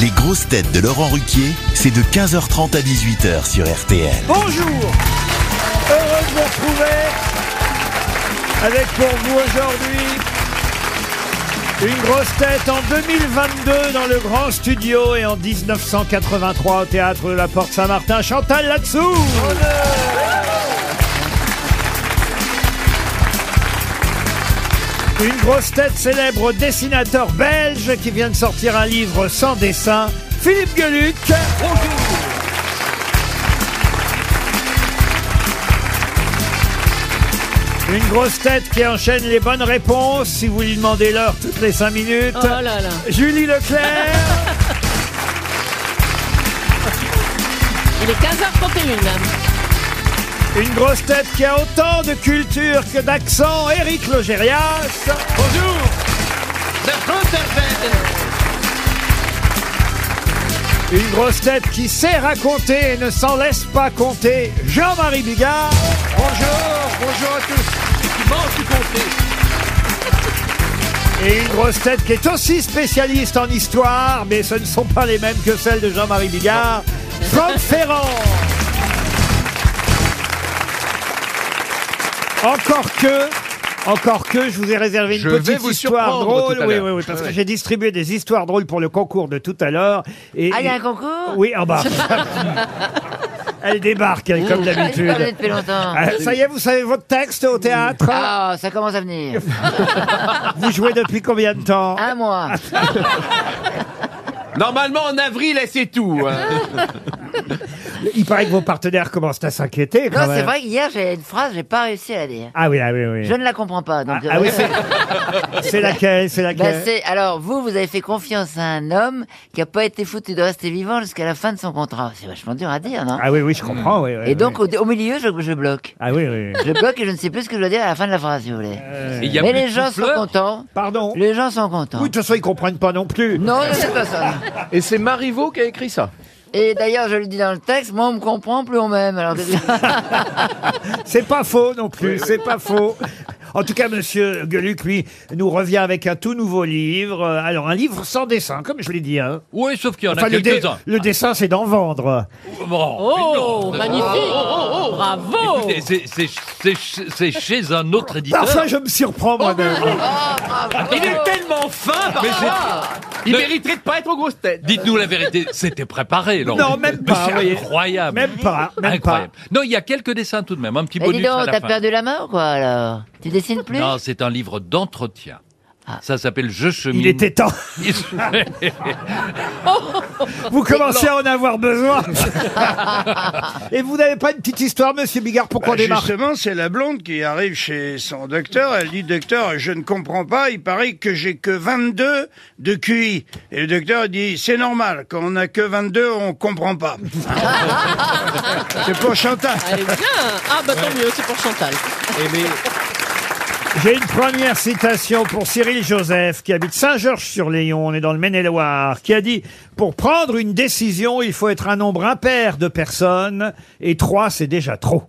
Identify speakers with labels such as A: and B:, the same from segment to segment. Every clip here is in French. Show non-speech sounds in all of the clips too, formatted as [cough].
A: Les grosses têtes de Laurent Ruquier, c'est de 15h30 à 18h sur RTL.
B: Bonjour Heureux de vous retrouver avec pour vous aujourd'hui une grosse tête en 2022 dans le grand studio et en 1983 au théâtre de la Porte Saint-Martin, Chantal Latsou Une grosse tête célèbre dessinateur belge qui vient de sortir un livre sans dessin, Philippe Gueluc. Une grosse tête qui enchaîne les bonnes réponses si vous lui demandez l'heure toutes les cinq minutes.
C: Oh là là.
B: Julie Leclerc.
C: [laughs] Il est 15h31.
B: Une grosse tête qui a autant de culture que d'accent, Éric Logérias.
D: Bonjour La grosse
B: Une grosse tête qui sait raconter et ne s'en laisse pas compter, Jean-Marie Bigard.
D: Bonjour, bonjour à tous Tu manges, tu comptes
B: Et une grosse tête qui est aussi spécialiste en histoire, mais ce ne sont pas les mêmes que celles de Jean-Marie Bigard, Franck Ferrand. Encore que, encore que, je vous ai réservé une
D: Je
B: petite
D: vais vous
B: histoire
D: surprendre
B: drôle.
D: tout à
B: oui,
D: l'heure. Ah
B: oui, oui, parce
D: Ouais.
B: que j'ai distribué des histoires drôles pour le concours de tout à l'heure. Et,
E: Ah, il y a
B: et-
E: un concours
B: Oui, en
E: [laughs]
B: bas. [laughs] Elle débarque, elle, comme
E: Ah, [laughs] Je parlais
B: d'habitude.
E: depuis longtemps.
B: Ah, Ça y est, vous savez votre texte au théâtre Ah
E: Ah, ça commence
B: [laughs]
E: à venir.
B: Vous jouez depuis combien de temps
E: Un mois.
D: [laughs] Normalement, en avril, là, c'est tout hein.
B: Il paraît que vos partenaires commencent à s'inquiéter quand
E: Non, c'est
B: même.
E: vrai qu'hier, j'ai une phrase, j'ai pas réussi à la dire.
B: Ah oui, ah oui, oui.
E: Je ne la comprends pas.
B: Ah,
E: Donc, euh,
B: ah oui, c'est- c'est laquelle C'est
E: Bah,
B: laquelle
E: c'est- alors, vous, vous avez fait confiance à un homme qui a pas été foutu de rester vivant jusqu'à la fin de son contrat. C'est vachement dur à dire, non
B: Ah oui, oui, je comprends. Oui, oui,
E: Hmm. Et donc,
B: oui.
E: au, au milieu, je, je bloque.
B: Ah oui, oui.
E: Je bloque et je ne sais plus ce que je dois dire à la fin de la phrase, si vous voulez.
D: Il y a
E: Mais
D: plus
E: les
D: de
E: gens sont
D: souffleurs.
E: contents.
B: Pardon
E: Les gens sont contents.
B: Oui, de toute façon, ils comprennent pas non plus.
E: Non, non, c'est pas ça.
D: Et c'est Marivaux qui a écrit ça
E: Et d'ailleurs, je le dis dans le texte, moi, on me comprend, plus on
D: [laughs]
E: m'aime. Alors,
B: C'est pas faux non plus, c'est pas faux. En tout cas, Monsieur Gueluc, lui, nous revient avec un tout nouveau livre. Euh, Alors, un livre sans dessin, comme je l'ai dit. Hein.
F: Oui, sauf qu'il y en a
B: Enfin, le, dé-
F: quelques-uns.
B: le dessin, c'est d'en vendre.
F: Bon,
C: Oh, magnifique. Bravo.
F: oh, écoutez, c'est- c'est- c'est- c'est- c'est chez un autre éditeur. Oh,
B: Parfois, je me surprends moi-même.
D: Oh, Il est tellement fin, par
F: Mais c'est-
D: Il
F: Ne-
D: mériterait de pas être aux grosses têtes
F: Dites-nous la vérité, c'était préparé, Laurent.
B: Non, même
F: Mais
B: pas, vous
F: C'est
B: voyez.
F: incroyable.
B: Même pas, même pas.
F: incroyable. Non, il y a quelques dessins tout de même, un petit
E: Mais dis
F: bonus à
E: donc,
F: la
E: t'as
F: fin.
E: perdu la main ou quoi alors Tu dessines plus
F: Non, c'est un livre d'entretien. Ça s'appelle Je chemine.
B: Il était temps.
F: [laughs]
B: Vous commencez à en avoir besoin. Et vous n'avez pas une petite histoire, Monsieur Bigard, pour qu'on
G: Bah,
B: démarre
G: Justement, c'est la blonde qui arrive chez son docteur. Elle dit Docteur, je ne comprends pas. Il paraît que j'ai que 22 de QI. Et le docteur dit C'est normal. Quand on n'a que 22, on
B: [laughs]
G: comprend pas. c'est pour Chantal.
C: Elle est bien. Ah, bah tant mieux, c'est pour Chantal.
B: J'ai une première citation pour Cyril Joseph, qui habite Saint-Georges-sur-Léon, on est dans le Maine-et-Loire, qui a dit « Pour prendre une décision, il faut être un nombre impair de personnes, et trois, c'est déjà trop.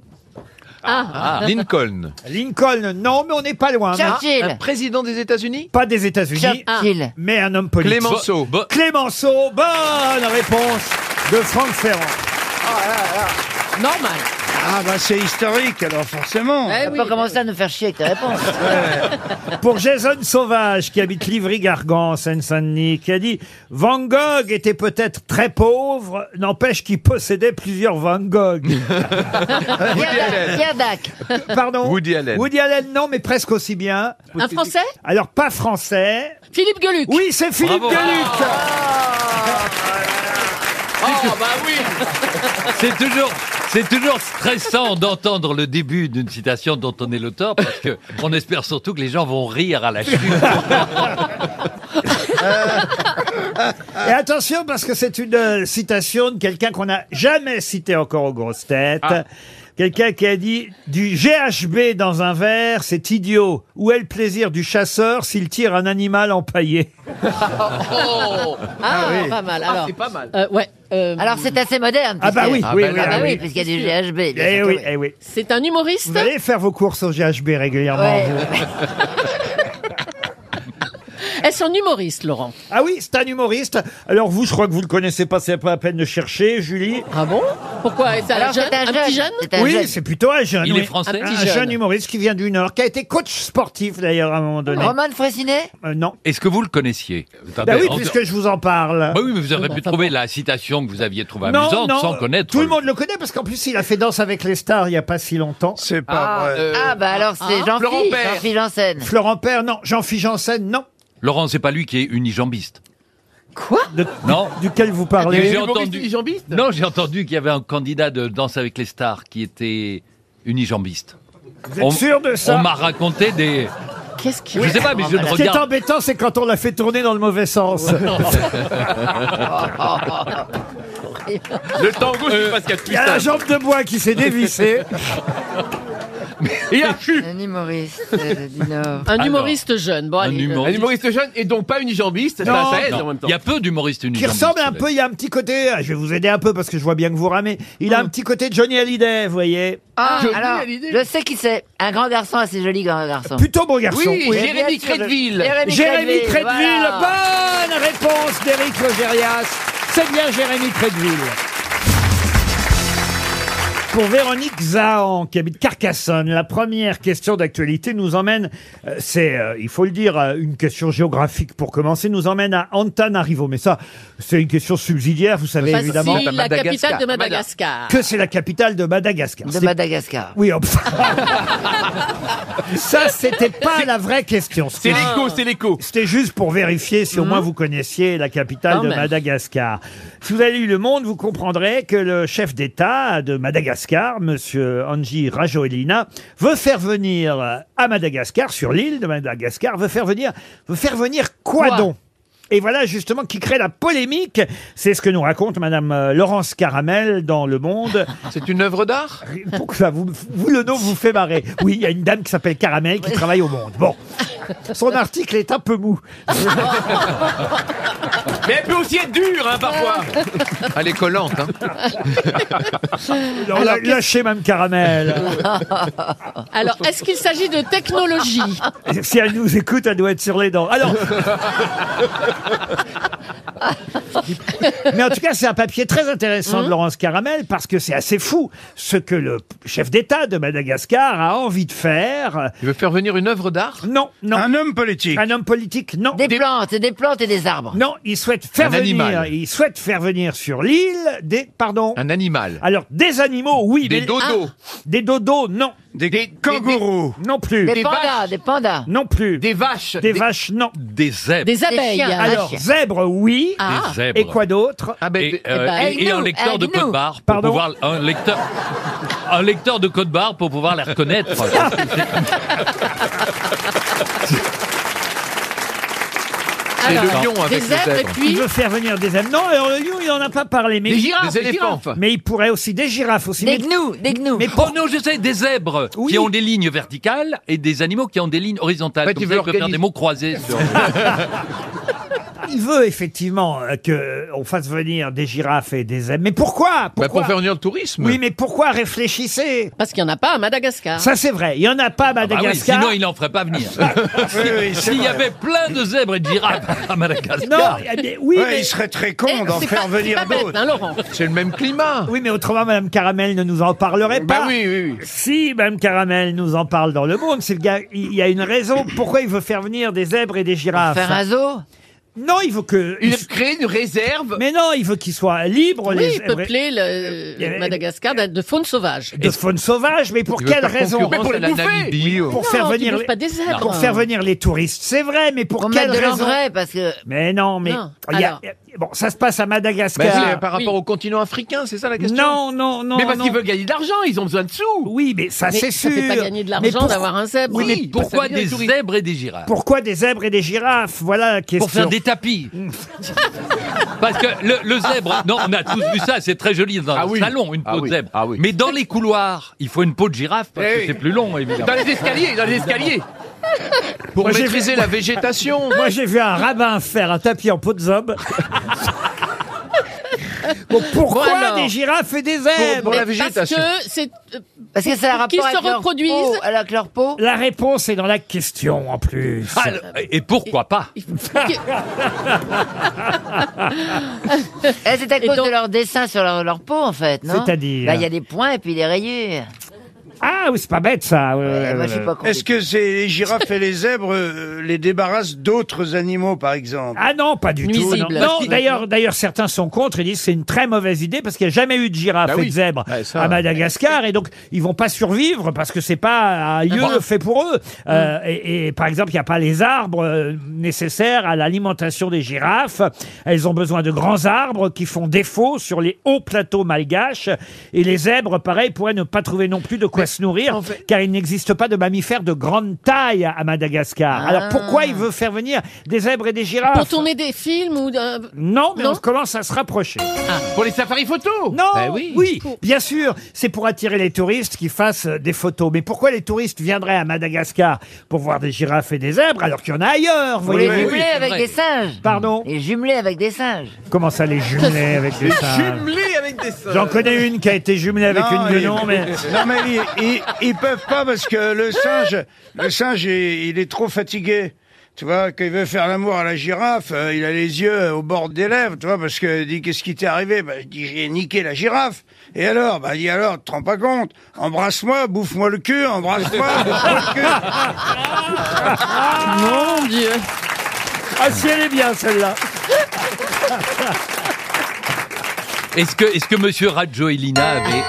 F: Ah.
D: Ah, Lincoln »
B: Lincoln, non, mais on n'est pas loin. hein.
E: Churchill
D: Président des États-Unis
B: Pas des États-Unis,
E: Churchill
B: mais un homme politique.
D: Clémenceau.
F: Bo- bo-
B: Clémenceau, bonne réponse de Franck Ferrand.
C: Normal.
G: Ah, bah, c'est historique, alors forcément.
C: Eh
E: T'as
C: oui.
E: pas commencé à nous faire chier avec
D: [laughs]
E: ta réponse
B: [laughs] Pour Jason Sauvage, qui habite Livry-Gargan, en Seine-Saint-Denis, qui a dit « Van Gogh était peut-être très pauvre, n'empêche qu'il possédait plusieurs Van
D: [laughs]
B: Gogh. »
E: Pierre Pierre Dac
B: Pardon
D: Woody Allen.
B: Woody Allen, non, mais presque aussi bien.
C: Un Français
B: Alors, pas français.
C: Philippe Gueluc.
B: Oui, c'est Philippe
F: Bravo.
B: Gueluc
D: Ah. Oh, bah oui
F: C'est toujours, c'est toujours stressant d'entendre le début d'une citation dont on est l'auteur parce que on espère surtout que les gens vont rire à la chute.
B: Et attention, parce que c'est une euh, citation de quelqu'un qu'on n'a jamais cité encore aux grosses têtes. Quelqu'un qui a dit « Du GHB dans un verre, c'est idiot. Où est le plaisir du chasseur s'il tire un animal empaillé
C: Ah, pas mal. Alors,
D: C'est pas mal
C: euh, ouais. euh,
E: Alors c'est assez moderne
B: Ah bah
E: puisque-
B: oui,
E: Ah
B: oui,
D: bah
B: oui,
D: là,
B: ah
E: bah oui,
B: oui.
E: parce qu'il y a du GHB bien
B: Eh
E: sûr,
B: oui,
E: oui.
B: eh oui.
C: c'est un humoriste.
B: Vous allez faire vos courses au GHB régulièrement,
E: Ouais.
B: vous.
C: Eh [laughs] Est-ce un humoriste, Laurent
B: Ah oui, c'est un humoriste. Alors vous, je crois que vous le connaissez pas, c'est pas la peine de chercher, Julie.
C: Ah bon Pourquoi Est-ce un,
E: Alors,
C: jeune,
E: c'est un
C: un petit
E: jeune.
C: jeune
E: C'est un
B: oui,
E: jeune.
B: c'est plutôt un jeune.
F: Il
B: oui.
F: est français
B: Un,
C: Un
B: un
C: petit
B: jeune
C: jeune.
B: humoriste qui vient du Nord, qui a été coach sportif d'ailleurs à un moment donné.
E: Roman Fraissinet
B: Euh, non.
F: Est-ce que vous le connaissiez
B: Bah oui,
F: En-
B: puisque je vous en parle.
F: Bah oui, mais vous auriez
C: Oui,
F: pu
C: bon,
F: trouver la citation que vous aviez trouvée
B: Non,
F: amusante
B: non,
F: sans connaître.
B: Tout le monde le connaît parce qu'en plus il a fait Danse avec les stars il y a pas si longtemps.
G: C'est pas vrai.
B: euh,
E: Ah, bah alors c'est
B: hein
C: ah,
D: Florent
E: Jean-Philippe
D: Père.
E: Jean-Philippe Janssen.
B: Florent Père, non. Jean-Philippe Janssen, non.
F: Laurent, c'est pas lui qui est unijambiste.
C: Quoi
B: De-
F: Non.
B: Duquel vous
F: Mais
B: parlez
F: j'ai entendu. Non, j'ai entendu qu'il y avait un candidat de Danse avec les stars qui était unijambiste.
B: Vous êtes sûr de ça
F: On m'a raconté des.
C: Qu'est-ce qu'il
F: Je sais pas, mais
E: Ah,
F: je ne
B: Ce qui est
F: regarde.
B: embêtant, c'est quand on l'a fait tourner dans le mauvais
F: [laughs]
B: sens.
E: [laughs]
D: Le tango, c'est Pascal
B: Il y a la jambe de bois qui s'est
F: [laughs]
B: dévissée.
D: Et un cul.
E: Un humoriste euh, du Nord.
C: Un
F: Alors,
C: humoriste jeune. Bon,
F: un
C: allez,
F: humoriste.
D: Ah, Un humoriste jeune et donc pas unijambiste. Ça,
B: Non.
D: ça aide
F: Non,
D: en même temps.
F: Il y a peu d'humoristes
B: qui
F: unijambistes.
B: ressemble un peu, il y a un petit côté, ah, je vais vous aider un peu parce que je vois bien que vous ramez, il a un petit côté Johnny Hallyday, vous voyez.
E: Ah,
D: Jolie,
E: alors,
D: elle est-
E: je sais qui c'est. Un grand garçon, assez joli grand garçon. Eh
B: Plutôt beau garçon.
D: Oui,
B: oui.
D: Jérémy
E: bien sûr, le-
D: Crédville.
B: Jérémy Crédville,
E: voilà.
B: bonne réponse d'Éric Logérias. C'est bien Jérémy Crédville. Pour Véronique Zahan, qui habite Carcassonne, la première question d'actualité nous emmène, euh, c'est, euh, il faut le dire, euh, une question géographique pour commencer, nous emmène à Antananarivo. Mais ça, c'est une question subsidiaire, vous savez
C: Facile,
B: évidemment
C: la capitale de Madagascar.
B: que c'est la capitale de Madagascar.
E: De
B: C'est-
E: Madagascar.
B: Oui, enfin. ça, c'était pas la vraie question.
D: C'est
B: C'était
D: l'écho, c'est l'écho.
B: c'était juste pour vérifier si au
E: Hmm.
B: moins vous connaissiez la capitale
C: Quand
B: de
C: même.
B: Madagascar. Si vous avez lu Le Monde, vous comprendrez que le chef d'État de Madagascar, Monsieur Angie Rajoelina, veut faire venir euh, à Madagascar, sur l'île de Madagascar, veut faire venir, veut faire venir quoi,
C: Quoi
B: donc et voilà justement qui crée la polémique. C'est ce que nous raconte Madame euh, Laurence Caramel dans Le Monde.
D: [laughs] C'est une œuvre d'art
B: Pourquoi vous, vous, le nom vous fait marrer. Oui, il y a une dame qui s'appelle Caramel qui travaille au Monde. Bon, son article est un peu mou. [laughs]
D: Mais elle peut aussi être dure, hein,
C: [laughs]
D: parfois. Elle est collante, hein.
C: [laughs]
B: Alors, la- lâchez Mme Caramel.
C: Alors, est-ce qu'il s'agit de
B: [laughs]
C: technologie
B: si elle nous écoute, elle doit être sur les dents. Alors. Mais en tout cas, c'est un papier très intéressant de Laurence Caramel parce que c'est assez fou ce que le chef d'État de Madagascar a envie de faire.
D: Il veut faire venir une œuvre d'art
B: Non, non.
G: Un homme politique.
B: Un homme politique, non.
E: Des plantes, des plantes et des arbres.
B: Non, il souhaite faire
F: Un
B: venir.
F: animal.
B: Il souhaite faire venir sur l'île des. Pardon.
D: Un animal
B: Alors des animaux, oui.
D: Des
B: mais- Ah,
D: dodos
B: Des dodos, non,
G: Des, kangourous.
B: non plus,
E: Des,
D: Des
E: pandas,
D: vaches.
E: des pandas.
B: non plus.
D: Des vaches
B: Des vaches, non.
F: Des zèbres.
C: Des abeilles.
E: chiens. Ah,
B: Alors,
E: vache.
B: zèbre, oui.
C: Ah.
F: Des zèbres.
B: Et quoi d'autre
D: Ah ben,
F: et,
D: des-
F: euh,
C: Eh ben,
F: et-
E: avec
F: et un
E: nous,
F: lecteur de
E: avec nous.
F: code barre pour
B: Pardon
F: pouvoir un lecteur un lecteur de code barre pour pouvoir les reconnaître.
C: Alors,
D: le lion avec
C: des
D: les
C: zèbres et
D: zèbres.
B: Il
C: puis
B: veut faire venir des zèbres. Non, alors le lion, il n'en a pas parlé. Mais,
D: des girafes,
F: des
D: des éléphants.
B: mais il pourrait aussi des girafes aussi.
E: Des
B: mais-
E: gnous, des gnous.
B: mais
F: Oh
B: pour-
F: non, je sais, des zèbres
B: Oui.
F: qui ont des lignes verticales et des animaux qui ont des lignes horizontales.
D: En fait,
F: Comme
D: il
F: ça,
D: veut
F: ils peuvent faire
D: organiser-
F: des mots croisés. sur-
B: il veut effectivement euh, que euh, on fasse venir des girafes et des zèbres. Mais pourquoi,
D: Bah,
B: pourquoi
D: pour faire venir le tourisme.
B: Oui, mais pourquoi réfléchissez
C: parce qu'il n'y en a pas à Madagascar.
B: Ça c'est vrai. Il y en
D: bah
B: a pas à
F: Ah oui,
B: Madagascar.
F: sinon, il n'en ferait pas venir.
G: Oui, oui, c'est
F: S'il y
G: vrai.
F: avait plein de zèbres et de girafes à Madagascar.
B: Non, eh bien, oui,
G: Ouais,
B: mais...
G: il serait très
C: Eh,
G: con d'en
C: c'est
G: faire
C: pas-
G: venir
C: c'est pas bête,
G: d'autres.
C: hein, Laurent.
D: C'est le même climat.
B: oui, mais autrement, Madame Caramel ne nous en parlerait pas.
D: Bah oui, oui, oui.
B: Si Mme Caramel nous en parle dans le monde, c'est le gars, il y a une raison pourquoi il veut faire venir des zèbres et des girafes.
E: Faire un zoo.
B: Non, il veut que.
D: Une, créer une réserve.
B: Mais non, il veut qu'ils soient libres, les
C: Oui,
B: zèbres et-
C: peupler le,
B: euh,
C: Madagascar de- de faune sauvage.
B: de faune sauvage, mais pour
D: Il veut
B: quelle
D: faire
B: raison
D: concurrence
B: Pour,
D: à la
B: bouffer.
D: Namibie.
B: Pour
C: Non,
B: faire
C: tu
B: venir
C: bouffes
B: les...
C: pas des zèbres.
B: pour faire venir les touristes, c'est vrai, mais pour
E: Pour
B: quelle
E: mettre de
B: raison
E: l'engrais, parce que
B: Mais non, mais
C: Non,
B: il y a-
C: alors.
B: bon, ça se passe à
D: Bah, c'est
B: Madagascar.
D: par
C: oui.
D: rapport au continent africain, c'est ça la question
B: non, non, non.
D: Mais parce
B: non.
D: qu'ils veulent gagner de l'argent, ils ont besoin de sous.
B: Oui, mais ça
C: Mais
B: c'est
C: ça
B: sûr.
C: fait pas gagner de
B: Mais
C: l'argent
B: pour-
C: d'avoir un zèbre.
B: Oui, mais
D: Oui, parce que ça
F: Pourquoi
D: veut dire
F: des
D: les touristes.
F: zèbres et des girafes
B: Pourquoi des zèbres et des girafes Voilà la question.
F: Pour faire des
B: [laughs]
F: tapis. Parce que le, le zèbre, non, on a tous vu ça, c'est très joli dans
D: Ah
F: le
D: oui.
F: salon, une peau
D: Ah
F: de
D: oui.
F: zèbre.
D: Ah oui.
F: Mais dans les couloirs, il faut une peau de girafe parce
D: Eh
F: que
D: oui.
F: c'est plus long, évidemment.
D: Dans les escaliers, dans les escaliers. Pour
B: Moi, j'ai
D: maîtriser la végétation. [laughs]
B: Moi, j'ai vu un rabbin faire un tapis en peau de zob. Bon, pourquoi
C: Bon, alors.
B: des girafes et des zèbres
D: Pour la
C: Mais Parce
D: végétation.
C: que c'est. euh,
E: Parce que ça a rapport
C: Qu'ils se
E: avec leur
C: reproduisent.
E: peau, avec leur peau. [laughs]
B: La réponse est dans la question en plus.
F: Ah, le- et pourquoi pas
C: il faut- que-
E: Eh, c'est à
C: Et
E: cause
C: donc-
E: de leur dessin sur leur, leur peau, en fait, non
B: C'est-à-dire
E: Bah, Il y a des points et puis des rayures.
B: Ah oui, c'est pas bête ça. Ouais,
E: Eh,
B: ouais,
E: moi,
B: ouais.
E: je suis pas con.
G: Est-ce que c'est les girafes et les zèbres euh, les débarrassent d'autres animaux, par exemple
B: Ah non, pas du tout.
C: Nuisible.
B: Non, Non,
C: Qui-
B: d'ailleurs, d'ailleurs, certains sont contre. Ils disent que c'est une très mauvaise idée parce qu'il n'y a jamais eu de girafe
D: Bah
B: et
D: oui.
B: de zèbre
D: Ouais, ça,
B: à
D: ouais.
B: Madagascar et donc ils vont pas survivre parce que c'est
D: Ah
B: pas un lieu fait pour eux.
D: Mm.
B: Euh, et, et, par exemple, il n'y a pas les arbres euh, nécessaires à l'alimentation des girafes. Elles ont besoin de grands arbres qui font défaut sur les hauts plateaux malgaches et les zèbres, pareil, pourraient ne pas trouver non plus de quoi se nourrir car il n'existe pas de mammifères de grande taille à Madagascar. Alors
E: Ah.
B: pourquoi il veut faire venir des zèbres et des girafes
C: Pour tourner des films ou. d'un-
B: non, mais
C: Non Ah.
B: on commence à se rapprocher.
D: Pour les safaris photos
B: Non,
D: Bah
B: oui.
D: oui.
B: bien sûr, c'est pour attirer les touristes qui fassent euh, des photos. Mais pourquoi les touristes viendraient à Madagascar pour voir des girafes et des zèbres alors qu'il y en a ailleurs vous
E: Vous les
B: voyez
E: jumelez
F: c'est
E: avec
F: vrai.
E: des singes
B: Pardon
E: Les jumelés avec des singes.
B: Comment ça, les jumeler avec des singes
D: Jumelés avec des singes.
B: J'en connais une qui a été jumelée avec
G: Non,
B: une
G: ils-
B: guenon, mais...
G: [laughs] Non, mais ils, ils- ils peuvent pas parce que le singe, le singe, il, il est trop fatigué. Tu vois, quand il veut faire l'amour à la girafe, euh, il a les yeux au bord des lèvres, tu vois, parce que il dit qu'est-ce qui t'est arrivé Bah, il dit j'ai niqué la girafe. Et alors Bah, il dit alors, te rends pas compte Embrasse-moi, bouffe-moi le cul, embrasse-moi, bouffe-moi le cul.
C: Mon Dieu.
B: Ah si, elle est bien, celle-là
F: Est-ce que, est-ce que Monsieur Rajoelina avait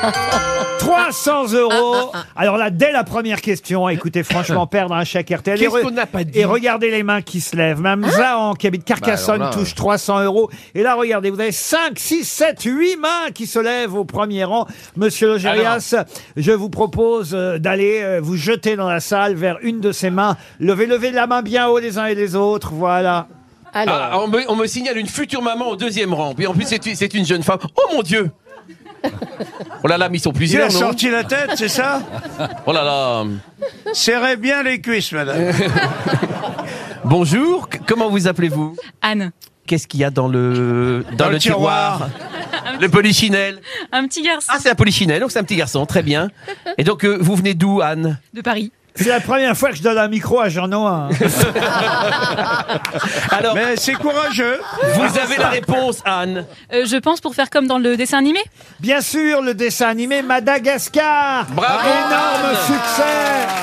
B: 300
D: Ah,
B: euros Alors là, dès la première question, écoutez, franchement, perdre un chèque RTL...
D: Qu'est-ce
B: Et re-
D: qu'on n'a pas dit Hein
B: Et regardez les mains qui se lèvent. Mme Zahan, qui habite Carcassonne,
D: Bah alors là,
B: touche 300 euros. Et là, regardez, vous avez 5, 6, 7, 8 mains qui se lèvent au premier rang. Monsieur Logérias, je vous propose euh, d'aller euh, vous jeter dans la salle vers une de ces mains. Levez, levez la main bien haut les uns et les autres. Voilà.
C: Alors.
D: Ah, on, me, on me signale une future maman au deuxième rang. Puis en plus, c'est une- c'est une jeune femme. Oh mon Dieu Oh là là, mais ils sont
G: Il a
D: plusieurs, non
G: sorti la tête, c'est ça
D: Oh là là
G: Serrez bien les cuisses, madame.
D: [laughs] Bonjour, c- comment vous appelez-vous
H: Anne,
D: Qu'est-ce qu'il y a dans le, dans
G: le
D: le tiroir, Le polichinelle
H: un petit garçon
D: Ah, c'est un polichinelle, donc c'est un petit garçon, très bien. Et donc, euh, vous venez d'où, Anne
H: de Paris.
B: C'est la première fois que je donne un micro à
D: [laughs]
B: Jean Noin.
D: Alors,
G: Mais c'est courageux.
D: vous avez la réponse, Anne.
H: Euh, je pense pour faire comme dans le dessin animé.
B: Bien sûr, le dessin animé Madagascar.
D: Bravo,
B: Ah, Énorme
D: Anne.
B: succès.
C: Ah.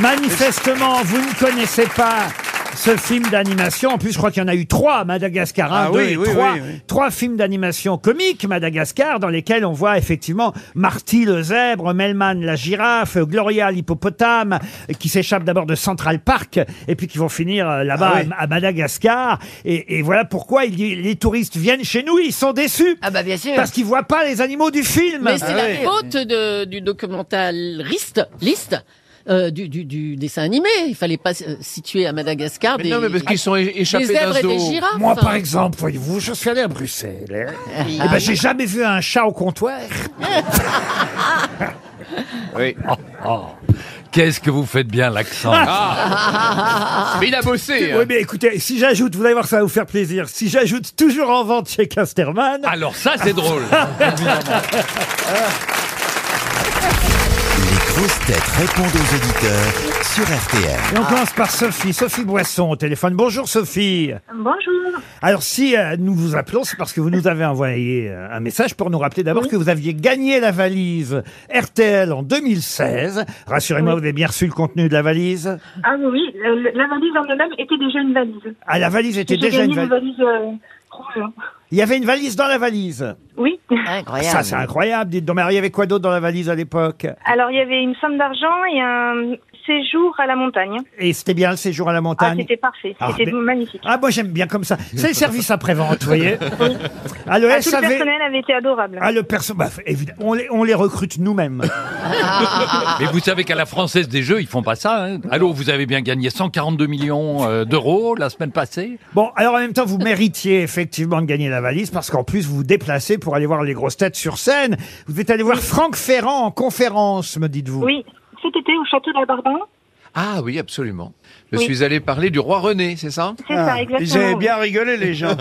B: Manifestement, vous ne connaissez pas ce film d'animation. En plus, je crois qu'il y en a eu trois à Madagascar. Un,
G: Ah
B: deux
G: oui,
B: et
G: oui,
B: trois.
G: oui, oui.
B: Trois films d'animation comique Madagascar dans lesquels on voit effectivement Marty le zèbre, Melman la girafe, Gloria l'hippopotame qui s'échappe d'abord de Central Park et puis qui vont finir euh, là-bas
G: Ah oui.
B: à à Madagascar. Et, et voilà pourquoi il dit, les touristes viennent chez nous, ils sont déçus
E: Ah bah bien sûr.
B: parce qu'ils voient pas les animaux du film.
C: Mais c'est
G: Ah
C: la
G: oui.
C: faute de- du documentariste, liste, euh, du, du- du dessin animé. Il fallait pas euh, situer à Madagascar Ah, des,
D: sont
C: des zèbres et des girafes.
B: Moi, par exemple, voyez-vous, je suis allé à Bruxelles. hein. Eh ben, j'ai jamais vu un chat au comptoir.
F: Oh, Qu'est-ce que vous faites bien l'accent
D: Ah.
B: [laughs]
D: Mais il a bossé hein.
B: Oui, mais écoutez, si j'ajoute, vous allez voir, ça va vous faire plaisir. Si j'ajoute toujours en vente chez Casterman,
F: Alors ça,
B: [laughs]
F: c'est drôle.
A: Les grosses têtes répondent aux auditeurs sur RTL.
B: et on commence par Sophie, Sophie Boisson au téléphone. Bonjour Sophie.
I: [laughs] Bonjour.
B: Alors si euh, nous vous appelons, c'est parce que vous nous avez envoyé euh, un message pour nous rappeler d'abord que vous aviez gagné la valise RTL en 2016. Rassurez-moi, vous avez bien reçu le contenu de la valise.
I: Ah oui, oui, euh, la valise en elle-même était déjà une valise.
B: Ah, la valise était
I: J'ai
B: déjà
I: gagné
B: une valise.
I: valise euh, rouge.
B: Il y avait une valise dans la valise.
I: Oui.
E: Incroyable.
B: Ça, c'est incroyable. Dites donc, mais alors, il y avait quoi d'autre dans la valise à l'époque
I: Alors, il y avait une somme d'argent et un séjour à la montagne.
B: Et c'était bien le séjour à la
I: Ah,
B: montagne
I: c'était parfait.
B: Ah,
I: C'était
B: mais-
I: magnifique.
B: Ah, moi j'aime bien comme ça. C'est le service après-vente, vous voyez. Ah, le
I: Ah, tout le
B: SAV.
I: personnel avait été adorable.
B: Ah, le perso. bah, évidemment, on les, on les recrute nous-mêmes.
F: Mais vous savez qu'à la française des jeux, ils font pas ça. hein. Allô, vous avez bien gagné 142 millions euh, d'euros la semaine passée.
B: Bon, alors en même temps, vous méritiez effectivement de gagner la valise parce qu'en plus, vous vous déplacez pour aller voir les grosses têtes sur scène. Vous êtes allé voir Franck Ferrand en conférence, me dites-vous.
I: Oui, cet été au château de la Barbin.
J: Ah oui, absolument. Je
I: Oui.
J: suis allé parler du roi René, c'est ça
I: C'est
B: Ah,
I: ça, exactement.
G: Ils avaient bien rigolé, les
J: [laughs]
G: gens.
B: hein.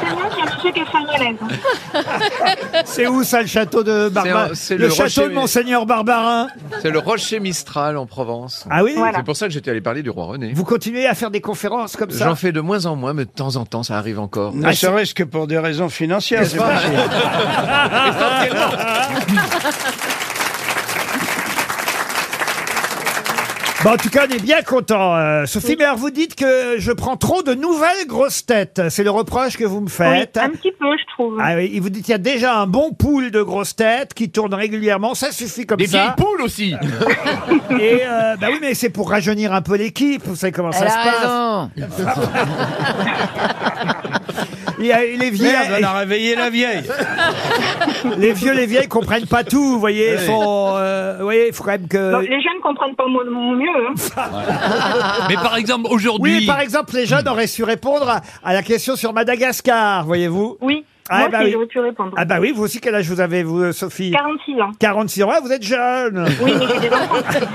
I: C'est moi qui ai touché qu'à faire malaise.
B: C'est où ça, le château de Barbarin
J: C'est un- c'est
B: Le,
J: le
B: château
J: rocher-
B: de Monseigneur Barbarin.
J: C'est le rocher Mistral en Provence.
B: Ah oui Voilà.
J: C'est pour ça que j'étais allé parler du roi René.
B: Vous continuez à faire des conférences comme ça
J: J'en fais de moins en moins, mais de temps en temps, ça arrive encore.
G: Ne serait-ce que pour des raisons financières. c'est pas possible.
B: Bon, en tout cas, on est bien content. euh, Sophie, mais alors vous dites que je prends trop de nouvelles grosses têtes. C'est le reproche que vous me faites.
I: Oui, un petit peu, je trouve.
B: Ah oui, il vous dit qu'il y a déjà un bon pool de grosses têtes qui tournent régulièrement. Ça suffit comme
D: Des vieilles
B: ça.
D: poules aussi
B: Et euh, bah oui, mais c'est pour rajeunir un peu l'équipe. Vous savez comment
E: Elle
B: ça se
E: a
B: passe.
E: raison.
B: Il y a les vieilles.
G: Merde, on a réveillé la vieille.
B: Les vieux, les vieilles comprennent pas tout, vous voyez.
G: Oui.
B: Faut, euh, vous voyez, il faut quand même que.
I: Bon,
G: [laughs]
I: les jeunes comprennent pas mon mon mieux.
B: [laughs]
I: hein.
F: Mais par exemple,
B: oui,
F: aujourd'hui,
B: par exemple, les jeunes auraient su répondre à, à la question sur Madagascar, voyez-vous.
I: Oui,
B: Ah,
I: moi
B: bah
I: aussi,
B: oui.
I: j'aurais pu répondre.
B: Ah bah oui, vous aussi, quel âge vous avez, vous, euh, Sophie
I: 46 ans.
B: 46 ans, Ah, vous êtes jeune.
I: Oui, mais j'ai des enfants.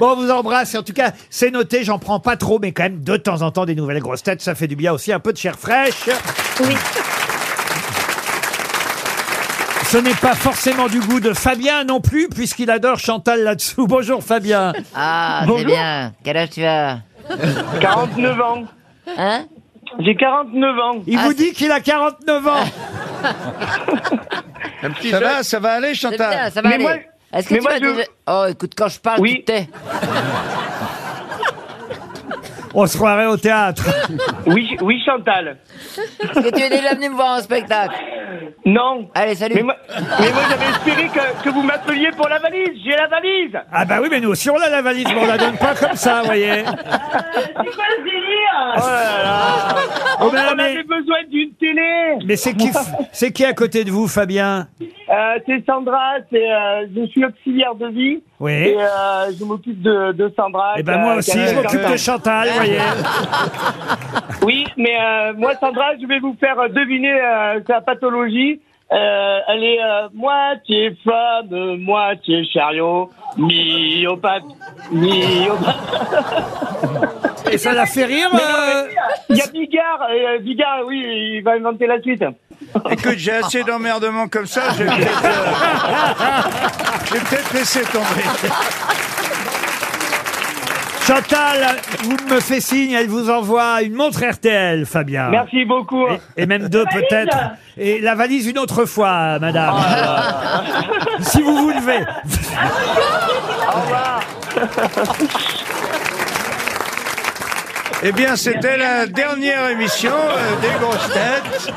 B: Bon, on vous embrasse. En tout cas, c'est noté. J'en prends pas trop, mais quand même de temps en temps des nouvelles grosses têtes, ça fait du bien aussi, un peu de chair fraîche.
I: Oui.
B: Ce n'est pas forcément du goût de Fabien non plus, puisqu'il adore Chantal là-dessous. Bonjour Fabien.
E: Ah, c'est
K: Bonjour.
E: bien. Quel âge tu as
K: 49 ans.
E: Hein Ah,
K: J'ai 49 ans.
B: Il vous dit qu'il a 49 ans.
J: [laughs] Un petit
G: Ça
J: geste.
G: va, ça va aller,
E: C'est bien,
G: Chantal
E: ça va
K: Mais
E: aller.
K: moi-
E: Est-ce que
K: mais
E: tu
K: moi,
E: as
K: je-
E: déjà... Oh, écoute, quand je parle,
K: Oui.
E: tu t'es.
B: [laughs] On se croirait au théâtre.
K: Oui, oui, Chantal.
E: Est-ce que tu es déjà venu me voir en spectacle
K: Non.
E: Allez, salut.
K: Mais moi, mais moi, j'avais espéré que, que vous m'appeliez pour la valise. J'ai la valise.
B: Ah bah oui, mais nous aussi on l'a la valise, mais on la donne pas comme ça, vous voyez.
K: C'est quoi le délire Oh là là.
B: Oh,
K: On
B: mais- mais-
K: avait besoin d'une télé.
B: Mais c'est qui, c'est qui à côté de vous, Fabien
K: Euh, c'est Sandra. C'est, euh, je suis auxiliaire de vie.
B: Oui.
K: Et euh, je m'occupe de, de Sandra.
B: Eh
K: qui
B: ben
K: a-
B: moi
K: qui
B: aussi,
K: a
B: je m'occupe
K: 40
B: de
K: ans.
B: Chantal, vous voyez.
K: [laughs] Oui, mais euh, moi, Sandra, je vais vous faire euh, deviner euh, sa pathologie. Euh, elle est euh, moitié femme, moitié chariot, myopathe, myopathe. [laughs]
B: Et ça la fait rire. euh,
K: Il y a Bigard, euh, Bigard, oui, il va inventer la suite.
G: Écoute, j'ai assez d'emmerdements comme ça, je vais peut-être euh, je vais peut-être laisser tomber.
B: Chantal, vous me faites signe, elle vous envoie une montre RTL, Fabien.
K: Merci beaucoup.
B: Et même deux
K: valise
B: peut-être. Et la valise une autre fois,
K: Oh
B: madame. [laughs] si vous vous levez.
G: Eh bien, c'était la dernière émission euh, des grosses têtes.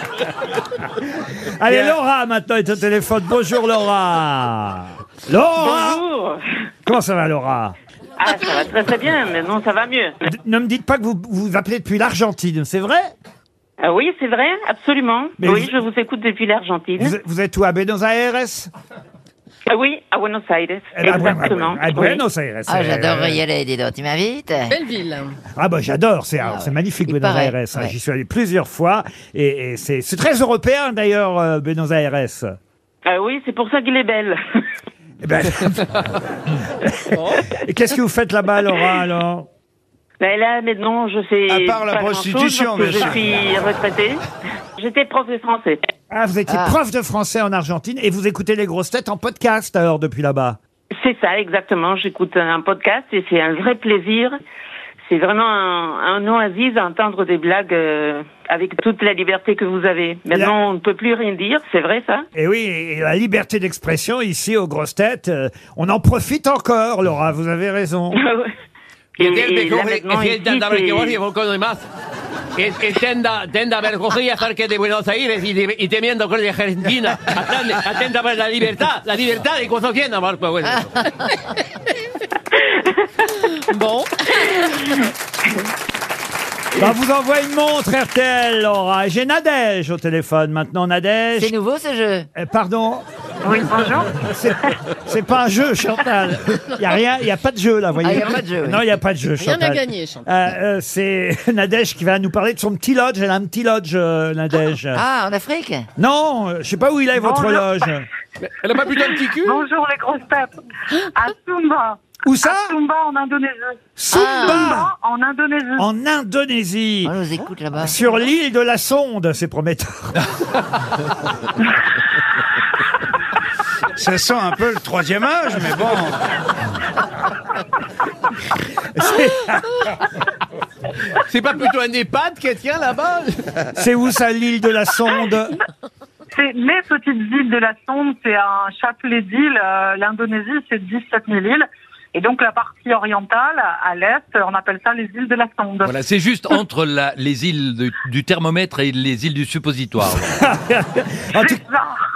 B: Allez,
G: Bien.
B: Laura maintenant est au téléphone. Bonjour Laura. Laura
L: Bonjour.
B: Comment ça va Laura
L: Ah, ça va très très bien. Maintenant, ça va mieux.
B: D- Ne me dites pas que vous vous vous appelez depuis l'Argentine, c'est vrai
L: Euh, oui, c'est vrai, absolument.
B: Mais
L: oui,
B: vous-
L: je vous écoute depuis l'Argentine.
B: vous, vous êtes où à Buenos Aires
L: Euh, oui, à Buenos Aires.
B: Eh ben, à Bu-
L: Exactement.
B: À
L: Oui.
B: Buenos Aires.
E: Ah,
B: c'est-
E: j'adorerais y aller, dis donc. Tu m'invites
C: Belle ville.
B: Ah bah j'adore, c'est alors,
E: ouais.
B: c'est magnifique
E: Il
B: Buenos
E: paraît,
B: Aires. hein.
E: ouais.
B: J'y suis allé plusieurs fois et, et c'est c'est très européen d'ailleurs euh, Buenos Aires.
L: Euh, oui, c'est pour ça qu'elle est belle.
B: Eh
E: [laughs]
B: ben- et qu'est-ce que vous faites là-bas, Laura alors
L: Mais Ben là, maintenant, je fais.
G: À part la
L: pas
G: prostitution,
L: grand-chose parce que
G: bien
L: Je suis retraitée. J'étais prof de français.
B: Ah, vous étiez
E: Ah.
B: prof de français en Argentine et vous écoutez les grosses têtes en podcast alors depuis là-bas.
L: C'est ça, exactement. J'écoute un podcast et c'est un vrai plaisir. C'est vraiment un, un oasis à entendre des blagues euh, avec toute la liberté que vous avez. Maintenant, on ne peut plus rien dire, c'est vrai ça
B: Et Eh oui, et la liberté d'expression ici aux grosses têtes, euh, on en profite encore, Laura. Vous avez raison.
L: Et-
D: Que del
L: et là,
D: mejor
L: maintenant, ici,
D: ejemplo de hablar que vos
L: c'est-
D: y vos con más. Es que tenda, tenda vergonzosa cerca de Buenos Aires y, de- y temiendo con la Argentina. Atende- Atenta para la libertad, la libertad hein, y cuando quiera,
K: [laughs]
D: Marco. Bueno.
C: [laughs]
G: [laughs]
C: Bon.
B: On Bah, vous envoie une montre RTL, Laura. J'ai Nadège au téléphone maintenant. Nadège.
E: C'est nouveau ce jeu
B: Euh, Pardon
L: Oui, bonjour.
B: C'est- C'est pas un jeu, Chantal. Il n'y a, rien- y a pas de jeu, là, vous voyez.
L: Ah, y a pas de jeu, oui.
B: Non, il n'y a pas de jeu,
C: Rien à
B: Chantal.
C: gagner, Chantal.
B: Euh, euh, c'est [laughs] Nadège qui va nous parler de son petit lodge. Elle a un petit lodge, euh, Nadège.
E: Ah, en Afrique
B: Non, euh, je sais pas où il est, votre
E: Non, non.
B: loge.
M: Elle a pas plutôt un petit cul
I: Bonjour les grosses têtes. À Sumba.
B: Où ça
I: À Sumba en Indonésie.
B: Sumba
I: Sumba en Indonésie.
B: En Indonésie. Ah.
E: On nous Ah, écoute là-bas.
B: Sur l'île de la Sonde, c'est prometteur.
G: [laughs] Ça sent un peu le troisième âge, mais bon.
M: C'est pas plutôt un EHPAD qu'elle tient là-bas
B: C'est où ça, l'île de la Sonde
I: [laughs] C'est les petites îles de la Sonde, c'est un chapelet d'îles. Euh, L'Indonésie, c'est 17 000 îles. Et donc la partie orientale, à l'est, on appelle ça les îles de la Sonde.
F: Voilà, c'est juste entre la- les îles de- du thermomètre et les îles du suppositoire.
B: en, tout,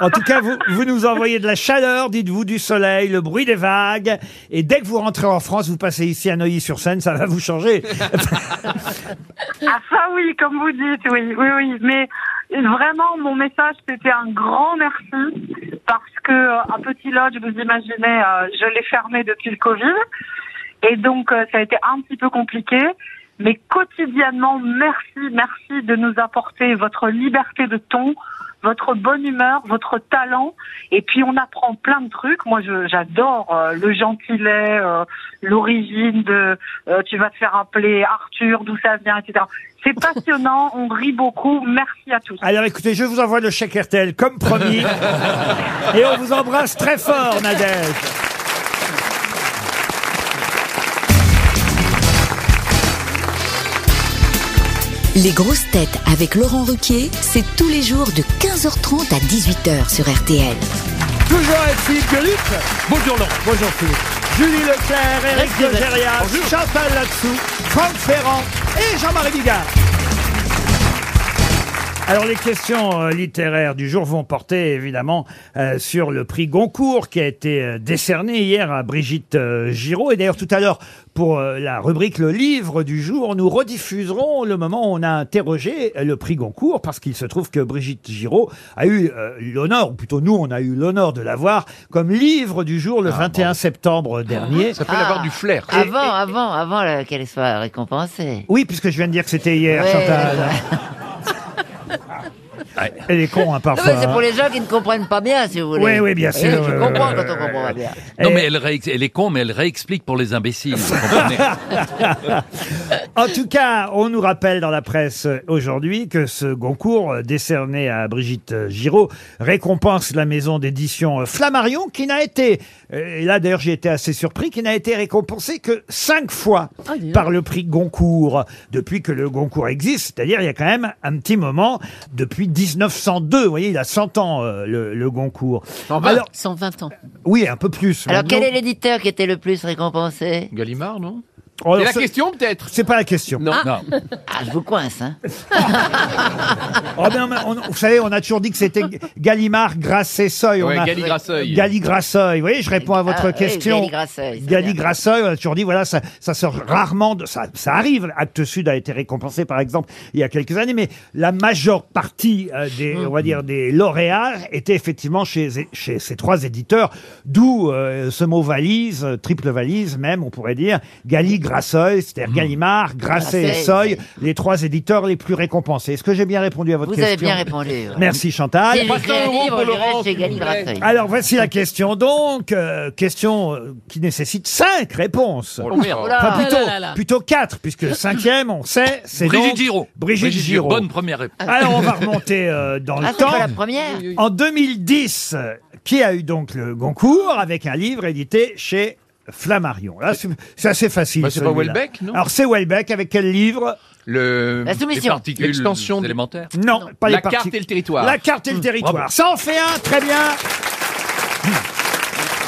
B: en tout cas, vous, vous nous envoyez de la chaleur, dites-vous du soleil, le bruit des vagues. Et dès que vous rentrez en France, vous passez ici à Neuilly-sur-Seine, ça va vous changer.
I: Ah ça oui, comme vous dites, oui, oui, oui. Mais vraiment, mon message, c'était un grand merci parce que euh, un petit lodge, vous imaginez, euh, je l'ai fermé depuis le Covid. Et donc, euh, ça a été un petit peu compliqué. Mais quotidiennement, merci, merci de nous apporter votre liberté de ton, votre bonne humeur, votre talent. Et puis, on apprend plein de trucs. Moi, je- j'adore euh, le gentilet, euh, l'origine de euh, tu vas te faire appeler Arthur, d'où ça vient, etc. C'est passionnant, on rit beaucoup. Merci à tous.
B: Alors écoutez, je vous envoie le chèque RTL comme
G: [laughs]
B: promis. Et on vous embrasse très fort, Nadège.
N: Les grosses têtes avec Laurent Ruquier, c'est tous les jours de 15h30 à 18h sur RTL.
B: Toujours avec Philippe Gueluc. Bonjour Laurent. Bonjour Philippe. Julie Leclerc, Eric
M: Restez, restez.
B: Logérias, Chantal Latsou, Franck Ferrand et Jean-Marie Bigard. Alors les questions euh, littéraires du jour vont porter évidemment euh, sur le prix Goncourt qui a été euh, décerné hier à Brigitte euh, Giraud. Et d'ailleurs tout à l'heure pour euh, la rubrique Le livre du jour, nous rediffuserons le moment où on a interrogé euh, le prix Goncourt parce qu'il se trouve que Brigitte Giraud a eu euh, l'honneur, ou plutôt nous on a eu l'honneur de l'avoir comme livre du jour le 21 septembre dernier.
J: Ah,
B: Ah,
J: Ça peut l'avoir du flair.
E: Ah. Avant, avant, avant euh, qu'elle soit récompensée.
B: Oui, puisque je viens de dire que c'était hier,
E: [laughs] Ouais,
B: Chantal. Elle est con, hein,
E: Non,
B: parfois.
E: mais c'est
B: hein.
E: pour les gens qui ne comprennent pas bien, si vous voulez.
B: Oui, oui, bien
E: Vous
B: sûr,
E: voyez,
B: oui,
E: Je comprends
B: oui,
E: quand on comprend pas bien.
F: Non, mais elle, réex- elle est con, mais elle réexplique pour les imbéciles. vous comprenez
B: En tout cas, on nous rappelle dans la presse aujourd'hui que ce Goncourt euh, décerné à Brigitte Giraud récompense la maison d'édition euh, Flammarion qui n'a été, euh, et là d'ailleurs j'ai été assez surpris, qui n'a été récompensée que cinq fois
E: Ah,
B: par le prix Goncourt depuis que le Goncourt existe, c'est-à-dire il y a quand même un petit moment, depuis 1902, vous voyez, il a 100 ans euh, le, le Goncourt. Alors,
C: 120 ans.
B: oui, un peu plus.
E: Alors,
B: maintenant.
E: quel est l'éditeur qui était le plus récompensé
J: Gallimard, non
B: Oh, alors,
E: C'est la
B: ça-
E: question,
M: peut-être
B: C'est pas la question.
E: Non. Ah. je vous coince, hein.
B: [laughs] Oh, mais on- on- vous savez, on a toujours dit que c'était Gallimard, Grasset, Seuil. On
M: Ouais,
B: a-
M: Gali Grasseuil.
B: Gali Grasseuil. Vous voyez, je réponds à votre
E: Ah, oui,
B: question.
E: Gali Grasseuil, c'est
B: Gali euh,
E: bien.
B: Grasseuil, on a toujours dit, voilà, ça, ça sort rarement, de, ça, ça arrive. Actes Sud a été récompensé, par exemple, il y a quelques années, mais la majeure partie euh, des,
E: Mmh.
B: on va dire, des lauréats était effectivement chez, chez ces trois éditeurs, d'où euh, ce mot valise, euh, triple valise même, on pourrait dire, Gali Grasseuil, c'est-à-dire Gallimard, Grasset et
E: Mmh. Grasset,
B: Seuil, les trois éditeurs les plus récompensés. Est-ce que j'ai bien répondu à votre
E: Vous
B: question
E: avez bien répondu, ouais.
B: Merci Chantal.
E: Si elle écrit un livre, j'irai chez Gali Grasseuil.
B: Alors voici la question donc, euh, question euh, qui nécessite cinq réponses.
E: Oh là. Oh là.
B: Enfin, plutôt,
E: Oh là là là.
B: plutôt quatre, puisque cinquième, on sait, [laughs] c'est
F: Brigitte
B: donc
F: Giraud.
B: Brigitte,
F: Brigitte
B: Giraud. Ah,
F: Giraud, bonne première réponse.
B: Alors on va remonter euh, dans
E: Ah,
B: le
E: c'est
B: temps.
E: pas la première
B: En 2010, euh, qui a eu donc le Goncourt avec un livre édité chez Flammarion. Là, c'est c'est assez facile.
J: Bah, c'est pas
B: celui-là.
J: Houellebecq, non
B: Alors c'est Welbeck avec quel livre
J: Le,
B: La soumission.
J: les particules
B: L'extension de-
J: élémentaires.
B: Non, pas
J: La
B: les parties-
J: carte et le territoire.
B: La carte et le
J: Mmh,
B: territoire.
J: bravo.
B: Ça en fait un, très bien.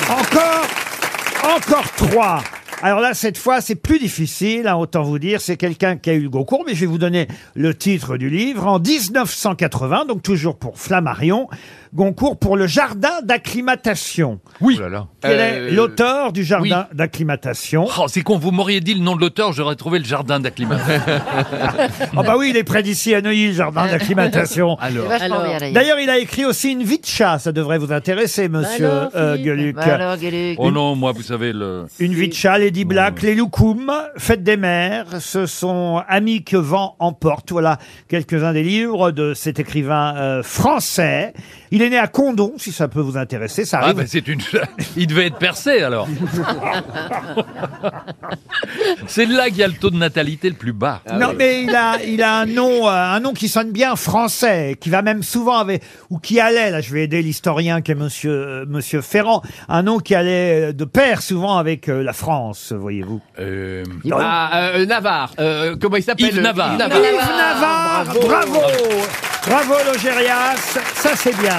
B: Encore, encore trois. Alors là, cette fois, c'est plus difficile, hein, autant vous dire. C'est quelqu'un qui a eu le Goncourt, mais je vais vous donner le titre du livre. En 1980, donc toujours pour Flammarion, Goncourt pour le jardin d'acclimatation.
F: [laughs] Oui.
B: Quel
J: Euh,
B: est l'auteur du jardin d'acclimatation
F: Oh, c'est con, vous m'auriez dit le nom de l'auteur, j'aurais trouvé le jardin d'acclimatation.
B: [laughs] Ah bah oui, il est près d'ici à Neuilly, le jardin d'acclimatation.
F: Ah. [laughs] Alors. C'est vachement bien, d'ailleurs.
B: D'ailleurs, il a écrit aussi une vie de chat, ça devrait vous intéresser, monsieur
F: alors,
B: euh,
F: Philippe.
B: Gueluc.
F: Bah alors,
B: Une-
F: oh non, moi, vous savez, le...
B: Une vie de chat, Lady
F: Oh.
B: Black, les Loukoum, Fête des mers, ce sont Amis que vent emporte. Voilà quelques-uns des livres de cet écrivain euh, français. Il est né à Condon, si ça peut vous intéresser, ça
F: Ah,
B: arrive.
F: bah, c'est une... [laughs] Il devait être
B: [laughs]
F: percé, alors. C'est là qu'il y a le taux de natalité le plus bas.
B: Ah non, mais il a, il a un nom, euh, un nom qui sonne bien français, qui va même souvent avec, ou qui allait, là, je vais aider l'historien qui est monsieur, euh, monsieur Ferrand, un nom qui allait euh, de pair souvent avec euh, la France, voyez-vous.
M: Ah, euh, Navarre. Euh, comment il s'appelle
B: Yves Navarre. Yves Navarre, bravo. bravo, Logérias, ça c'est bien.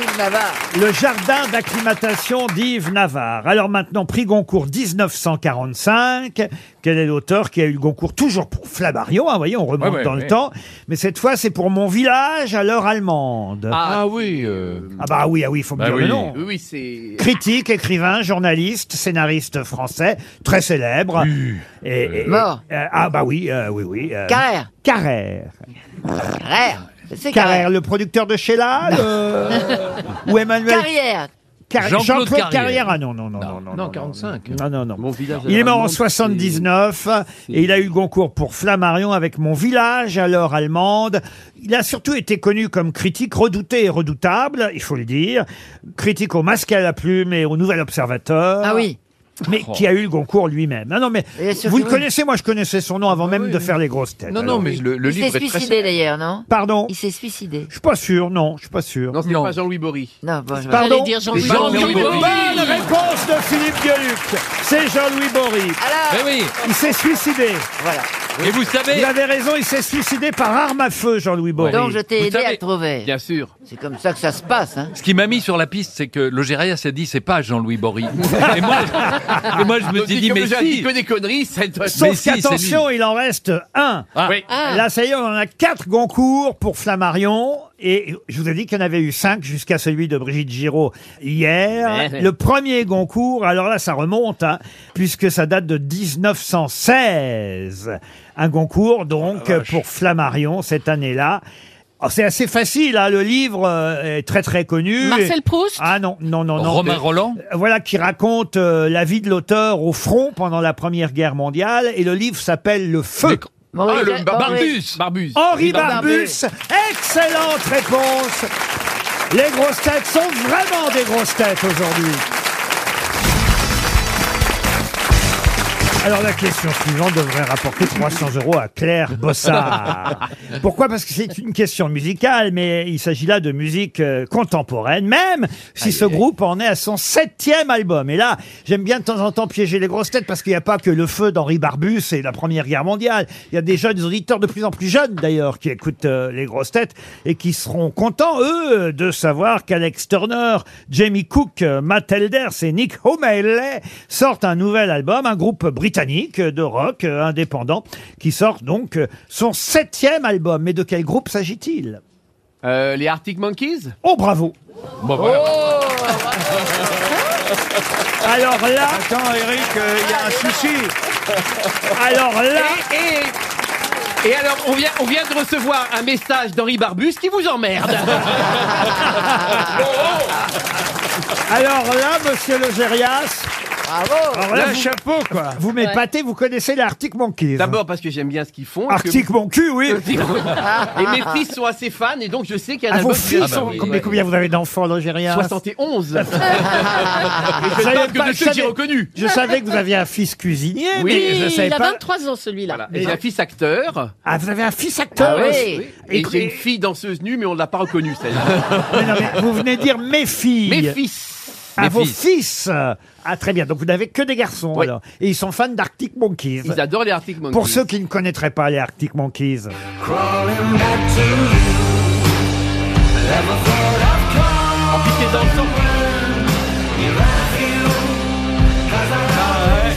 E: Yves Navarre.
B: Le jardin d'acclimatation d'Yves Navarre. Alors maintenant, prix Goncourt 1945. Quel est l'auteur qui a eu le Goncourt toujours pour Flammarion Vous voyez, on remonte
J: Ouais, ouais,
B: dans le
J: ouais.
B: temps. Mais cette fois, c'est pour Mon village à l'heure allemande.
J: Ah, oui.
B: Ah bah oui, ah oui, il faut me dire le nom.
M: Oui, oui, c'est.
B: Critique, écrivain, journaliste, scénariste français, très célèbre. Et, et-
E: Mort.
B: euh, ah bah oui, euh, oui, oui. euh,
E: Carrère.
B: Carrère.
E: Carrère. C'est
B: Carrère,
E: Carrère.
B: le producteur de Sheila le-
E: [laughs]
B: ou Emmanuel
E: Carrière.
B: Car-
J: Jean-Claude
B: Jean-Claude Carrière.
J: Carrière.
B: Ah non, non, non, non, non.
J: Non, 45.
B: Non, non, non. Il est mort en 79 et il a eu le Goncourt pour Flammarion avec Mon village, alors allemande. Il a surtout été connu comme critique redouté et redoutable, il faut le dire. Critique au masque à la plume et au Nouvel Observateur. Ah oui. Mais qui a eu le Goncourt lui-même. Non, non, mais
E: sûr
B: vous
E: que
B: le
E: oui.
B: connaissez, moi je connaissais son nom avant même de faire les grosses têtes.
J: Non, non, mais le- le
E: Ah il s'est suicidé d'ailleurs, non
B: Pardon
E: Il s'est suicidé.
B: Je suis pas sûr, non, je suis pas sûr.
M: Non, c'est pas Jean-Louis Bory.
E: Non, bon, je-
B: Pardon
E: J'allais dire Jean-Louis Jean-Louis Bory. Bory.
B: Bonne réponse de Philippe Gueluc. C'est Jean-Louis Bory. Il s'est suicidé. Voilà.
F: Et vous savez...
B: Vous avez raison, il s'est suicidé par arme à feu, Jean-Louis Bory.
E: Donc je t'ai
F: Vous
E: aidé à
F: savez-
E: le trouver.
F: Bien sûr.
E: C'est comme ça que ça se passe. Hein.
F: Ce qui m'a mis sur la piste, c'est que Logérias s'est dit, c'est pas Jean-Louis Bory. et,
B: [laughs]
F: moi, je- et moi, je me suis dit, mais
M: j'ai dit
F: si.
M: que des conneries, c'est.
B: Sauf qu'attention, il en reste un.
M: Oui. Ah.
B: Là, ça y est, on en a quatre Goncourt pour Flammarion. Et je vous ai dit qu'il y en avait eu cinq jusqu'à celui de Brigitte Giraud hier.
M: Eh,
J: Ouais, ouais.
B: Le premier Goncourt, alors là, ça remonte, hein, puisque ça date de 1916. Un Goncourt, donc,
M: Ah,
B: pour Flammarion, cette année-là. Alors, C'est assez facile, hein, le livre euh, est très très connu.
C: Marcel Proust
B: Ah non, non, non, non.
F: Romain
B: Euh,
F: Roland
B: Voilà qui raconte euh, la vie de l'auteur au front pendant la Première Guerre mondiale et le livre s'appelle Le Feu.
F: Ah, le Bar- Barbus.
M: Barbus.
B: Henri Barbus, excellente réponse. Les grosses têtes sont vraiment des grosses têtes aujourd'hui. Alors la question suivante devrait rapporter 300 euros à Claire Bossard. Pourquoi Parce que c'est une question musicale, mais il s'agit là de musique euh, contemporaine, même si ce groupe en est à son septième album. Et là, j'aime bien de temps en temps piéger les grosses têtes parce qu'il n'y a pas que le feu d'Henri Barbus et la Première Guerre mondiale. Il y a des jeunes des auditeurs de plus en plus jeunes d'ailleurs qui écoutent euh, les grosses têtes et qui seront contents, eux, de savoir qu'Alex Turner, Jamie Cook, euh, Matt Elders et Nick O'Malley sortent un nouvel album, un groupe britannique de rock euh, indépendant qui sort donc euh, son septième album. Mais de quel groupe s'agit-il
M: Euh, les Arctic Monkeys
B: Oh bravo
M: Bah,
B: Oh, Alors là...
G: Attends, Eric, il
B: euh,
G: y a un souci.
B: Alors là...
M: Ah, Et, et- et alors, on vient, on vient de recevoir un message d'Henri Barbus qui vous
B: [laughs]
M: emmerde.
B: Alors là, monsieur Logérias...
E: Bravo
B: Alors là,
M: Là,
B: vous-
M: chapeau, quoi.
B: Vous m'épatez, vous connaissez les Arctic Monkeys.
M: D'abord parce que j'aime bien ce qu'ils font. et que-
B: Arctic Monkeys, oui
M: [laughs] et mes fils sont assez fans, et donc je sais qu'il y a un
B: Ah, vos
M: album qui
B: filles
M: va
B: sont...
M: sortir.
B: combien, combien vous avez d'enfants, Logérias [laughs]
M: 71 Et
B: Je
M: Je
B: savais
M: parle que
B: pas,
M: de
B: je
M: ceux qui
B: savais-
M: reconnu.
B: Je savais que vous aviez un fils cuisinier, mais je savais
C: il a
B: pas.
C: 23 ans celui-là.
M: Et Ah, j'ai un fils acteur.
B: Ah, vous avez un fils acteur
M: Ah
B: aussi.
M: Et,
B: Et-
M: j'ai une fille danseuse nue, mais on ne l'a pas reconnue, celle
B: [laughs] Mais non, mais vous venez dire mes filles.
M: Mes fils.
B: Ah,
M: Mes
B: vos
M: fils.
B: fils. Ah, très bien. Donc, vous n'avez que des garçons,
M: Oui.
B: alors. Et ils sont fans d'Arctic Monkeys.
M: Ils adorent les Arctic Monkeys.
B: Pour ceux qui ne connaîtraient pas les Arctic Monkeys.
M: En plus, c'est dansant. Ah,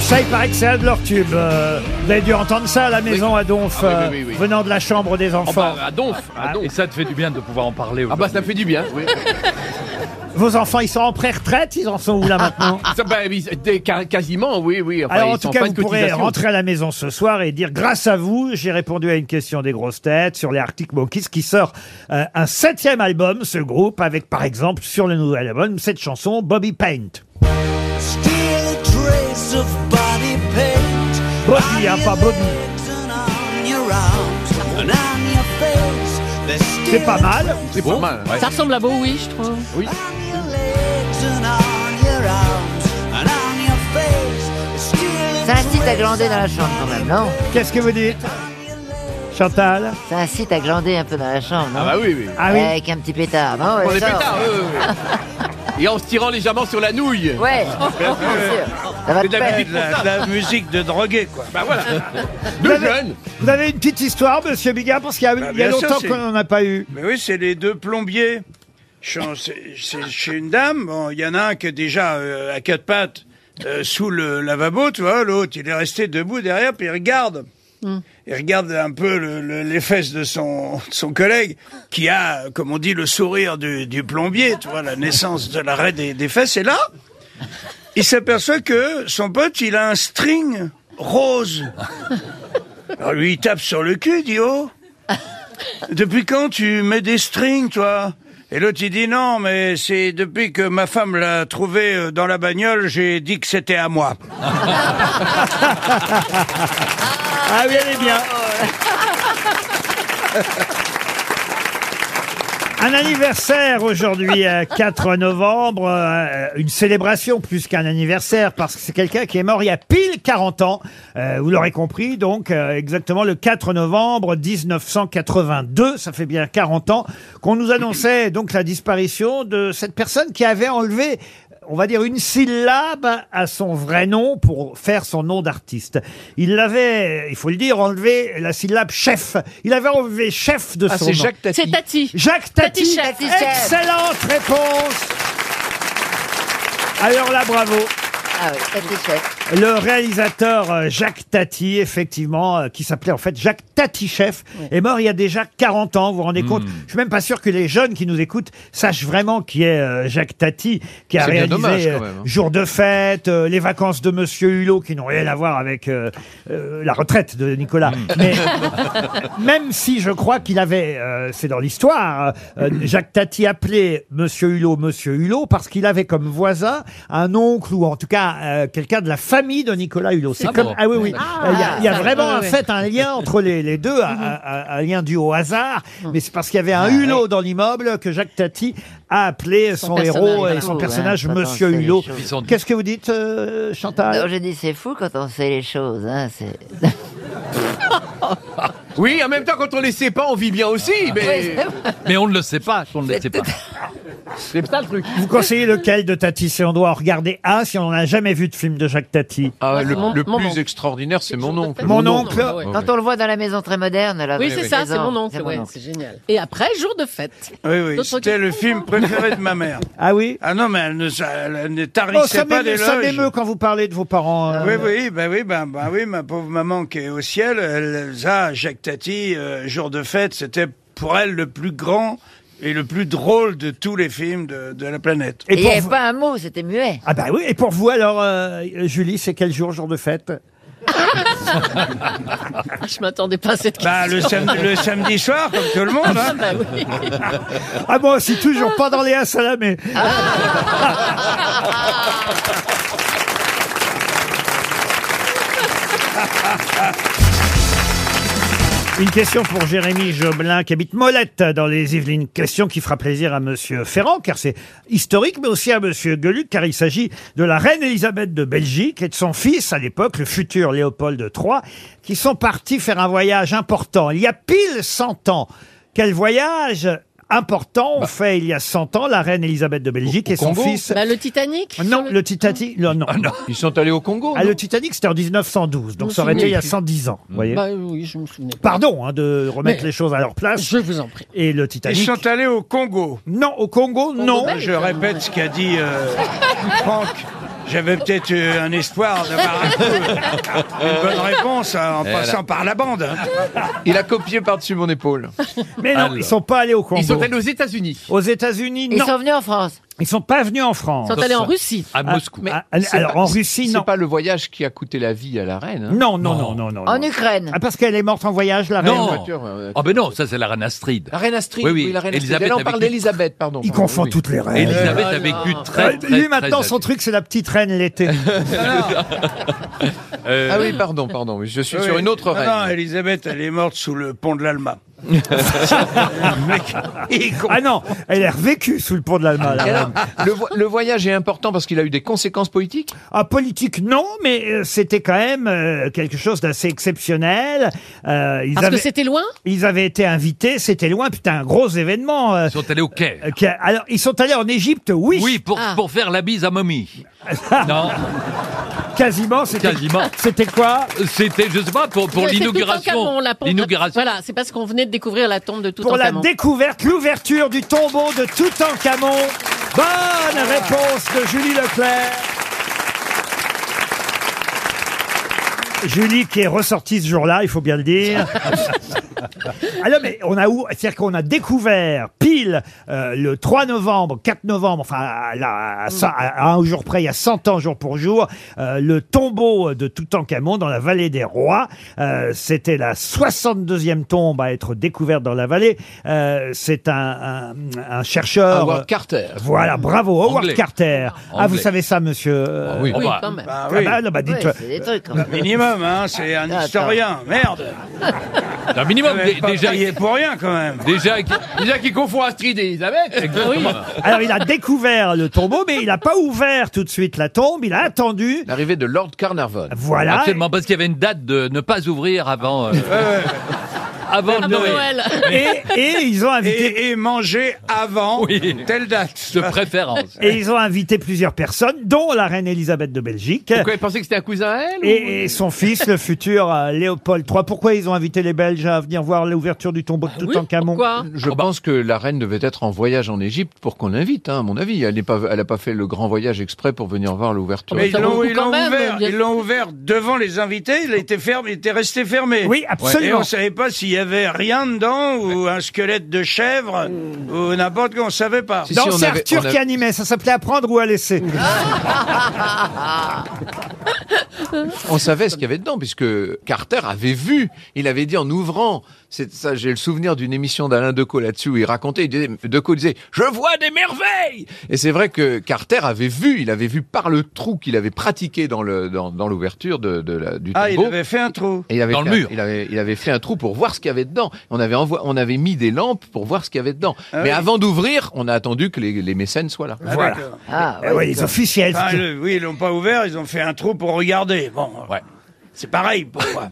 B: Ça, il paraît que c'est un de leurs tubes. Euh, vous avez dû entendre ça à la maison à Donf,
F: Ah oui,
B: euh,
F: oui, oui, oui.
B: venant de la chambre
M: Oh,
F: Ah
M: bah,
B: des enfants.
F: à donf, Et ça te fait du bien de pouvoir en parler bah, Ah bah ça fait du bien.
B: Vos enfants, ils sont en pré-retraite Ils en
M: [laughs]
B: sont où là maintenant
M: Ça, bah, oui, c'était ca- quasiment, oui, oui. Enfin,
B: Alors en
M: ils sont
B: tout cas,
M: pas
B: vous
M: de
B: pourrez
M: cotisation.
B: rentrer à la maison ce soir et dire grâce à vous, j'ai répondu à une question des grosses têtes sur les Arctic Monkeys qui sort euh, un septième album, ce groupe, avec par exemple sur le nouvel album cette chanson Bobby Paint.
O: Still a trace of body paint.
B: Bobby, hein, pas Bobby.
O: on your arms and on your face. There's
B: C'est
O: still
B: pas
O: a
B: mal.
O: trace
B: C'est pas mal.
C: Ça ressemble à Bowie, je trouve.
B: Oui.
O: and on your arms and on your face. There's still a
E: Ça incite à
O: trace
E: glander dans la chambre quand même, non
B: Qu'est-ce que vous dites Chantal
E: Ça incite à glander un peu dans la chambre, non
M: Ah bah oui, oui.
E: Ah oui. Avec un petit pétard, non
M: Pour
E: ouais,
M: les
E: ça.
M: pétards, oui, oui, oui. Ah, Et en se tirant légèrement sur la nouille.
E: Ouais,
M: [laughs]
E: bien
M: sûr.
G: C'est de la musique, de la musique de drogué, quoi.
M: Bah voilà.
B: vous avez, vous avez une petite histoire, monsieur Bigard, parce qu'il y a, il y a
G: Bah, bien sûr,
B: longtemps
G: c'est-
B: qu'on n'en a pas eu.
G: [laughs] Mais oui, c'est les deux plombiers. Chez- C'est c'est chez une dame. Bon, il y en a un qui est déjà euh, à quatre pattes euh, sous le lavabo, tu vois. L'autre, il est resté debout derrière, puis il regarde. Il regarde un peu le- le- les fesses de son, de son collègue, qui a, comme on dit, le sourire du, du plombier, tu vois, la naissance de l'arrêt des, des fesses. Et là, il s'aperçoit que son pote, il a un string rose. Alors lui, il tape sur le cul, il dit Oh, depuis quand tu mets des strings, toi Et l'autre, il dit Non, mais c'est depuis que ma femme l'a trouvé euh, dans la bagnole, j'ai dit que c'était à moi.
B: Ah oui, elle est bien. Un anniversaire aujourd'hui, euh, [laughs] 4 novembre, euh, une célébration plus qu'un anniversaire, parce que c'est quelqu'un qui est mort il y a pile 40 ans, Euh, vous l'aurez compris, donc euh, exactement le 4 novembre 1982, ça fait bien 40 ans, qu'on nous annonçait donc la disparition de cette personne qui avait enlevé on va dire une syllabe à son vrai nom pour faire son nom d'artiste. Il l'avait, il faut le dire, enlevé la syllabe chef. Il avait enlevé chef de
C: Ah,
B: son
C: c'est
B: nom.
C: Jacques Tati. C'est Tati.
B: Jacques Tati.
C: Tati chef. Tati chef.
B: Excellente réponse. Alors là, bravo.
E: Ah oui, ça c'est chouette.
B: Le réalisateur euh, Jacques Tati, effectivement, euh, qui s'appelait en fait Jacques Tatichef, est mort il y a déjà 40 ans, vous vous rendez
J: Hmm.
B: compte Je suis même pas sûr que les jeunes qui nous écoutent sachent vraiment qui est euh, Jacques Tati, qui a
J: C'est bien
B: réalisé
J: dommage, quand
B: euh,
J: même, hein.
B: Jour de fête, euh, Les vacances de Monsieur Hulot, qui n'ont rien à voir avec euh, euh, la retraite de Nicolas.
J: Hmm. [laughs]
B: Mais même si je crois qu'il avait, euh, c'est dans l'histoire, euh, Jacques Tati appelait Monsieur Hulot Monsieur Hulot parce qu'il avait comme voisin un oncle ou en tout cas euh, quelqu'un de la famille de Nicolas Hulot. C'est
J: Ah
B: comme
J: bon
B: ah oui oui,
J: Ah.
B: Euh, il y a- il y, a
J: Ah,
B: vraiment
J: ouais,
B: en
J: ouais.
B: fait un lien entre les, les deux, un, un- un lien dû au hasard, mais c'est parce qu'il y avait un Hulot dans l'immeuble que Jacques Tati a appelé son, héros et
E: personnage,
B: son
E: ouais,
B: personnage
E: quand on
B: Monsieur
E: sait les
B: Hulot.
E: choses.
B: Qu'est-ce que vous dites, euh, Chantal
E: Non, je dis c'est fou quand on sait les choses, hein, c'est...
M: Oui, en même temps, quand on les sait pas, on vit bien aussi, mais.
F: Mais on ne le sait pas, on ne le sait pas.
M: C'est ça le truc.
B: Vous conseillez lequel de Tati si on doit en regarder un, si on n'a jamais vu de film de Jacques Tati Oh,
J: Ah, le,
B: Mon-
J: le
B: mon
J: plus
B: oncle.
J: extraordinaire, c'est mon oncle.
B: Mon oncle. Ah ouais.
E: Quand on le voit dans la maison très moderne, là...
C: Oui,
E: dans
C: c'est
E: la
C: ça,
E: maison,
C: c'est mon oncle.
E: c'est
C: ouais,
E: oncle.
C: C'est génial. Et après, jour de fête.
G: Oui, oui,
C: D'autres
G: c'était le film préféré de ma mère.
B: Ah oui
G: Ah non, mais elle ne, ça- elle ne tarissait
B: Oh, ça
G: pas
B: m'émeut- ça
G: d'éloges.
B: m'émeut quand vous parlez de vos parents. euh,
G: Oui, oui, ben oui, ben, ben oui, ma pauvre maman qui est au ciel, elle, ça, Jacques Tati, euh, jour de fête, c'était pour elle le plus grand et le plus drôle de tous les films de, de la planète.
E: Et il n'y avait pas un mot, c'était muet.
B: Ah bah oui, et pour vous alors, euh, Julie, c'est quel jour, jour de fête
C: Ah, Je m'attendais pas à cette question.
G: Bah, le, samedi, le samedi soir, comme tout le monde. Hein.
C: Bah oui.
B: Ah bon, c'est toujours pas dans les Salamé. Une question pour Jérémy Joblin qui habite Molette dans les Yvelines. Question qui fera plaisir à Monsieur Ferrand car c'est historique, mais aussi à Monsieur Gueluc car il s'agit de la reine Elisabeth de Belgique et de son fils à l'époque, le futur Léopold III, qui sont partis faire un voyage important. Il y a pile 100 ans. Quel voyage important on fait il y a 100 ans la reine Elisabeth de Belgique et son fils
C: Bah, le Titanic.
B: Ah non, le Titanic, non,
F: Ah
B: non.
J: Ils sont allés au Congo.
B: Ah, le Titanic, c'était en 1912, donc
C: Je me
B: ça aurait été il y a
C: souviens plus.
B: 110 ans, vous voyez.
C: Bah oui, je me souvenais.
B: Pardon hein, de remettre
C: Mais-
B: les choses à leur place.
C: Je vous en prie.
B: Et le
G: Ils
B: Titanic.
G: sont allés au Congo. ben,
B: Non, au Congo, non.
O: [laughs]
G: Je répète ce qu'a dit euh, Franck. J'avais peut-être euh, un espoir d'avoir un coup, une bonne réponse hein, en
J: Et
G: passant
J: voilà.
G: par la bande. hein.
J: Il a copié par-dessus mon épaule.
B: Mais non, ils sont pas allés au Congo.
J: Ils sont
B: allés aux États-Unis. Aux États-Unis, non.
E: Ils sont venus en France.
B: Ils sont pas venus en France.
E: Ils sont allés en Russie.
J: À Moscou.
B: Ah, ah, alors en Russie, non.
J: C'est pas le voyage qui a coûté la vie à la reine. hein.
B: Non, non, non, non, non.
J: En
E: Ukraine.
B: Ah, parce qu'elle est morte en voyage, la
J: Non.
B: reine.
J: voiture, ouais, ouais.
F: Ah ben non, ça c'est la reine Astrid.
J: La reine Astrid,
F: Oui,
J: oui,
F: oui,
J: la reine Astrid.
F: Elisabeth
J: Elle en
F: avec
J: parle
F: les-
J: d'Elisabeth, pardon.
B: Il confond toutes les reines. Euh,
F: Elisabeth a vécu
B: [laughs]
F: très, très,
B: Lui,
F: très
B: maintenant, son truc, c'est la petite reine
F: [laughs]
B: l'été.
J: Euh, Ah oui, pardon, pardon. oui, Je suis sur une
G: Non,
J: autre reine.
G: Non, Elisabeth, elle est morte sous le pont de
J: [laughs]
G: l'Alma. [laughs]
B: ah non, elle a revécu sous le pont de l'Allemagne. la
J: Et alors,
B: reine.
J: le, vo- le voyage est important parce qu'il a eu des conséquences politiques
B: Ah, politique, non, mais euh, c'était quand même euh, quelque chose d'assez exceptionnel. Euh, ils
C: Parce que
B: avaient-
C: c'était loin
B: Ils avaient été invités, c'était loin, puis c'était un gros événement. euh,
F: Ils sont allés au Caire.
B: euh, qui a- alors, ils sont allés en Égypte, oui.
F: Oui, pour,
J: Ah.
F: pour faire la bise à mamie. non.
B: Quasiment, c'était.
F: Quasiment.
B: C'était quoi
F: C'était, je sais pas, pour, pour
C: C'est
F: l'inauguration.
C: Toutankhamon, la pompe-
F: L'inauguration.
C: Voilà, c'est parce qu'on venait de découvrir la tombe de tout
B: Pour la découverte, l'ouverture du tombeau de Toutankhamon.
C: Ah.
B: Bonne réponse de Julie Leclerc. Julie qui est ressortie ce jour-là, il faut bien le dire. Alors, mais on a où C'est-à-dire qu'on a découvert pile euh, le 3 novembre, 4 novembre, enfin, à, la- à cent- à un jour près, il y a 100 ans jour pour jour, euh, le tombeau de Toutankhamon dans la vallée des rois. Euh, C'était la 62e tombe à être découverte dans la vallée. Euh, C'est un, un- un chercheur. euh,
J: Howard Carter.
B: Voilà, bravo, Howard
J: Anglais.
B: Carter. Ah, vous
J: Anglais.
B: savez ça, monsieur euh,
J: oui.
G: Oui,
B: bah,
G: quand même.
B: ah
G: Oui.
B: bah, non, bah, dites-
G: Minimum, hein, c'est un
B: Attends.
G: historien. Merde.
F: Un minimum,
G: Vous
F: dé-
G: avez pas
F: déjà.
G: payé pour rien, quand même.
F: Déjà, qui-
M: Déjà qui confond Astrid et Elisabeth.
F: Exactement.
B: Alors, il a découvert le tombeau, mais il n'a pas ouvert tout de suite la tombe. Il a attendu.
J: L'arrivée de Lord Carnarvon.
B: Voilà.
F: Absolument, parce qu'il y avait une date de ne pas ouvrir avant. euh, avant Noël.
B: Et, et ils ont invité.
G: Et, et manger avant telle date.
F: De préférence.
B: Et ils ont invité plusieurs personnes, dont la reine Elisabeth de Belgique
M: Pourquoi il pensait que c'était un cousin à elle ou-
B: et, et son fils, le futur euh, Léopold III. Pourquoi ils ont invité les Belges à venir voir l'ouverture du tombeau
F: Ah
B: de Toutankhamon
J: Je pense que la reine devait être en voyage en Égypte pour qu'on l'invite, hein, à mon avis. Elle n'a pas, elle a pas fait le grand voyage exprès pour venir voir l'ouverture.
G: Mais ils l'ont ils l'ont
C: même,
G: ouvert,
C: bien
G: ils l'ont ouvert devant les invités, il était fermé, il était resté fermé.
B: Oui, absolument.
G: Et on savait pas s'il y avait rien dedans ou un squelette de chèvre ou n'importe quoi, on savait pas.
B: Non, c'est Arthur qui animait, ça s'appelait Apprendre ou à laisser.
J: On savait ce qu'il y avait dedans, puisque Carter avait vu. Il avait dit en ouvrant. C'est ça, j'ai le souvenir d'une émission d'Alain Decaux là-dessus où il racontait. Il disait, Decaux disait, je vois des merveilles. Et c'est vrai que Carter avait vu. Il avait vu par le trou qu'il avait pratiqué dans le dans, dans l'ouverture de, de la- du
G: Ah, il
J: tombeau.
G: avait fait un trou.
J: Et il avait
F: Dans
J: fait
F: le
J: un-
F: mur.
J: il avait, il avait fait un trou pour voir ce qu'il y avait dedans. On avait, envoi- on avait mis des lampes pour voir ce qu'il y avait dedans. Mais
G: Ah oui.
J: avant d'ouvrir, on a attendu que les, les mécènes soient là.
G: Ah,
B: Voilà.
G: d'accord.
E: Ah,
B: Eh oui, les officiels.
G: Ah, le- oui, ils l'ont pas ouvert, ils ont fait un trou pour regarder. Bon, euh, c'est pareil pour [laughs] moi.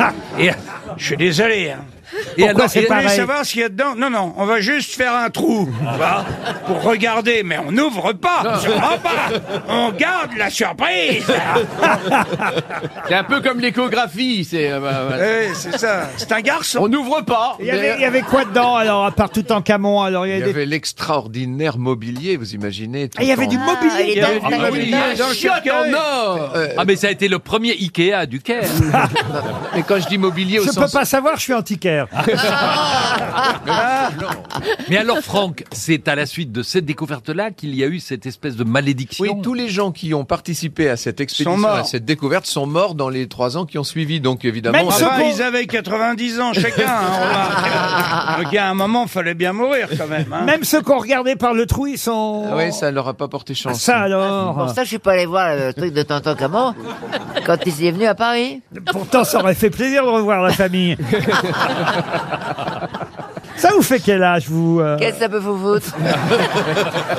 G: euh,
F: Et,
G: Je suis désolé. Hein.
F: et
B: Pourquoi
F: alors,
B: c'est
F: et-
G: Vous voulez
B: pareil
G: savoir ce qu'il y a dedans Non, non, on va juste faire un [laughs] trou voilà, pour regarder, mais on n'ouvre pas, on prend pas, on garde la surprise.
M: [laughs] C'est un peu comme l'échographie. C'est. euh, bah, voilà.
G: Eh, c'est ça, c'est un garçon.
M: On n'ouvre pas.
B: Il y, avait, il y avait quoi dedans alors, à part Toutankhamon alors, il y
J: Il y
B: avait des-
J: avait l'extraordinaire mobilier, vous imaginez. tout
B: Ah, il y avait
J: en-
B: du mobilier
E: il y
B: dedans.
E: avait du
B: Ah,
E: mobilier.
B: oui.
M: Un chiotte en or.
J: Euh,
F: Ah, mais ça a été le premier Ikea du
B: [laughs]
F: Caire.
J: Mais quand je dis mobilier au
B: Je peux
J: sens...
B: pas savoir, je suis
J: [laughs]
B: antiquaire.
F: [laughs] Mais alors, Franck, c'est à la suite de cette découverte-là qu'il y a eu cette espèce de malédiction.
J: Oui, tous les gens qui ont participé à cette expédition,
G: morts.
J: à cette découverte, sont morts dans les trois ans qui ont suivi. Donc évidemment,
B: Même
J: on
B: ceux
J: a-
G: Enfin,
B: bon.
G: ils avaient 90 ans chacun, hein,
J: [laughs]
G: remarque. Donc, à un moment, fallait bien mourir quand même. hein.
B: Même ceux qu'on regardait par le trou, ils sont.
J: Ah ouais, ça leur a pas porté
B: Ah,
J: chance.
B: ça
E: Pour
B: alors.
E: ça, je suis pas allé voir le truc de Tonton
B: [laughs]
E: Camon quand il est venu à Paris.
B: Pourtant, ça aurait fait plaisir de revoir la famille. [laughs] Ça vous fait quel âge, vous euh,
E: Qu'est-ce que ça peut vous foutre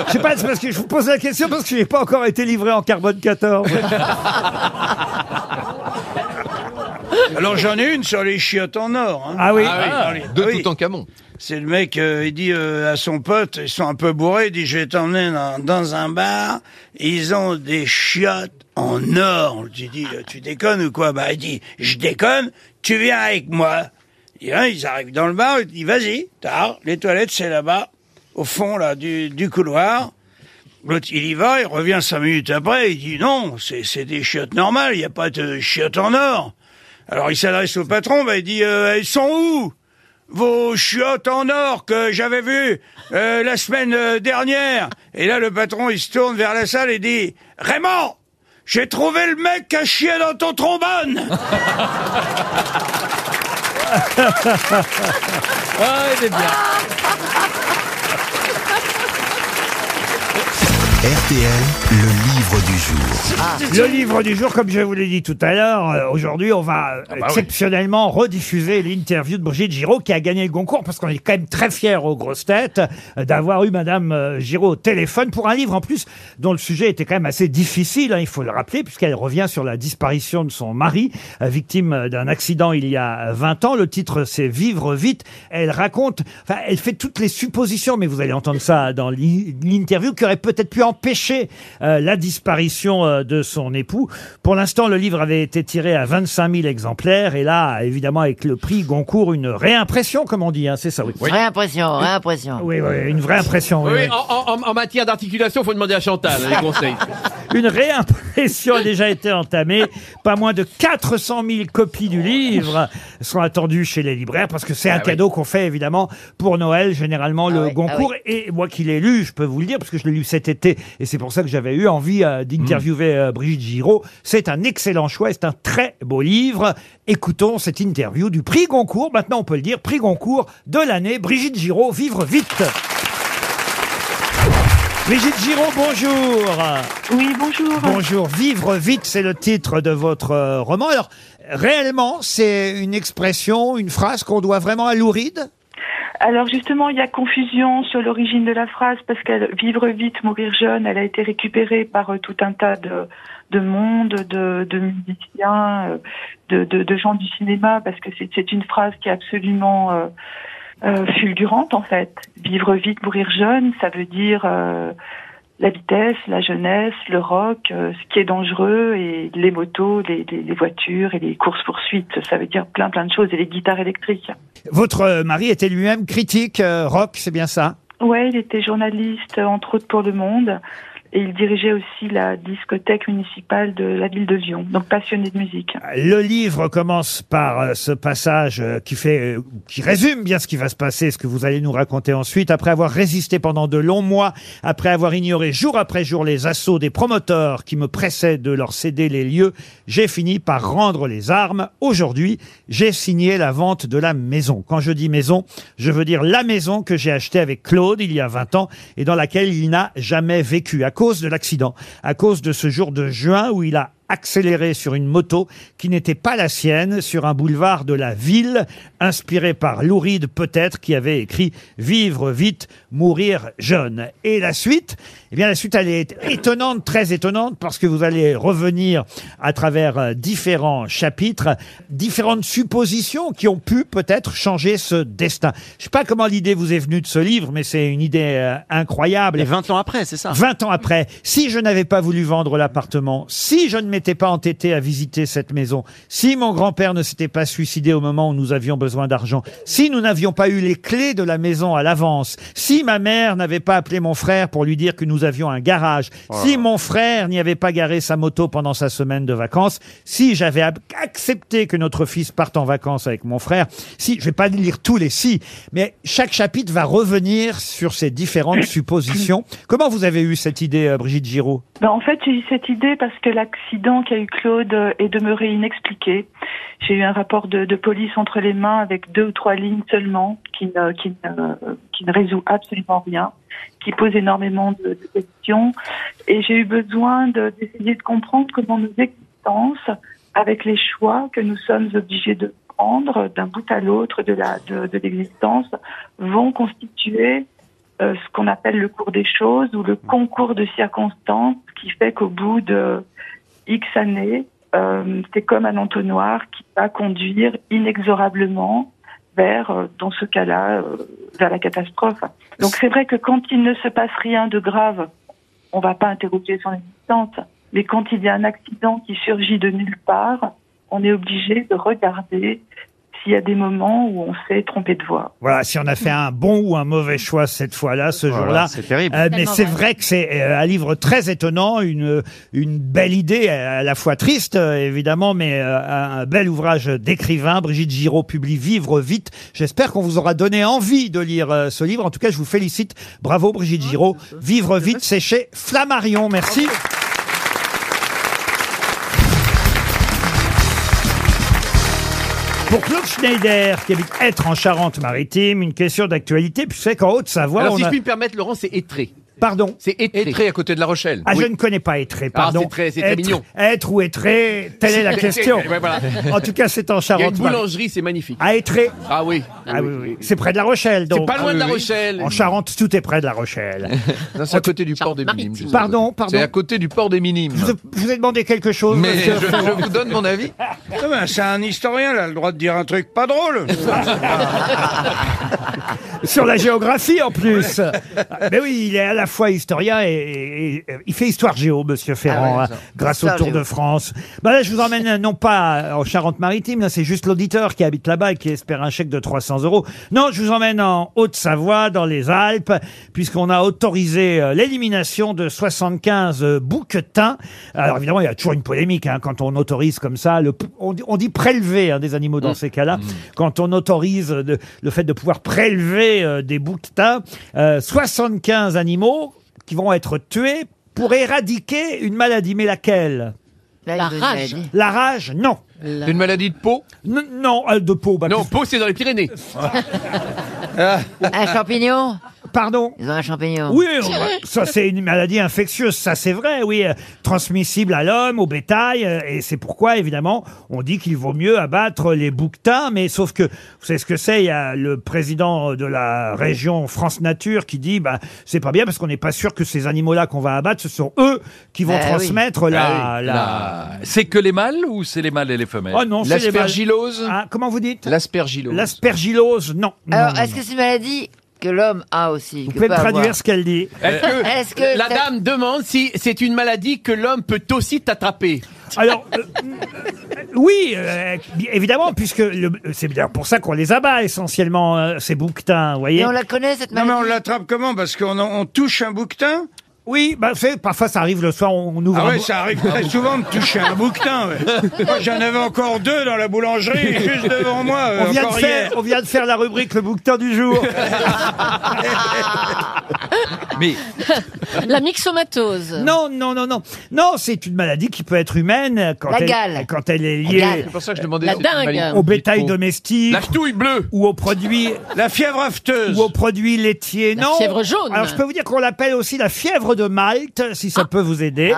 B: Je sais pas, c'est parce que je vous pose la question parce que je n'ai pas encore été livré en carbone 14.
G: Ah. [laughs] Alors j'en ai une sur les chiottes en or. hein.
B: Ah oui.
G: Ah oui.
J: De
G: Oui.
J: tout en camon.
G: C'est le mec, euh, il dit euh, à son pote, ils sont un peu bourrés, il dit je vais t'emmener dans, dans un bar, ils ont des chiottes en or. Tu dis, euh, tu déconnes ou quoi Bah il dit, je déconne, tu viens avec moi. Et là, ils arrivent dans le bar, il dit, vas-y, tard, les toilettes c'est là-bas, au fond là du, du couloir. L'autre, il y va, il revient cinq minutes après, il dit non, c'est c'est des chiottes normales, il n'y a pas de chiottes en or. Alors il s'adresse au patron, bah, il dit euh, elles sont où vos chiottes en or que j'avais vues euh, la semaine euh, dernière Et là le patron il se tourne vers la salle et dit Raymond, j'ai trouvé le mec qui a chié dans ton trombone.
F: Ah, il est bien.
A: RTL, le livre du jour.
B: Le livre du jour, comme je vous l'ai dit tout à l'heure, euh, aujourd'hui, on va euh,
A: oui.
B: exceptionnellement rediffuser l'interview de Brigitte Giraud qui a gagné le concours parce qu'on est quand même très fiers aux grosses têtes euh, d'avoir eu Madame euh, Giraud au téléphone pour un livre en plus dont le sujet était quand même assez difficile, hein, il faut le rappeler, puisqu'elle revient sur la disparition de son mari, euh, victime d'un accident il y a 20 ans. Le titre, c'est Vivre vite. Elle raconte, enfin, elle fait toutes les suppositions, mais vous allez entendre ça dans l'in- l'interview, qui aurait peut-être pu empêcher euh, la disparition euh, de son époux. Pour l'instant, le livre avait été tiré à 25 000 exemplaires, et là, évidemment, avec le prix Goncourt, une réimpression, comme on dit, hein, c'est ça, oui.
E: Réimpression, réimpression.
B: Oui, oui, une vraie impression. oui,
M: Oui,
B: oui.
M: en, en- en matière d'articulation, faut demander à Chantal
B: [laughs]
M: hein, les conseils.
B: Une réimpression a déjà été entamée. Pas moins de 400 000 copies du livre sont attendues chez les libraires parce que c'est un cadeau qu'on fait évidemment pour Noël, généralement le Goncourt. Et moi qui l'ai lu, je peux vous le dire parce que je l'ai lu cet été et c'est pour ça que j'avais eu envie euh, d'interviewer euh, Brigitte Giraud. C'est un excellent choix, c'est un très beau livre. Écoutons cette interview du prix Goncourt. Maintenant, on peut le dire, prix Goncourt de l'année. Brigitte Giraud, vivre vite. Brigitte Giraud, bonjour.
I: Oui, bonjour.
B: Bonjour. Vivre vite, c'est le titre de votre euh, roman. Alors, réellement, c'est une expression, une phrase qu'on doit vraiment à Louride
I: Alors justement, il y a confusion sur l'origine de la phrase parce que vivre vite, mourir jeune, elle a été récupérée par euh, tout un tas de, de monde, de, de musiciens, euh, de, de, de gens du cinéma, parce que c'est- c'est une phrase qui est absolument euh, euh, fulgurante en fait. Vivre vite, mourir jeune, ça veut dire euh, la vitesse, la jeunesse, le rock, euh, ce qui est dangereux, et les motos, les, les- les voitures et les courses-poursuites, ça veut dire plein plein de choses, et les guitares électriques.
B: Votre euh, mari était lui-même critique euh, rock, c'est bien ça
I: Ouais, il était journaliste, euh, entre autres pour Le Monde, et il dirigeait aussi la discothèque municipale de la ville de Lyon, donc passionné de musique.
B: Le livre commence par euh, ce passage euh, qui fait, euh, qui résume bien ce qui va se passer, ce que vous allez nous raconter ensuite. Après avoir résisté pendant de longs mois, après avoir ignoré jour après jour les assauts des promoteurs qui me pressaient de leur céder les lieux, j'ai fini par rendre les armes. Aujourd'hui, j'ai signé la vente de la maison. Quand je dis maison, je veux dire la maison que j'ai achetée avec Claude il y a 20 ans et dans laquelle il n'a jamais vécu à cause de l'accident, à cause de ce jour de juin où il a accéléré sur une moto qui n'était pas la sienne sur un boulevard de la ville, inspiré par Louride peut-être qui avait écrit Vivre vite, mourir jeune. Et la suite, eh bien la suite elle est étonnante, très étonnante parce que vous allez revenir à travers euh, différents chapitres, différentes suppositions qui ont pu peut-être changer ce destin. Je sais pas comment l'idée vous est venue de ce livre mais c'est une idée euh, incroyable.
P: Et 20 ans après, c'est ça
B: 20 ans après, si je n'avais pas voulu vendre l'appartement, si je ne m'étais pas entêté à visiter cette maison, si mon grand-père ne s'était pas suicidé au moment où nous avions besoin d'argent, si nous n'avions pas eu les clés de la maison à l'avance, si ma mère n'avait pas appelé mon frère pour lui dire que nous avions un garage, si mon frère n'y avait pas garé sa moto pendant sa semaine de vacances, si j'avais ab- accepté que notre fils parte en vacances avec mon frère, si, je vais pas lire tous les si, mais chaque chapitre va revenir sur ces différentes suppositions. Comment vous avez eu cette idée, euh, Brigitte Giraud
I: Ben, en fait, j'ai eu cette idée parce que l'accident qu'a eu Claude euh, est demeuré inexpliqué. J'ai eu un rapport de, de police entre les mains avec deux ou trois lignes seulement qui ne, qui ne, qui ne résout absolument rien, qui pose énormément de, de questions. Et j'ai eu besoin de- d'essayer de comprendre comment nos existences, avec les choix que nous sommes obligés de prendre d'un bout à l'autre de la de, de l'existence, vont constituer euh, ce qu'on appelle le cours des choses ou le concours de circonstances qui fait qu'au bout de X années, euh, c'est comme un entonnoir qui va conduire inexorablement vers, euh, dans ce cas-là, euh, vers la catastrophe. Donc c'est vrai que quand il ne se passe rien de grave, on va pas interroger son existence. Mais quand il y a un accident qui surgit de nulle part, on est obligé de regarder
P: s'il y a des moments où on s'est trompé de voix.
B: Voilà, si on a fait un bon ou un mauvais choix cette fois-là, ce
P: Voilà,
B: jour-là. Euh,
P: c'est terrible.
B: mais
P: Tellement
B: c'est
P: vrai.
B: vrai que c'est euh, un livre très étonnant, une, une belle idée, euh, à la fois triste, euh, évidemment, mais euh, un bel ouvrage d'écrivain. Brigitte Giraud publie Vivre vite. J'espère qu'on vous aura donné envie de lire euh, ce livre. En tout cas, je vous félicite. Bravo, Brigitte Giraud. Vivre vite, c'est chez Flammarion. Merci. Pour Claude Schneider, qui habite être en Charente-Maritime, une question d'actualité, puis c'est qu'en Haute-Savoie,
M: Alors,
B: on
M: si
B: a-
M: je puis me permettre, Laurent, c'est étré.
B: Pardon
M: C'est étré.
J: Étré à côté de La Rochelle.
B: Ah, je ne connais pas Étré,
M: Ah,
B: pardon.
M: c'est très- c'est très
B: Être-
M: mignon.
B: Être ou Étré, telle
M: [laughs]
B: est la question.
M: Ouais, voilà.
B: [laughs] En tout cas, c'est
M: Il y a
B: en
M: une
B: Charente-Maritime.
M: boulangerie, c'est magnifique.
B: À Étré.
M: Ah oui.
B: Ah oui, oui. C'est près de La Rochelle, donc.
M: C'est pas loin de La Rochelle.
B: En Charente, tout est près de La
M: [laughs]
B: Rochelle.
J: Non, c'est à côté du port des Minimes. juste à côté.
B: Pardon, pardon.
J: C'est à côté du port des Minimes.
B: Je vous ai demandé quelque chose,
J: Mais je,
B: monsieur.
J: je vous donne mon avis.
G: Non, ben, c'est un historien, il a le droit de dire un truc pas drôle.
B: [laughs] Sur la géographie en plus. Ah, Mais oui, il est à la fois historien et, et- et- il fait histoire géo, Monsieur Ferrand,
J: Ah, ouais,
B: hein,
J: ça.
B: grâce au
J: Histoire
B: Tour
J: géo.
B: de France. Bah là, je vous emmène euh, non pas en Charente-Maritime, là c'est juste l'auditeur qui habite là-bas et qui espère un chèque de 300 euros. Non, je vous emmène en Haute-Savoie, dans les Alpes, puisqu'on a autorisé euh, l'élimination de 75 euh, bouquetins. Alors évidemment, il y a toujours une polémique hein, quand on autorise comme ça. Le, p- on, dit- on dit prélever hein, des animaux dans ces cas-là. Quand on autorise de- le fait de pouvoir prélever euh, des bouquetins, euh, 75 animaux qui vont être tués pour éradiquer une maladie. Mais laquelle
E: La rage. maladie.
B: La rage, non.
J: Une maladie de peau
B: Non, euh, de peau. non,
M: peau, c'est dans les
B: [laughs]
M: Pyrénées.
J: Ah.
E: Un champignon
B: Pardon
E: Ils ont un champignon. [laughs]
B: Oui, on- ça c'est une maladie infectieuse, ça c'est vrai, oui, euh, transmissible à l'homme, au bétail, euh, et c'est pourquoi évidemment on dit qu'il vaut mieux abattre les bouquetins, mais sauf que vous savez ce que c'est, il y a le président de la région France Nature qui dit bah c'est pas bien parce qu'on n'est pas sûr que ces animaux-là qu'on va abattre, ce sont eux qui vont
E: Eh
F: Ah oui.
B: transmettre la,
F: Ah oui.
B: la-
F: La- C'est que les mâles ou c'est les mâles et les femelles
B: Oh non, c'est les mâles. Ah, comment vous dites L'aspergilose. L'aspergilose, non. non,
E: Alors,
B: non,
E: est-ce que c'est une maladie que l'homme a aussi
B: Vous pouvez me traduire ce qu'elle dit.
M: Est-ce que,
E: [laughs] Est-ce que
M: la
E: ça-
M: dame demande si c'est une maladie que l'homme peut aussi t'attraper Euh,
B: Alors, Oui, euh, évidemment, puisque le- c'est d'ailleurs pour ça qu'on les abat essentiellement, euh, ces bouquetins, vous voyez.
E: connaît cette
G: maladie Non mais on l'attrape comment Parce qu'on en- on touche un bouquetin
B: Oui, bah, c'est- parfois ça arrive le soir, on, on ouvre
G: Ah
B: un
G: ouais,
B: bou-
G: ça arrive très souvent de toucher un
B: [laughs]
G: bouquetin. ouais. Moi, j'en avais encore deux dans la boulangerie, juste devant moi, euh,
B: on vient, de
G: encore
B: faire,
G: hier.
B: on vient de faire la rubrique le bouquetin du
C: [laughs]
B: jour.
F: Mais
C: [laughs] La myxomatose.
B: Non, non, non, non. Non, c'est une maladie qui peut être humaine euh, quand,
C: La
B: elle,
C: gale.
B: quand elle est
C: La
B: liée
C: gale. C'est pour ça que je demandais La si c'était une dingue. maladie
B: au
C: de
B: bétail
C: peau.
B: domestique.
M: La ch'touille bleue.
B: Ou aux produits.
G: La fièvre afteuse.
B: Ou aux produits laitiers.
C: La
B: non.
C: fièvre jaune. Ah.
B: Alors je peux vous dire qu'on l'appelle aussi la fièvre de Malte, si ça peut vous aider.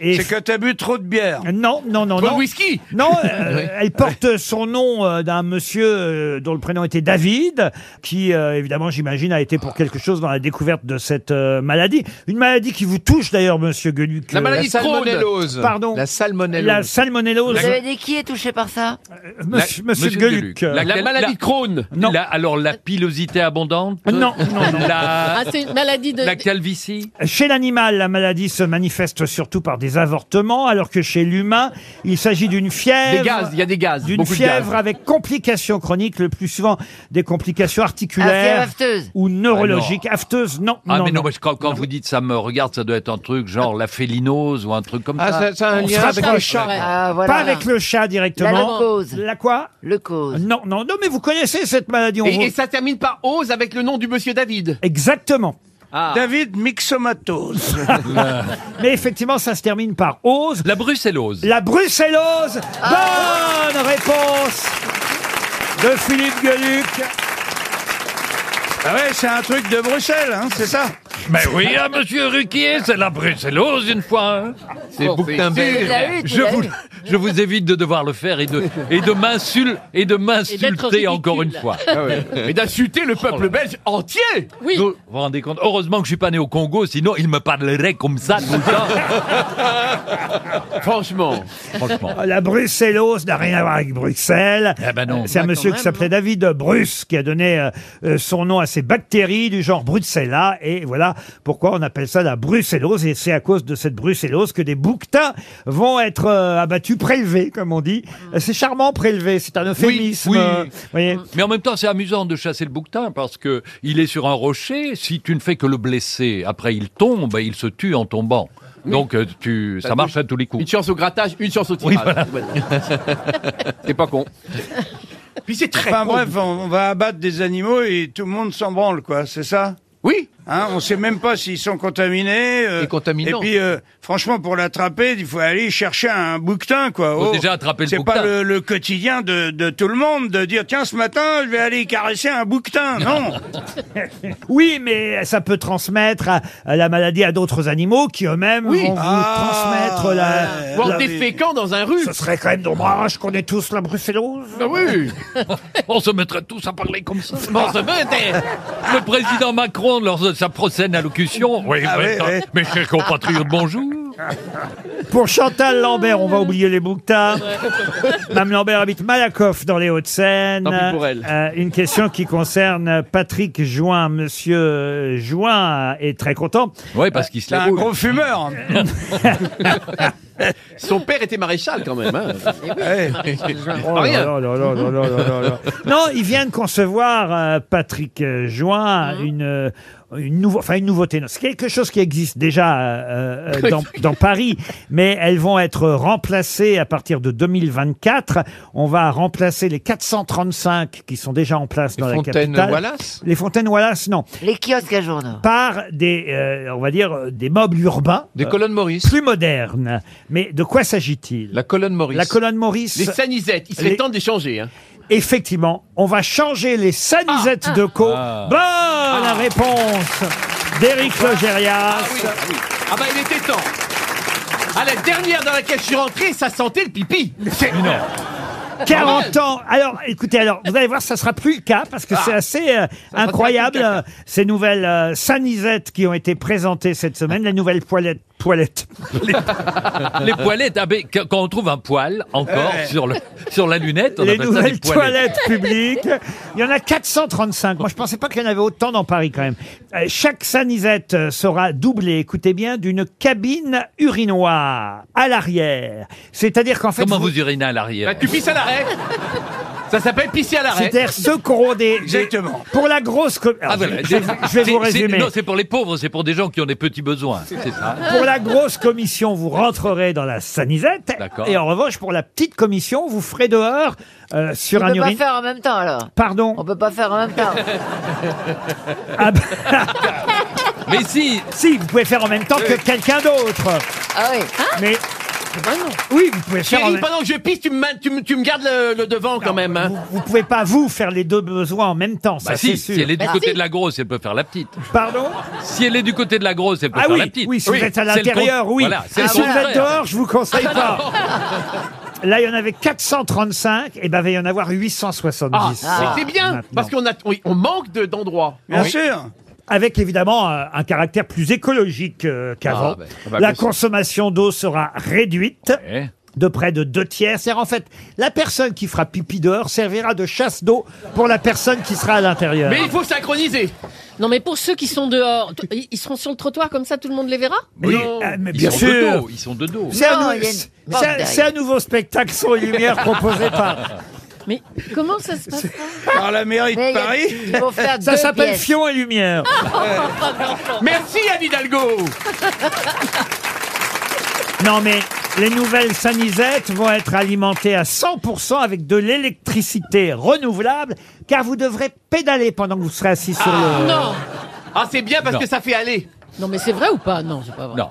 G: C'est que t'as bu trop de bière.
B: Non, non, non,
G: Trop
B: non.
G: de whisky.
B: Non, euh,
G: [laughs] Oui.
B: elle porte son nom euh, d'un monsieur euh, dont le prénom était David, qui euh, évidemment, j'imagine, a été pour quelque chose dans la découverte de cette euh, maladie. Une maladie qui vous touche d'ailleurs, monsieur Gueluc.
J: La
B: euh,
J: maladie de Crohn. salmonellose.
B: Pardon.
J: La salmonellose.
B: La salmonellose.
E: Vous avez dit qui est touché par ça
B: Monsieur, monsieur Gueluc.
F: La,
B: maladie
F: Crohn. Non. alors la pilosité abondante.
B: Non, non, non.
F: La,
C: Ah, c'est une maladie de.
F: la calvitie.
B: Chez l'animal, la maladie se manifeste surtout par des avortements, alors que chez l'humain, il s'agit d'une fièvre.
M: Des gaz, il y a des gaz,
B: D'une
M: beaucoup de
B: fièvre
M: gaz.
B: avec complications chroniques, le plus souvent des complications
E: Ah, fièvre
B: articulaires
E: afteuse.
B: ou neurologiques. Afteuses, non.
F: Ah
B: non,
F: mais non,
B: non.
F: parce que quand, quand vous dites ça me regarde, ça doit être un truc genre la félinose ou un truc comme
J: Ah,
F: ça.
J: ça- ça a un
B: On
J: lien
B: se
J: avec le
B: rapproche.
J: chat.
E: Ah, voilà.
B: Pas avec le chat directement.
E: La leucose.
B: La quoi
E: Le cause.
B: Non, non, non, mais vous connaissez cette maladie. on vous-
M: et, et ça termine par ose avec le nom du monsieur David.
B: Exactement.
M: Ah.
G: David Mixomatose.
B: [laughs] Mais effectivement, ça se termine par ose.
F: La brucellose.
B: La brucellose.
E: Ah.
B: Bonne réponse de Philippe Gueluc.
G: Ah ouais, c'est un truc de Bruxelles, hein, c'est ça
F: Mais oui, hein, monsieur Ruquier, c'est la brucellose une fois. hein. C'est
J: Oh, Bouquetinberg. tu l'as eu, tu
F: Je
J: l'as
F: vous,
J: eu.
F: je vous évite de devoir le faire et de, et de m'insul- et de m'insulter
M: ridicule.
F: encore une fois.
J: Ah
F: [laughs]
M: Et d'insulter le
J: Oh
M: peuple belge entier
C: Oui.
F: Vous vous rendez compte Heureusement que je suis pas né au Congo, sinon il me parlerait comme ça tout le
J: [laughs]
F: temps.
M: Franchement.
F: Franchement.
B: [laughs] La brucellose n'a rien à voir avec Bruxelles.
F: Ah ben non.
B: Euh, C'est un
F: Ah,
B: monsieur
F: quand
B: qui s'appelait David Bruce qui a donné euh, euh, son nom à ces bactéries du genre Brucella. Et voilà pourquoi on appelle ça la brucellose. Et c'est à cause de cette brucellose que des bouquetins vont être euh, abattus, prélevés, comme on dit. C'est charmant, prélevé. C'est un euphémisme.
F: oui. Mm.
B: euh, vous voyez.
F: Mais en même temps, c'est amusant de chasser le bouquetin parce que il est sur un rocher. Si tu ne fais que le blesser, après il tombe et il se tue en tombant. Donc euh, tu, ça marche à tous les coups. Une
M: chance au grattage, une chance au tirage. [laughs]
F: c'est pas con.
G: Puis c'est très Enfin bref, on, on va abattre des animaux et tout le monde s'en branle, quoi, c'est ça Oui Hein, on sait même pas s'ils sont contaminés. euh, et puis, euh, franchement, pour l'attraper, il faut aller chercher un bouquetin, quoi. Oh,
F: Faut déjà attraper le
G: C'est
F: bouquetin.
G: pas le, le quotidien de, de tout le monde de dire tiens, ce matin, je vais aller caresser un bouquetin. [laughs] Non
B: Oui, mais ça peut transmettre à- à la maladie à d'autres animaux qui eux-mêmes vont vous
G: Ah,
B: transmettre la.
M: Voir
B: la-
M: des fécans dans un rue.
B: Ce serait quand même dommage qu'on ait tous la brucellose.
F: Ah
B: [laughs]
M: oui.
F: On se mettrait tous [laughs] à parler comme ça. On se mettait. Le président Macron, lors de sa prochaine allocution. Oui,
B: Ah
F: mais-
B: oui, oui.
F: mes chers compatriotes, bonjour.
B: Pour Chantal Lambert, on va oublier les bouquetins. Mme Lambert habite Malakoff dans les Hauts-de-Seine.
M: Tant pis pour elle.
B: Euh, une question qui concerne Patrick Join. Monsieur euh, Join est très content. Euh,
F: Oui, parce qu'il se
G: C'est un gros fumeur.
M: Son père était maréchal quand même.
E: [laughs]
M: Hein.
E: Eh
B: Oh là là là là là là là là. Non, il vient de concevoir, euh, Patrick euh, Join, une, euh, une, nouveau- enfin, une nouveauté. Non, C'est quelque chose qui existe déjà euh, euh, dans, dans Paris, mais elles vont être remplacées à partir de 2024. On va remplacer les 435 qui sont déjà en place dans la
J: fontaines
B: capitale.
J: Wallace
B: Les fontaines Wallace, non.
E: Les kiosques à journaux.
B: Par des, euh, on va dire, euh, des meubles urbains.
J: Des
B: euh,
J: colonnes Maurice.
B: Plus modernes. Mais de quoi s'agit-il
J: La colonne Maurice.
B: La colonne Maurice.
M: Les sanisettes, il serait
B: Les-
M: temps d'échanger. Hein.
B: Effectivement, on va changer les sanisettes
M: Ah.
B: de co. Bonne réponse d'Éric Logérias.
M: Ah oui, ah oui. Ah bah il était temps. À la dernière dans laquelle je suis rentré, ça sentait le pipi.
F: non.
M: Ah
B: 40 ans. Alors, écoutez, alors, vous allez voir, ça sera plus le cas parce que c'est assez euh, incroyable euh, ces nouvelles euh, sanisettes qui ont été présentées cette semaine, les nouvelles poilettes, poilettes,
F: Les poilettes, ah, mais quand quand on trouve un poil encore
B: Ouais.
F: sur, le, sur la lunette, on
B: les
F: appelle ça des
B: nouvelles
F: poilettes.
B: toilettes publiques. Il y en a 435. Moi, je pensais pas qu'il y en avait autant dans Paris quand même. Euh, chaque sanisette euh, sera doublée, écoutez bien, d'une cabine urinoire à l'arrière. C'est-à-dire qu'en fait,
F: Comment
B: vous-
F: vous urinez à l'arrière
M: Bah, tu pisses à l'arrêt. Ça s'appelle pisser à l'arrêt.
B: c'est-à-dire ceux qui auront
F: [laughs]
B: des, des- pour la grosse, com-
F: Ah,
B: Alors,
F: voilà.
B: je, je vais, vous- je vais
F: C'est-
B: vous
F: c'est-
B: résumer.
F: Non, c'est pour les pauvres, c'est pour des gens qui ont des petits besoins. C'est ça.
B: Pour la grosse commission, vous rentrerez dans la sanisette.
F: D'accord.
B: Et en revanche, pour la petite commission, vous ferez dehors euh, sur
E: on
B: un
E: peut pas
B: urine.
E: faire en même temps alors.
B: Pardon.
E: On peut pas faire en même temps.
F: [laughs]
B: Ah bah-
F: Mais si
B: Si, vous pouvez faire en même temps que quelqu'un d'autre.
E: Ah oui.
B: Hein Mais. Oui, vous pouvez faire en
M: Chérie,
B: même
M: pendant que je pisse, tu me, ma- tu me- tu me gardes le, le devant quand même. hein.
B: Vous pouvez pas, vous, faire les deux besoins en même temps, ça
F: Bah
B: c'est
F: si,
B: sûr.
F: si elle est du côté de la grosse, elle peut faire la petite.
B: Pardon
F: Si elle est du côté de la grosse, elle peut
B: Ah
F: faire
B: oui,
F: la petite.
B: oui, si vous êtes à
F: c'est le
B: l'intérieur,
F: con-
B: oui.
F: Voilà, c'est
B: Et
F: le
B: si vous êtes
F: contraire.
B: dehors, je vous conseille pas. Là, il y en avait 435, et ben, il va y en avoir
M: Ah,
B: 870.
M: mais c'est bien,
B: maintenant.
M: parce qu'on a, on, on manque de- d'endroits.
G: Bien
M: Oui.
G: sûr.
B: Avec évidemment euh, un caractère plus écologique euh, qu'avant.
F: Ah, ben, ah, bah,
B: la
F: bien sûr.
B: consommation d'eau sera réduite.
F: Ouais.
B: De près de deux tiers. C'est-à-dire, en fait, la personne qui fera pipi dehors servira de chasse d'eau pour la personne qui sera à l'intérieur.
M: Mais il faut synchroniser.
C: Non, mais pour ceux qui sont dehors, t- ils- ils seront sur le trottoir comme ça, tout le monde les verra
B: Mais, euh, mais
F: Ils
B: bien
F: sont
B: sûr.
F: de dos, ils sont de
M: Oh.
F: dos.
B: C'est un,
E: Non,
B: nou-
E: il y a une
B: c'est-
E: porte
B: c'est un-
E: derrière.
B: c'est un nouveau spectacle son et lumière proposé par.
C: Mais comment ça se passe
M: Ah,
G: Par la mairie
E: Mais
G: de
E: il y a- [laughs]
G: Paris.
E: ils vont faire
B: Ça
E: deux
B: s'appelle
E: pièces. Ah.
B: Fion et Lumière.
M: Merci Anne Hidalgo.
B: Non mais les nouvelles sanisettes vont être alimentées à 100% avec de l'électricité renouvelable, car vous devrez pédaler pendant que vous serez assis sur
N: Ah,
B: le.
C: Non
M: Ah, c'est bien parce
F: Non.
M: que ça fait aller.
C: Non, mais c'est vrai ou pas Non, c'est pas vrai.
F: Non.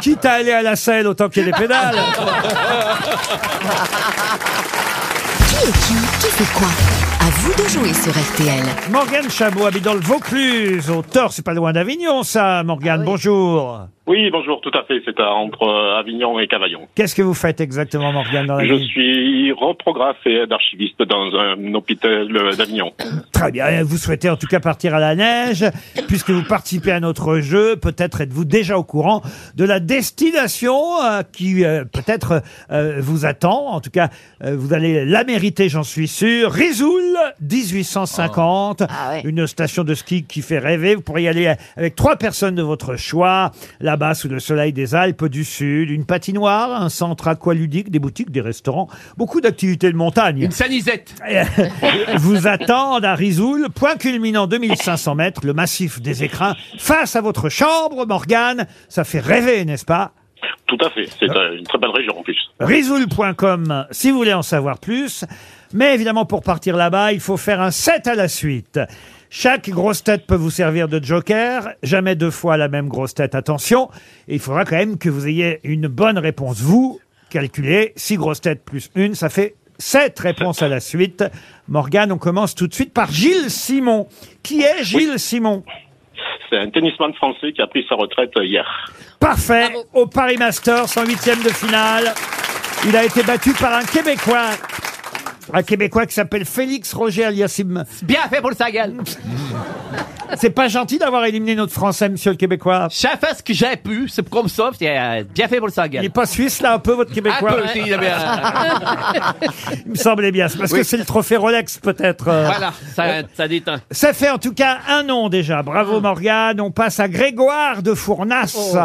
B: Quitte à aller à la selle autant qu'il y ait des pédales.
N: [laughs] Qui est qui Qui fait quoi À vous de jouer sur RTL.
B: Morgane Chabot habite dans le Vaucluse, au Thor, c'est pas loin d'Avignon ça.
N: Ah
B: Morgane, bonjour.
Q: Oui, bonjour, tout à fait. C'est à- entre euh, Avignon et Cavaillon.
B: Qu'est-ce que vous faites exactement, Morgane, dans la
Q: Je
B: vie
Q: suis reprographe et aide archiviste dans un hôpital euh,
B: [coughs]
Q: d'Avignon.
B: Très bien. Vous souhaitez en tout cas partir à la neige, puisque vous participez à notre jeu. Peut-être êtes-vous déjà au courant de la destination euh, qui euh, peut-être euh, vous attend. En tout cas, euh, vous allez la mériter, j'en suis sûr. Risoul 1850. Une station de ski qui fait rêver. Vous pourrez y aller avec trois personnes de votre choix. Là-bas, sous le soleil des Alpes du Sud, une patinoire, un centre aqualudique, des boutiques, des restaurants, beaucoup d'activités de montagne. Une
M: sanisette.
B: [laughs] vous attendent à Risoul, point culminant 2500 mètres, le massif des écrins, face à votre chambre, Morgane. Ça fait rêver, n'est-ce pas
Q: Tout à fait. C'est euh, une très belle région en plus.
B: Risoul.com, si vous voulez en savoir plus. Mais évidemment, pour partir là-bas, il faut faire un set à la suite. Chaque grosse tête peut vous servir de joker. Jamais deux fois la même grosse tête. Attention. Et il faudra quand même que vous ayez une bonne réponse. Vous, calculez, six grosses têtes plus une, ça fait sept réponses à la suite. Morgane, on commence tout de suite par Gilles Simon. Qui est Gilles Simon
Q: C'est un tennisman français qui a pris sa retraite hier.
B: Parfait au Paris Masters en huitième de finale. Il a été battu par un Québécois. Un Québécois qui s'appelle Félix Roger Aliassim.
M: Bien fait pour sa gueule.
B: [laughs] C'est pas gentil d'avoir éliminé notre Français, monsieur le Québécois.
M: J'ai fait ce que j'ai pu, c'est comme ça, c'est euh, bien fait pour sa gueule. Il est
B: pas suisse là, un peu votre Québécois.
M: Un peu, si, il est bien.
B: Il me semblait bien. C'est parce
M: Oui.
B: que c'est le trophée Rolex, peut-être. euh.
M: Voilà, ça, ça déteint.
B: Ça fait en tout cas un nom déjà.
M: Ah.
B: Bravo Morgane. On passe à Grégoire de Fournas.
M: Oh.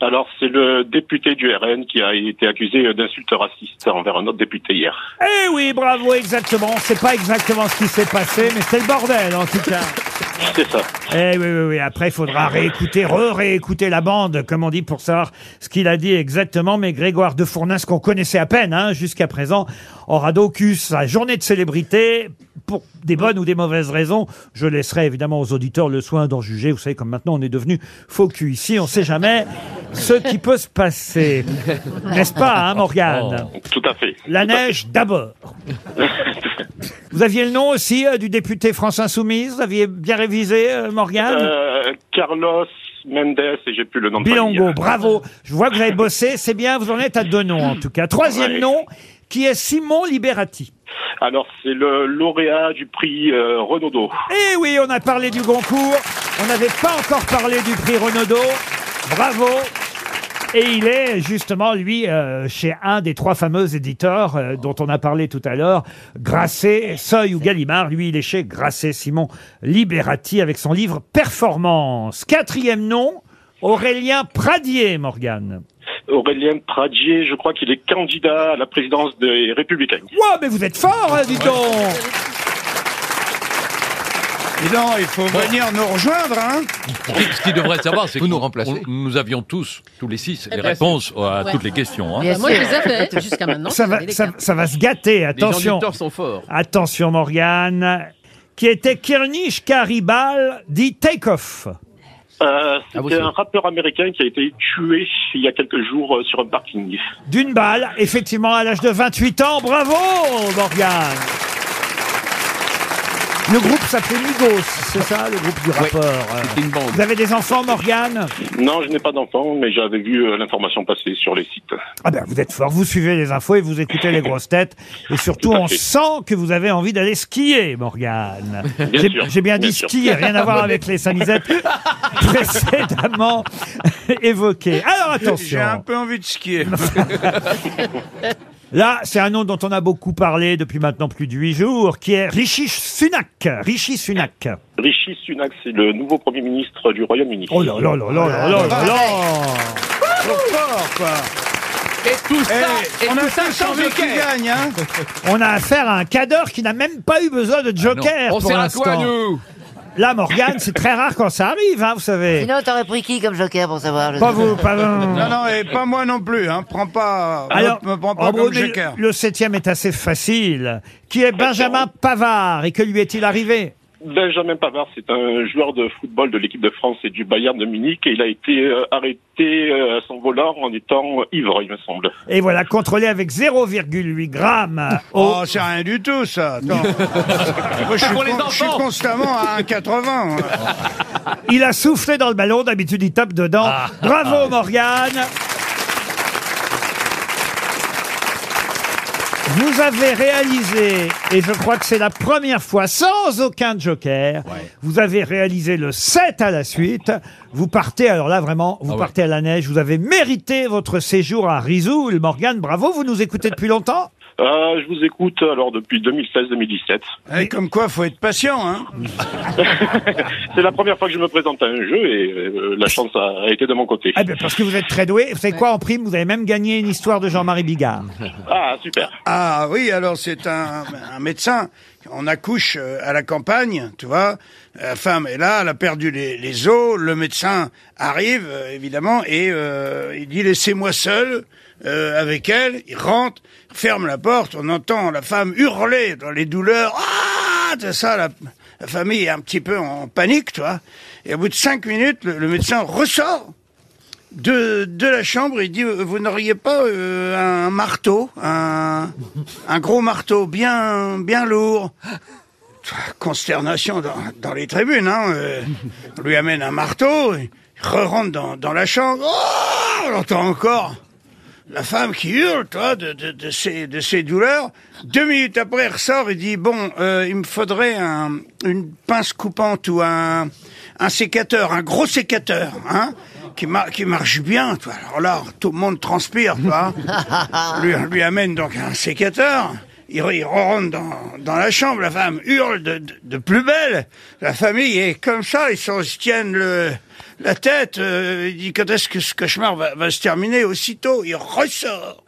Q: Alors, c'est le député du RN qui a été accusé d'insultes racistes envers un autre député hier.
B: Eh oui, bravo, exactement. On sait pas exactement ce qui s'est passé, mais c'est le bordel en tout cas.
Q: C'est ça.
B: Eh oui, oui, oui. Après, il faudra réécouter, re-réécouter la bande, comme on dit, pour savoir ce qu'il a dit exactement. Mais Grégoire de Fournas, qu'on connaissait à peine hein, jusqu'à présent, aura donc eu sa journée de célébrité pour des bonnes ou des mauvaises raisons. Je laisserai évidemment aux auditeurs le soin d'en juger. Vous savez, comme maintenant, on est devenu faux cul ici. On sait jamais ce qui peut se passer. N'est-ce pas, hein, Morgane
Q: Oh. Tout à fait.
B: La neige
Q: [laughs]
B: d'abord. Vous aviez le nom aussi euh, du député France Insoumise Vous aviez bien révisé, euh, Morgane
Q: Euh, Carlos Mendes, et j'ai plus le nom de famille.
B: Bilongo, bravo. Je vois que vous avez bossé, c'est bien, vous en êtes à deux noms en tout cas. Troisième
Q: Ouais.
B: nom, qui est Simon Liberati.
Q: Alors, c'est le lauréat du prix euh, Renaudot.
B: Eh oui, on a parlé du Goncourt, on n'avait pas encore parlé du prix Renaudot. Bravo. Et il est justement, lui, euh, chez un des trois fameux éditeurs euh, dont on a parlé tout à l'heure, Grasset, Seuil ou Gallimard. Lui, il est chez Grasset Simon Liberati avec son livre Performance. Quatrième nom, Aurélien Pradier, Morgane.
Q: Aurélien Pradier, je crois qu'il est candidat à la présidence des Républicains.
B: Ouah, mais vous êtes fort, hein, dis donc
G: Et non, il faut venir nous rejoindre, hein
F: Ce qui devrait savoir, c'est que nous, on- nous avions tous, tous les six, les
G: bien
F: réponses à
C: Eh ben, Ouais.
F: toutes les questions. hein.
C: Bien Moi, je les avais jusqu'à maintenant.
B: ça va,
C: j'avais les
B: ça,
C: cartes.
B: ça va se gâter, attention.
M: auditeurs sont forts.
B: Attention, Morgane. Qui était Kirnish Karibal, dit Takeoff.
Q: Euh, C'était un rappeur américain qui a été tué il y a quelques jours euh, sur un parking.
B: D'une balle, effectivement, à l'âge de 28 ans. Bravo, Morgane. Le groupe s'appelait Migos, c'est ça, le groupe du rappeur. euh. Vous avez des enfants, Morgane
Q: Non, je n'ai pas d'enfant, mais j'avais vu euh, l'information passer sur les sites.
B: Ah ben, vous êtes fort, vous suivez les infos et vous écoutez les grosses têtes. Et surtout,
Q: Tout à
B: on
Q: fait.
B: sent que vous avez envie d'aller skier, Morgane.
Q: Bien
B: J'ai-
Q: sûr,
B: J'ai bien
Q: bien
B: dit
Q: sûr.
B: skier, rien à voir avec les
Q: [laughs]
B: samisettes précédemment [laughs] évoquées. Alors
G: J'ai un
B: attention,
G: peu envie de skier. [laughs] Oh.
B: là, c'est un nom dont on a beaucoup parlé depuis maintenant plus de huit jours, qui est Rishi Sunak. Rishi
Q: [laughs]
B: Sunak.
Q: Rishi Sunak, c'est le nouveau Premier ministre du Royaume-Uni.
B: Oh là là là là là là là là.
M: Et tout ça, et
G: Eh, on a
M: tout ça
G: tout
M: sans
G: changé qui
M: joker.
G: gagne, hein
B: On a affaire à un cador qui n'a même pas eu besoin de joker
M: Ah On
B: pour
M: sert à quoi,
B: l'instant.
M: nous
B: Là, Morgane, c'est très rare quand ça arrive, hein, vous savez.
E: Sinon, t'aurais pris qui comme joker pour savoir je
B: Pas
E: sais
B: vous, pas vous.
G: Non, non, et pas moi non plus, hein. Prends pas,
B: Alors,
G: me prends
B: en
G: pas
B: gros,
G: comme
B: mais le-
G: joker.
B: le septième est assez facile. Qui est Benjamin Pavard et que lui est-il arrivé
Q: Benjamin Pavard, c'est un joueur de football de l'équipe de France et du Bayern de Munich et il a été euh, arrêté euh, à son volant en étant euh, ivre, il me semble.
B: Et voilà, contrôlé avec 0,8 grammes.
G: Oh, c'est rien du tout,
M: [laughs]
G: ça. Attends. Moi, je suis,
M: Pour les
G: con- je suis
M: enfants.
G: constamment à 1,80.
M: [laughs]
B: Il a soufflé dans le ballon, d'habitude il tape dedans.
G: Ah.
B: Bravo Morgane Vous avez réalisé, et je crois que c'est la première fois, sans aucun joker, vous avez réalisé le 7 à la suite. Vous partez, alors là vraiment,
G: Ah
B: vous partez à la neige, vous avez mérité votre séjour à Risoul. Morgane, bravo, vous nous écoutez depuis longtemps
Q: Euh, je vous écoute alors depuis 2016-2017.
G: Eh, comme quoi, faut être patient. Hein
Q: C'est la première fois que je me présente à un jeu et euh, la chance a, a été de mon côté.
B: Ah ben, parce que vous êtes très doué. Vous savez quoi, en prime, vous avez même gagné une histoire de Jean-Marie Bigard.
Q: [laughs] Ah, super.
G: Ah oui, alors c'est un, un médecin. On accouche euh, à la campagne, tu vois. La femme est là, elle a perdu les, les os. Le médecin arrive, euh, évidemment, et euh, il dit laissez-moi seul euh, avec elle. Il rentre, ferme la porte. On entend la femme hurler dans les douleurs. Ah, c'est ça. La, la famille est un petit peu en panique, tu vois. Et au bout de cinq minutes, le- le médecin ressort de, de la chambre, il dit euh, Vous n'auriez pas euh, un marteau, un, un gros marteau bien, bien lourd Consternation dans, dans les tribunes. Hein, euh, on lui amène un marteau, il re-rentre dans, dans la chambre. Oh, on entend encore la femme qui hurle, toi, de, de, de ses, de ses douleurs. Deux minutes après, elle ressort et dit Bon, euh, il me faudrait un, une pince coupante ou un, un sécateur, un gros sécateur, hein, qui, mar- qui marche bien, toi. Alors là, tout le monde transpire, toi. lui, lui amène donc un sécateur. Il, re- il rentre dans, dans la chambre, la femme hurle de, de, de plus belle. La famille est comme ça, ils s'en- ils se tiennent le, la tête. euh, il dit quand est-ce que ce cauchemar va, va se terminer Aussitôt, il ressort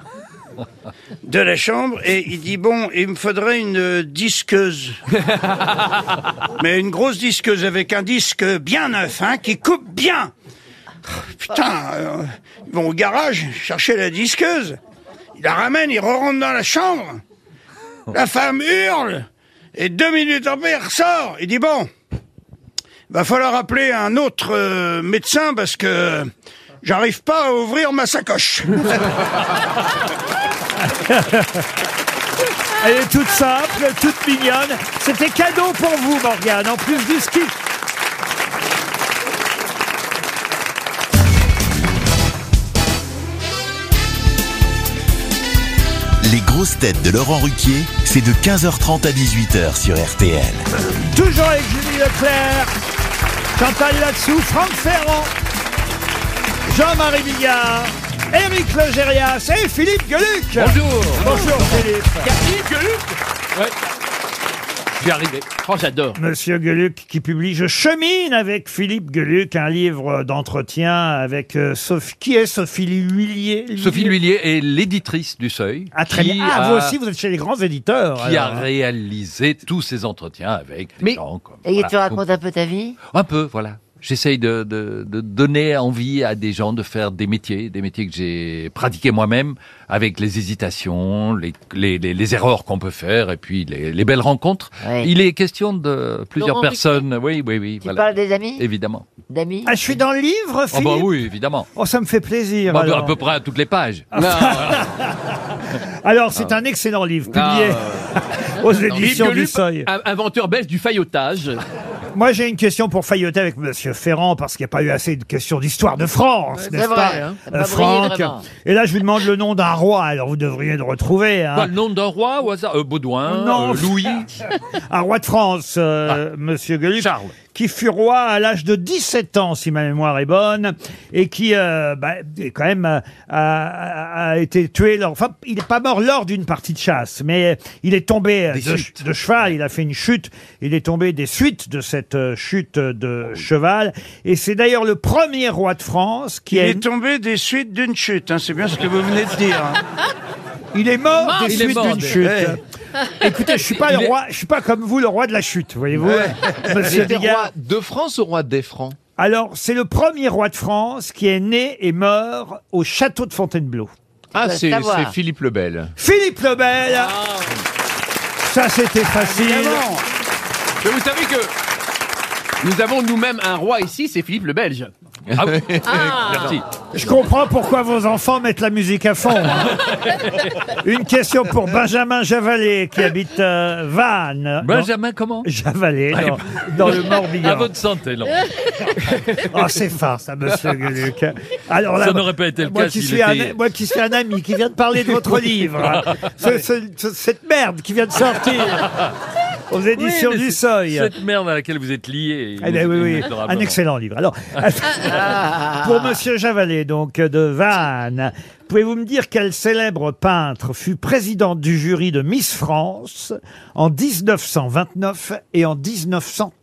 G: de la chambre et il dit bon, il me faudrait une euh, disqueuse. Mais une grosse disqueuse avec un disque bien neuf, hein, qui coupe bien. Putain, euh, ils vont au garage chercher la disqueuse. Il la ramène, il rentre dans la chambre. La femme hurle. Et deux minutes après, il ressort. Il dit bon, va falloir appeler un autre euh, médecin parce que j'arrive pas à ouvrir ma sacoche.
B: [laughs] Elle est toute simple, toute mignonne. C'était cadeau pour vous, Morgane, en plus du ski.
A: Les grosses têtes de Laurent Ruquier, c'est de 15h30 à 18h sur RTL.
B: Toujours avec Julie Leclerc, Chantal Latsou, Franck Ferrand, Jean-Marie Bigard, Éric Logérias et Philippe Gueluc.
M: Bonjour.
B: Bonjour Philippe.
M: Philippe Gueluc Ouais. Je suis arrivé. Oh, j'adore.
B: Monsieur Gueluc qui publie Je chemine avec Philippe Gueluc, un livre d'entretien avec euh, Sophie. Qui est Sophie Lhuillier
F: Sophie Lhuillier est l'éditrice du Seuil.
B: Ah, très
F: qui
B: bien. Ah,
F: a-
B: vous aussi, vous êtes chez les grands éditeurs.
F: Qui a
B: alors. hein.
F: réalisé tous ses entretiens avec des gens comme.
E: Et
F: voilà.
E: tu racontes un peu ta vie
F: Un peu, voilà. J'essaye de, de- de donner envie à des gens de faire des métiers, des métiers que j'ai pratiqués moi-même, avec les hésitations, les, les- les- les erreurs qu'on peut faire, et puis les, les belles rencontres. Il est question de plusieurs
E: Laurent
F: personnes. Oui, oui, oui.
E: Tu parles des amis
F: Évidemment.
E: D'amis
B: Ah, je suis dans le livre,
F: Oh
B: Philippe
F: bah oui, évidemment.
B: Oh, ça me fait plaisir.
F: Bah, bah.
B: alors. Ah,
F: à peu près à toutes les pages.
B: hein. Alors, c'est un excellent livre
F: Ah.
M: Ah,
B: publié aux éditions du
M: Philippe
B: Seuil.
M: Gueluc, Inventeur belge du faillotage.
B: Moi, j'ai une question pour failloter avec Monsieur Ferrand, parce qu'il n'y a pas eu assez de questions d'histoire de France,
M: C'est
B: n'est-ce
M: vrai,
B: pas,
M: hein. Pas
B: euh,
M: briller
B: Franck
M: vraiment.
B: Et là, je vous demande le nom d'un roi, alors vous devriez le retrouver. hein.
F: Quoi, le nom d'un roi au hasard Euh, Baudouin,
B: Non.
F: euh, Louis.
B: Un roi de France, euh,
G: Ah.
B: Monsieur Gueluc, qui fut roi à l'âge de 17 ans, si ma mémoire est bonne, et qui, euh, bah, est quand même, euh, a, a- a été tué. lors- Enfin, il n'est pas mort lors d'une partie de chasse, mais euh, il est tombé de, ch- de cheval. Il a fait une chute. Il est tombé des suites de cette euh, chute
G: Oh
B: de cheval. Et c'est d'ailleurs le premier roi de France qui
G: Il
B: a-
G: est tombé des suites d'une chute. hein, C'est bien ce que vous venez de dire.
B: Il est mort des
G: Ah, Il est
B: suites
G: mort
B: d'une
G: des-
B: chute.
G: Eh.
B: Écoutez, je suis pas
G: Il
B: le
G: est-
B: roi, je suis pas comme vous le roi de la chute, voyez-vous.
J: Ouais.
B: [laughs] Monsieur
J: Il était
B: Bigard.
J: roi de France ou roi des Francs
B: Alors, c'est le premier roi de France qui est né et mort au château de Fontainebleau.
J: Ah, c'est c'est Philippe le Bel.
B: Philippe le Bel.
M: Ah.
B: Ça, c'était facile.
M: Mais vous savez que nous avons nous-mêmes un roi ici, c'est Philippe le Belge.
F: Ah oui.
M: Ah.
F: Merci.
B: Je comprends pourquoi vos enfants mettent la musique à
G: [laughs]
B: fond. hein. Une question pour Benjamin Javalet qui habite euh, Vannes.
F: Benjamin, comment
B: Javalet, dans, dans le Morbihan.
F: À votre santé, Laurent.
B: Ah, c'est fin, ça,
F: [laughs]
B: monsieur Gueluc. Alors là,
F: Ça n'aurait pas été le
B: moi
F: cas
B: Qui
F: s'il
B: suis un,
F: était-
B: Moi qui suis un ami,
F: [laughs] [laughs]
B: qui vient de parler de votre livre. hein. Ce- ce- ce- cette merde qui vient de sortir. Aux éditions
F: Oui, mais
B: du
F: c'est-
B: Seuil.
F: Cette merde à laquelle vous êtes lié.
B: Eh ben oui, oui, un excellent livre.
F: [laughs]
B: Alors, [laughs]
F: Ah,
B: pour Monsieur Javalet, donc, de Vannes, pouvez-vous me dire quel célèbre peintre fut président du jury de Miss France en 1929 et en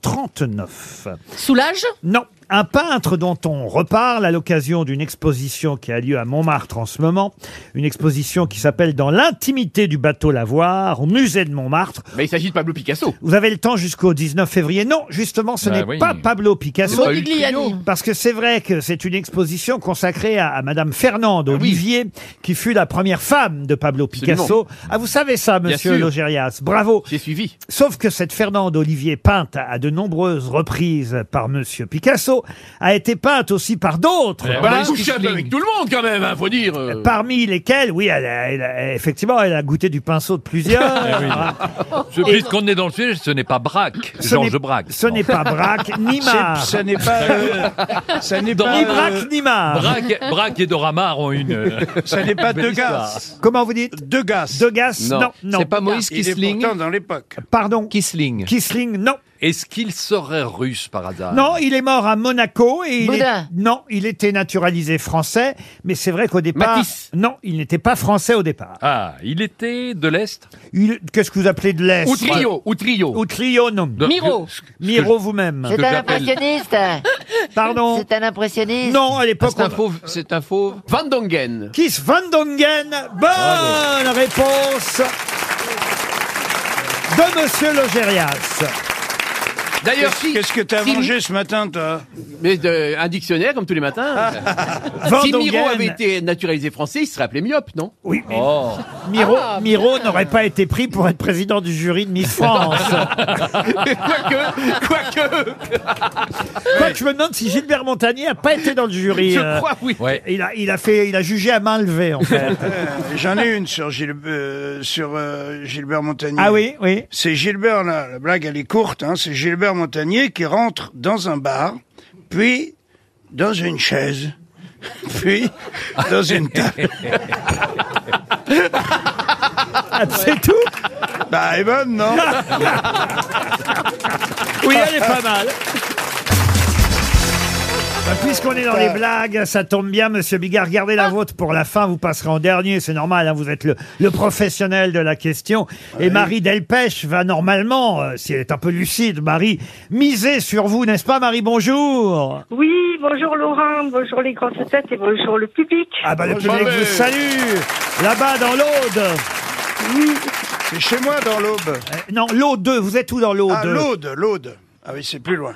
B: 1939
C: Soulage
B: Non. Un peintre dont on reparle à l'occasion d'une exposition qui a lieu à Montmartre en ce moment, une exposition qui s'appelle Dans l'intimité du bateau Lavoir au musée de Montmartre.
M: Mais il s'agit de Pablo Picasso.
B: Vous avez le temps jusqu'au 19 février. Non, justement, ce
M: Bah
B: n'est
M: oui.
B: pas Pablo Picasso.
M: C'est pas Modigliani.
B: Parce que c'est vrai que c'est une exposition consacrée à, à Madame Fernande Olivier, qui fut la première femme de Pablo Picasso.
M: Ah Absolument.
B: Ah, vous savez ça,
M: Bien
B: monsieur
M: sûr.
B: Logérias. Bravo.
M: J'ai suivi.
B: Sauf que cette Fernande Olivier, peinte à à de nombreuses reprises par monsieur Picasso, a été peinte aussi par d'autres.
M: Voilà, il couche un peu avec tout le monde quand même, hein, faut dire. euh.
B: Parmi lesquels, oui, elle a- elle a- effectivement, elle a goûté du pinceau
M: [laughs]
B: de plusieurs.
M: Eh
B: Ah.
F: Je, Eh puisqu'on est dans le sujet, ce n'est pas Braque,
B: Ce n'est-
F: Georges Braque.
B: ce n'est pas
F: [laughs]
B: Braque, ni
F: C'est-
B: Mar.
F: ce n'est pas, euh,
G: ça n'est
F: Dans-
B: ni euh, Braque, ni Mar.
F: Braque, Braque et Doramar ont une. euh, belle histoire.
B: Comment vous dites
G: Degas.
B: Degas, non, non.
J: C'est pas Moïse
B: Il est
J: Kisling.
B: pourtant
G: dans l'époque.
B: Pardon
J: Kisling.
B: Kisling, non.
F: Est-ce qu'il serait russe par hasard
B: Non, il est mort à Monaco et il est-
F: Bouddha.
B: non, il était naturalisé français, mais c'est vrai qu'au départ,
F: Matisse.
B: non, il n'était pas français au départ.
F: Ah, il était de l'Est
B: Il- Qu'est-ce que vous appelez de l'Est
F: Outrio,
B: Outrio. Outrio, non.
F: Miro.
B: Miro vous-même.
E: C'est un impressionniste.
B: Pardon.
E: C'est un impressionniste.
B: Non, à l'époque. on-
J: C'est un fauve.
M: Van Dongen.
B: Kiss Van Dongen. Bonne réponse de Monsieur Logérias.
M: D'ailleurs,
G: Qu'est-ce- qu'est-ce que t'as mangé ce matin, toi
M: Mais de- un dictionnaire, comme tous les
B: [laughs]
M: matins.
B: Van
M: si Miro
B: Dongen.
M: avait été naturalisé français, il serait appelé myope, non
B: Oui, mais Miro,
M: Ah,
B: Miro n'aurait pas été pris pour être président du jury de Miss
R: [laughs]
B: France.
M: quoique, quoique.
B: Quoique, je me demande si Gilbert Montagnier n'a pas été dans le jury. euh.
G: Je crois,
M: oui.
F: [laughs]
B: Il a, il a fait, il a jugé à main levée, en fait.
G: [laughs] Euh, J'en ai une sur, Gil- euh, sur euh, Gilbert Montagnier.
B: Ah oui, oui.
G: C'est Gilbert, là, la blague elle est courte, hein, c'est Gilbert Montagnier qui rentre dans un bar, puis dans une chaise, [laughs] puis dans une table.
B: Ah, c'est tout
G: Bah, elle est bonne,
B: [laughs]
G: non
B: Oui, elle est pas mal. Bah, Puisqu'on est dans les blagues, ça tombe bien, Monsieur Bigard. Gardez la vôtre pour la fin. Vous passerez en dernier, c'est normal. hein, vous êtes le, le professionnel de la question. Et Marie Delpech va normalement, euh, si elle est un peu lucide, Marie, miser sur vous, n'est-ce pas, Marie Bonjour.
I: Oui, bonjour Laurent, bonjour les grosses têtes et bonjour le public.
B: Ah bah le public vous salue là-bas dans l'Aude.
G: C'est chez moi dans l'Aube.
B: Euh, Non, l'Aude. Vous êtes où dans l'Aude
G: Ah, l'Aude, l'Aude. Ah oui, c'est plus loin.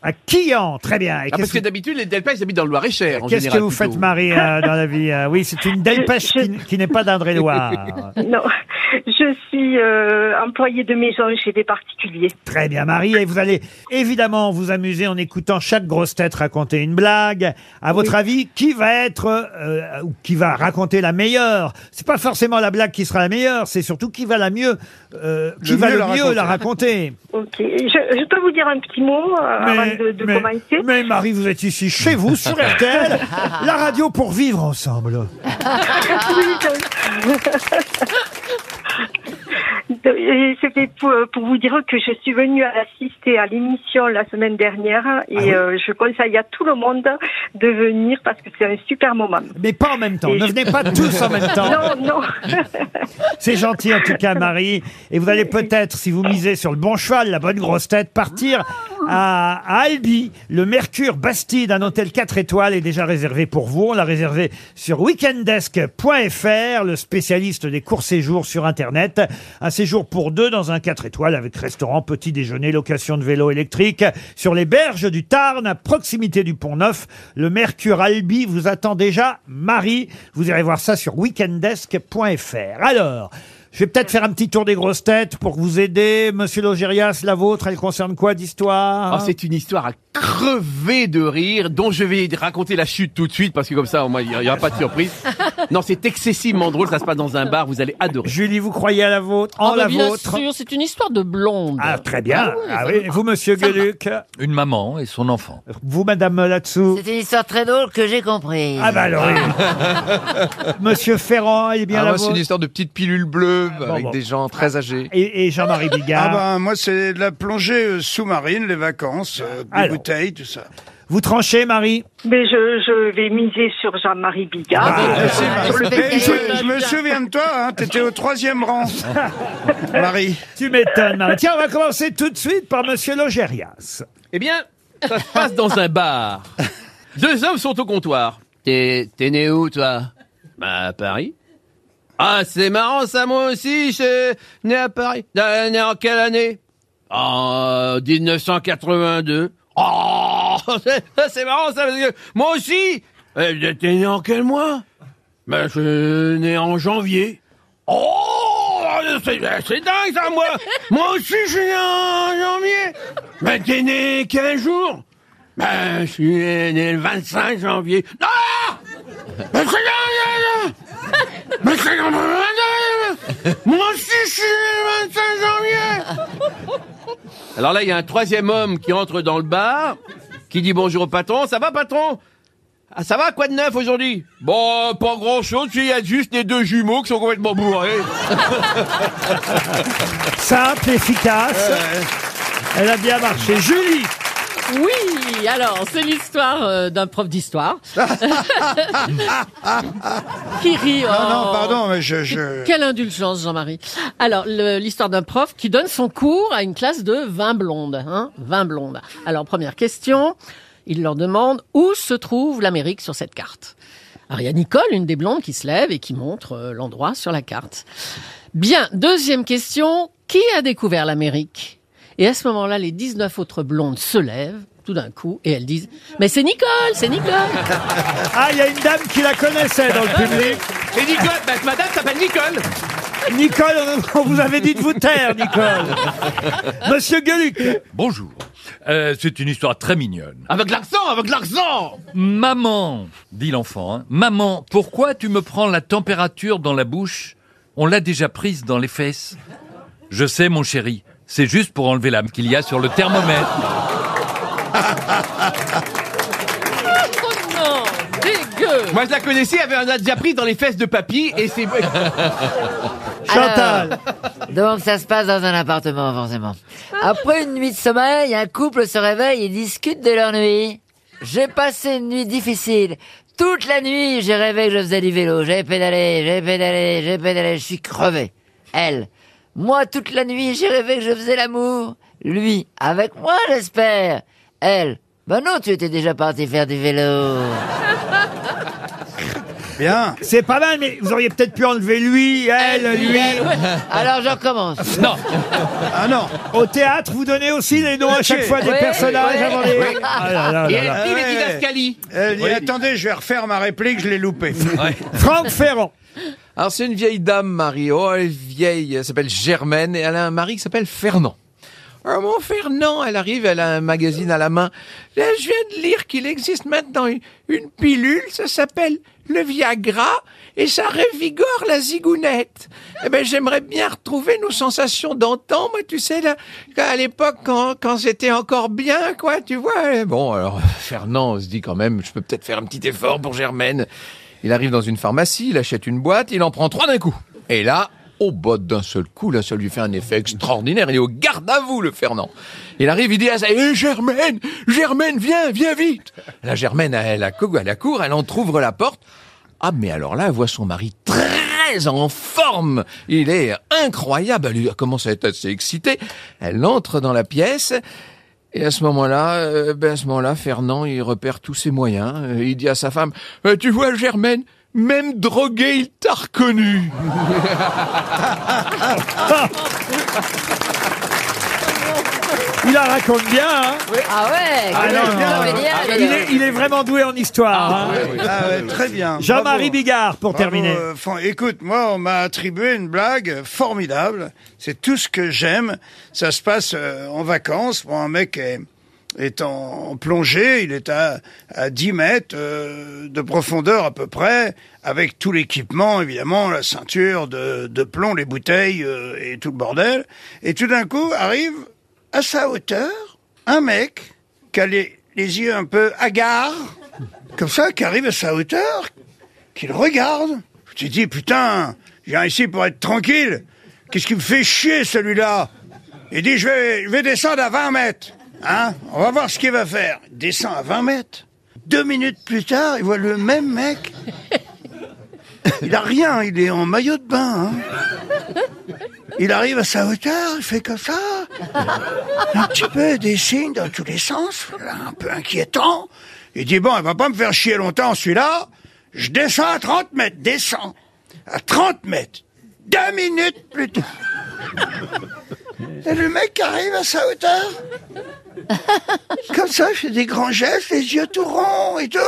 B: À Quillan, très
M: Ah,
B: bien. Et
M: parce
B: qu'est-ce
M: que d'habitude, les Delpech habitent dans le Loir-et-Cher. en
B: Qu'est-ce que
M: général,
B: vous
M: plutôt.
B: faites, Marie,
M: [laughs]
B: euh, dans la vie euh, Oui, c'est une dépêche qui, n- qui n'est pas d'Indre-et-Loire.
I: [laughs] Non, [laughs] je suis euh, employée de maison chez des particuliers.
B: Très bien, Marie. Et vous allez évidemment vous amuser en écoutant chaque grosse tête raconter une blague. À votre avis, qui va être euh, ou qui va raconter la meilleure C'est pas forcément la blague qui sera la meilleure, c'est surtout qui va la mieux, euh, qui
G: Le
B: va
G: mieux
B: le
G: la
B: mieux
G: raconter.
B: la raconter.
I: Ok, je, je peux vous dire un petit mot euh, avant de, de
B: mais-
I: commencer [laughs]
B: mais Marie, vous êtes ici chez vous sur RTL, la radio pour vivre ensemble.
I: Oui, [laughs] donc- De- et C'était pour, pour vous dire que je suis venue à assister à l'émission la semaine dernière
B: Ah
I: et euh, je conseille à tout le monde de venir parce que c'est un super moment.
B: Mais pas en même temps.
I: Et-
B: Ne venez pas tous en
I: [laughs]
B: même temps.
I: Non, non.
B: [laughs] C'est gentil en tout cas, Marie. Et vous allez peut-être, si vous misez sur le bon cheval, la bonne grosse tête, partir à, à Albi. Le Mercure Bastide, un hôtel 4 étoiles, est déjà réservé pour vous. On l'a réservé sur weekendesk.fr, le spécialiste des courts séjours sur Internet. Un séjour pour deux dans un 4 étoiles avec restaurant, petit déjeuner, location de vélo électrique. Sur les berges du Tarn, à proximité du Pont-Neuf, le Mercure Albi vous attend déjà. Marie, vous irez voir ça sur weekendesk.fr. Alors, je vais peut-être faire un petit tour des grosses têtes pour vous aider. Monsieur Logérias, la vôtre, elle concerne quoi d'histoire
M: Oh, c'est une histoire à crever de rire, dont je vais raconter la chute tout de suite, parce que comme ça, au moins, il n'y aura pas de surprise. Non, c'est excessivement drôle, ça se passe dans un bar, vous allez adorer.
B: Julie, vous croyez à la vôtre
C: Ah bah, bien sûr, c'est une histoire de blonde.
B: Ah, très bien. Ah oui, vous, monsieur Gueluc
F: Une maman et son enfant.
B: Vous, madame là-dessous
E: C'est une histoire très drôle que j'ai comprise.
B: Ah bah alors, oui. Monsieur Ferrand, il est bien Ah,
J: Ah,
B: là.
J: moi, c'est une histoire de petites pilules bleues avec des gens très âgés. bah,
B: Et, et Jean-Marie Bigard.
G: Ah ben, moi, c'est de la plongée euh, sous-marine, les vacances, euh, des
B: Alors.
G: bouteilles, tout ça.
B: Vous tranchez, Marie
P: Mais je, je vais miser sur Jean-Marie Bigard.
G: Ah,
B: Ah,
P: Sur
G: Eh,
P: le spectacle.
G: euh, je, je me souviens de toi, hein, t'étais au troisième
B: [laughs]
G: rang.
B: Marie. Tu m'étonnes, Marie. Tiens, on va commencer tout de suite par Monsieur Logérias.
M: Eh bien, ça se passe dans un bar. Deux hommes sont au comptoir. T'es, t'es né où, toi Bah, à Paris. Ah, c'est marrant, ça, moi aussi, je suis né à Paris. T'es né en quelle année En 1982. Oh, c'est, c'est marrant, ça, parce que moi aussi Euh, T'es né en quel mois Bah, je suis né en janvier. Oh, c'est, c'est dingue, ça, moi Moi aussi, je suis né en janvier Mais t'es né quel jour Ben, je suis né le 25 janvier. Non Mais c'est dingue, ça. Mais c'est quand même dingue. Moi aussi, je suis né le 25 janvier alors là, il y a un troisième homme qui entre dans le bar, qui dit bonjour au patron. Ça va, patron ah, Ça va, quoi de neuf aujourd'hui Bon, pas grand-chose, il y a juste les deux jumeaux qui sont complètement [laughs] bourrés.
B: Simple, efficace. Elle a bien marché. Julie
C: Oui, alors, c'est l'histoire euh, d'un prof d'histoire.
B: [laughs]
C: [laughs] qui rit.
G: Non, non,
C: oh.
G: pardon, mais je... je...
C: Quelle indulgence, Jean-Marie. Alors, le- l'histoire d'un prof qui donne son cours à une classe de 20 blondes. Hein, 20 blondes. Alors, première question. Il leur demande où se trouve l'Amérique sur cette carte. Alors, il y a Nicole, une des blondes, qui se lève et qui montre euh, l'endroit sur la carte. Bien, deuxième question. Qui a découvert l'Amérique Et à ce moment-là, les 19 autres blondes se lèvent tout d'un coup et elles disent « Mais c'est Nicole, c'est
B: [laughs]
C: Nicole !»
B: Ah, il y a une dame qui la connaissait dans le public.
M: Et Nicole, bah, madame s'appelle Nicole.
B: Nicole, on vous avait dit de vous taire, Nicole. Monsieur Gueluc.
F: Bonjour. Euh, c'est une histoire très mignonne.
M: Avec l'accent, avec l'accent
F: Maman, dit l'enfant, hein, maman, pourquoi tu me prends la température dans la bouche On l'a déjà prise dans les fesses. Je sais, mon chéri, c'est juste pour enlever l'âme qu'il y a sur le thermomètre.
C: Oh non Dégueu
M: Moi, je la connaissais, elle avait un déjà pris dans les fesses de papy, et
B: [laughs]
M: c'est...
E: Chantal Donc ça se passe dans un appartement, forcément. Après une nuit de sommeil, un couple se réveille et discute de leur nuit. J'ai passé une nuit difficile. Toute la nuit, j'ai rêvé que je faisais du vélo. J'ai pédalé, j'ai pédalé, j'ai pédalé, je suis crevé. Elle. Moi, toute la nuit, j'ai rêvé que je faisais l'amour. Lui. Avec moi, j'espère. Elle. Ben non, tu étais déjà parti faire du vélo.
B: Bien. C'est pas mal, mais vous auriez peut-être pu enlever lui, elle, lui.
E: Alors, je recommence.
F: Non.
B: Ah non. Au théâtre, vous donnez aussi les noms à chaque fois des
G: Oui,
B: personnages
G: oui.
B: avant les.
G: Oui.
B: Ah là là là là.
G: Ah ouais. Elle dit,
J: Oui.
G: Attendez, je vais refaire ma réplique, je l'ai
J: [laughs]
G: loupée.
B: Franck Ferrand.
J: Alors, c'est une vieille dame, Marie. Oh, elle est vieille. Elle s'appelle Germaine et elle a un mari qui s'appelle Fernand. Alors, mon Fernand, elle arrive, elle a un magazine à la main. Là, je viens de lire qu'il existe maintenant une, une pilule, ça s'appelle le Viagra et ça révigore la zigounette. Eh ben, j'aimerais bien retrouver nos sensations d'antan, moi, tu sais, là, à l'époque, quand, quand c'était encore bien, quoi, tu vois. Et Bon, alors, Fernand se dit quand même, je peux peut-être faire un petit effort pour Germaine. Il arrive dans une pharmacie, il achète une boîte, il en prend trois d'un coup. Et là, au botte d'un seul coup, là, ça lui fait un effet extraordinaire. Il est au garde à vous, le Fernand. Il arrive, il dit à ça, Eh, Germaine, Germaine, viens, viens vite. La Germaine, elle, a cou- elle accourt, elle entr'ouvre la porte. Ah, mais alors là, elle voit son mari très en forme. Il est incroyable. Elle commence à être assez excitée. Elle entre dans la pièce. Et à ce moment-là, euh, ben à ce moment-là, Fernand, il repère tous ses moyens. Euh, il dit à sa femme, Euh, tu vois, Germaine, même drogué, il t'a reconnu. [laughs]
B: Il la raconte bien, hein.
E: Ah ouais
B: Ah non, non, non. il, est, il est vraiment doué en histoire. hein.
G: Ah ouais, très bien.
B: Jean-Marie
G: Bravo.
B: Bigard pour
G: Bravo,
B: terminer.
G: euh, Fran- Écoute, moi, on m'a attribué une blague formidable. C'est tout ce que j'aime. Ça se passe euh, en vacances. Bon, un mec est, est en, en plongée, il est à, à 10 mètres euh, de profondeur à peu près, avec tout l'équipement, évidemment, la ceinture de, de plomb, les bouteilles euh, et tout le bordel. Et tout d'un coup arrive à sa hauteur un mec qui a les, les yeux un peu hagards, comme ça, qui arrive à sa hauteur, qu'il regarde. Je te dis, putain, je viens ici pour être tranquille. Qu'est-ce qui me fait chier, celui-là Il dit, je vais, je vais descendre à 20 mètres. Hein On va voir ce qu'il va faire. Il descend à 20 mètres. Deux minutes plus tard, il voit le même mec. [laughs] Il a rien, il est en maillot de bain. hein. Il arrive à sa hauteur, il fait comme ça. Un petit peu des signes dans tous les sens, un peu inquiétant. Il dit, bon, il va pas me faire chier longtemps, celui-là. Je descends à 30 mètres, descends. À 30 mètres. Deux minutes plus tard. Et le mec arrive à sa hauteur. Comme ça, il fait des grands gestes, les yeux tout ronds et tout.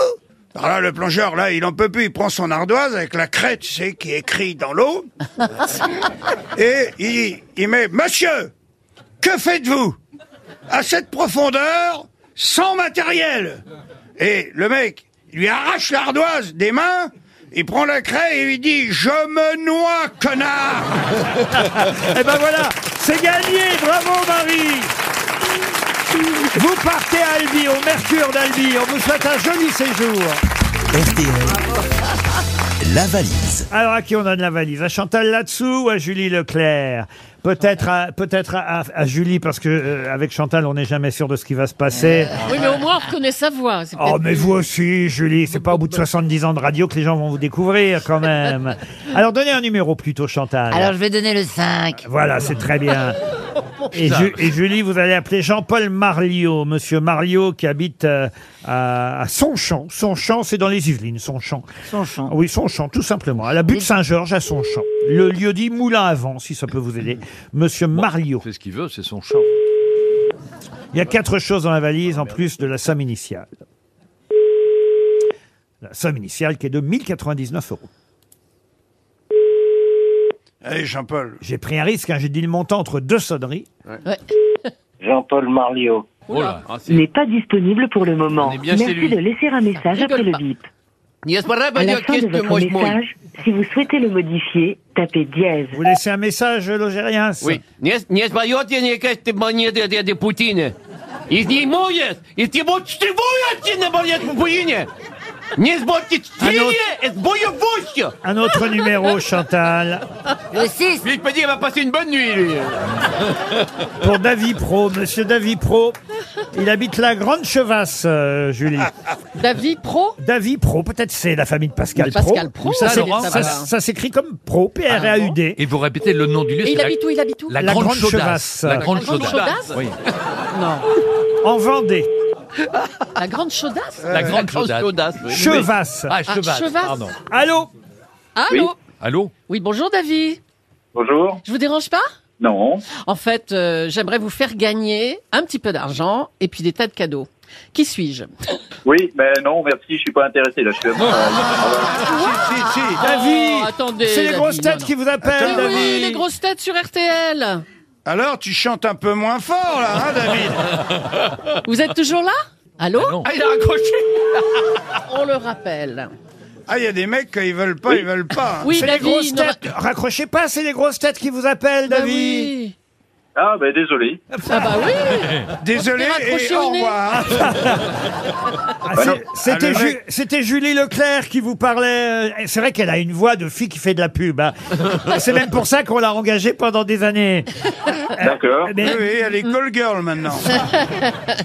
G: Alors là, le plongeur, là, il en peut plus. Il prend son ardoise avec la crête, tu sais, qui écrit dans l'eau. Et il, il met, monsieur, que faites-vous à cette profondeur sans matériel Et le mec il lui arrache l'ardoise des mains, il prend la craie et lui dit, je me noie,
B: [laughs]
G: connard
B: Et ben voilà, c'est gagné, bravo Marie Vous partez à Albi, au Mercure d'Albi, on vous souhaite un joli séjour
A: La valise.
B: Alors à qui on donne la valise À Chantal Latsou ou à Julie Leclerc Peut-être à, peut-être à, à- à Julie, parce que euh, avec Chantal, on n'est jamais sûr de ce qui va se passer.
C: Euh, Oui, mais au moins on reconnaît sa voix. c'est
B: Oh,
C: peut-être
B: mais
C: mieux.
B: vous aussi, Julie, c'est pas au bout de 70 ans de radio que les gens vont vous découvrir, quand même. Alors, donnez un numéro plutôt, Chantal.
E: Alors je vais donner le 5.
B: Voilà, c'est très bien. Et, Ju- et Julie, vous allez appeler Jean-Paul Marliot, monsieur Marliot qui habite euh, à, à Sonchamp. Sonchamp, c'est dans les Yvelines, Sonchamp.
E: Sonchamp.
B: Oui, Sonchamp, tout simplement. À la butte Saint-Georges, à Sonchamp. Le lieu dit Moulin à Vent, si ça peut vous aider. Monsieur Marliot.
F: C'est ce qu'il veut, c'est son champ.
B: Il y a quatre choses dans la valise en plus de la somme initiale. La somme initiale qui est de 1099 euros.
G: Allez, Jean-Paul.
B: J'ai pris un risque, hein, j'ai dit le montant entre deux sonneries.
K: Jean-Paul Marliot.
S: N'est pas disponible pour le moment.
K: On est bien chez
S: Merci
K: lui.
S: de laisser un message après le bip. À la fin de votre message, si vous souhaitez le modifier, tapez dièse.
B: Vous laissez un message, Logériens
M: Oui. Не, с- не споете никакой монеты от этой Путины. И не моет, и ты вот штивуете на монет Путине. Не сборьте чтение, это будет вовсе.
B: Un autre numéro, Oh, Chantal.
E: Le 6.
M: Ведь поди, va passer une bonne nuit, lui.
B: pour Davy Pro. Monsieur Davy Pro, il habite la Grande Chevasse, euh, Julie.
C: Davy Pro
B: Davy Pro, peut-être c'est la famille de Pascal,
C: Pascal Pro,
B: Ça,
C: ça,
B: c'est-
C: Laurent,
B: ça-
C: ça va.
B: ça s'écrit comme Pro, P-R-A-U-D.
F: Ah Et vous répétez le nom du lieu.
C: Et il
F: c'est la-
C: habite où Il habite où
F: La,
B: La
F: grande,
B: Grande
F: chaudasse.
B: Chaudasse.
F: La grande
C: La Grande
F: chaudasse.
C: Chaudasse
F: Oui.
C: Non.
B: En Vendée.
C: La grande chaudasse
F: Euh, La grande chaudasse.
B: Chevasse.
F: Ah, chevasse.
C: Ah, Chevasse.
F: Pardon.
B: Allô
C: Ah, Allô
F: Allô
C: Oui, bonjour David.
K: Bonjour.
C: Je vous dérange pas
K: Non.
C: En fait, euh, j'aimerais vous faire gagner un petit peu d'argent et puis des tas de cadeaux. Qui suis-je
K: Oui, mais non, merci, je suis pas intéressé là. Je suis à mon travail.
G: [laughs]
F: Ah,
B: David,
C: Oh, attendez,
B: c'est les
C: David,
B: grosses têtes
C: non, non.
B: qui vous appellent,
C: Mais
B: David.
C: oui, les grosses têtes sur RTL.
G: Alors, tu chantes un peu moins fort, là, hein, David
C: Vous êtes toujours là Allô
M: Ah, il a raccroché
C: [laughs] On le
B: [laughs]
C: rappelle.
G: Ah, il y a des mecs, quand ils veulent pas, ils veulent pas. hein.
C: Oui,
B: c'est les
C: David,
B: grosses
C: non,
B: têtes. Raccrochez pas, c'est les grosses têtes qui vous appellent,
C: Bah
B: David.
C: oui.
K: Ah, ben désolé.
C: Ah bah
R: ben.
C: oui
B: [laughs]
G: Désolé
C: On s'est
G: et
C: raccroché
G: au
C: au nez.
G: revoir.
B: Ah,
K: Bah
B: c'est-
K: non.
B: C'était
K: Ah, le
B: Ju-
K: mec.
B: c'était Julie Leclerc qui vous parlait. euh, et C'est vrai qu'elle a une voix de fille qui fait de la pub. hein. C'est même pour ça qu'on l'a engagée pendant des années.
K: D'accord.
B: Euh, Mais-
G: Oui, oui, elle est call girl maintenant.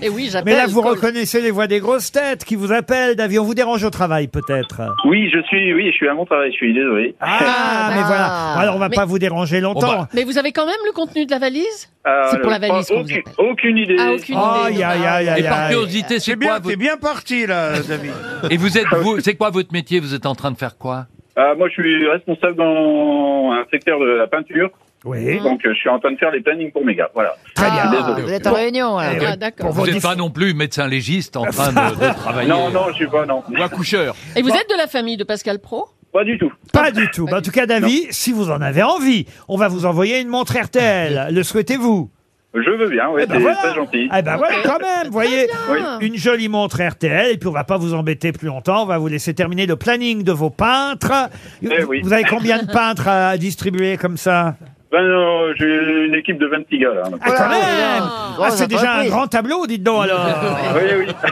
C: Et oui, j'appelle.
B: Mais là, vous
C: Paul.
B: reconnaissez les voix des grosses têtes qui vous appellent. David, on vous dérange au travail, peut-être.
C: Ah,
K: Oui, je suis, oui, je suis à mon travail, je suis désolé.
B: Ah, mais voilà. Alors, on va
C: bah. Mais-
B: pas vous déranger
K: bah,
B: longtemps.
C: Mais vous avez quand même le contenu de la valise
F: Euh,
K: Ah,
C: C'est pour la
K: alors,
C: valise qu'on vous
K: aucune,
C: appelle.
K: aucune idée.
C: Ah, aucune idée.
B: Aïe, aïe, aïe,
F: Et
B: aïe,
F: par
B: aïe.
F: curiosité,
G: C'est
F: c'est quoi
G: bien,
F: votre...
G: t'es bien parti, là, David.
F: Et vous
M: [laughs]
F: êtes vous, c'est quoi votre métier Vous êtes en train de faire quoi
K: Ah, moi, je suis responsable dans un secteur de la peinture,
B: Oui.
K: donc euh, je suis en train de faire les plannings pour mes gars. Voilà.
B: Très bien.
E: Ah, vous êtes en réunion
B: Eh
E: là.
C: Ah, d'accord.
B: Pour vos
F: Vous n'êtes
B: dix-
F: pas non plus médecin légiste en train de, [laughs] de travailler.
K: Non, non, je suis pas, non.
M: Ou accoucheur.
C: Et vous êtes de la famille de Pascal Pro
K: Pas du tout.
B: Pas du tout. Bah, en tout cas, David, si vous en avez envie, on va vous envoyer une montre RTL. Le souhaitez-vous
Q: Je veux bien, ouais,
B: Eh ben
Q: c'est
B: voilà.
Q: très gentil.
B: Eh ben voilà, quand même, vous voyez,
Q: bien.
B: une jolie montre RTL, et puis on va pas vous embêter plus longtemps, on va vous laisser terminer le planning de vos peintres. vous, vous avez combien de peintres à distribuer comme ça
Q: Ben, euh, j'ai une équipe de 26 gars, là.
B: quand même
Q: Oh,
B: Ah,
Q: Grosse
B: C'est déjà un
Q: entreprise.
B: grand tableau, [laughs] dites donc alors [laughs]
Q: Oui, oui.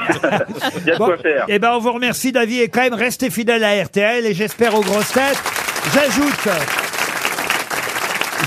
Q: Il y a de quoi faire.
B: Eh ben, on vous remercie, David, et quand même, restez fidèle à RTL, et j'espère aux grosses têtes. J'ajoute...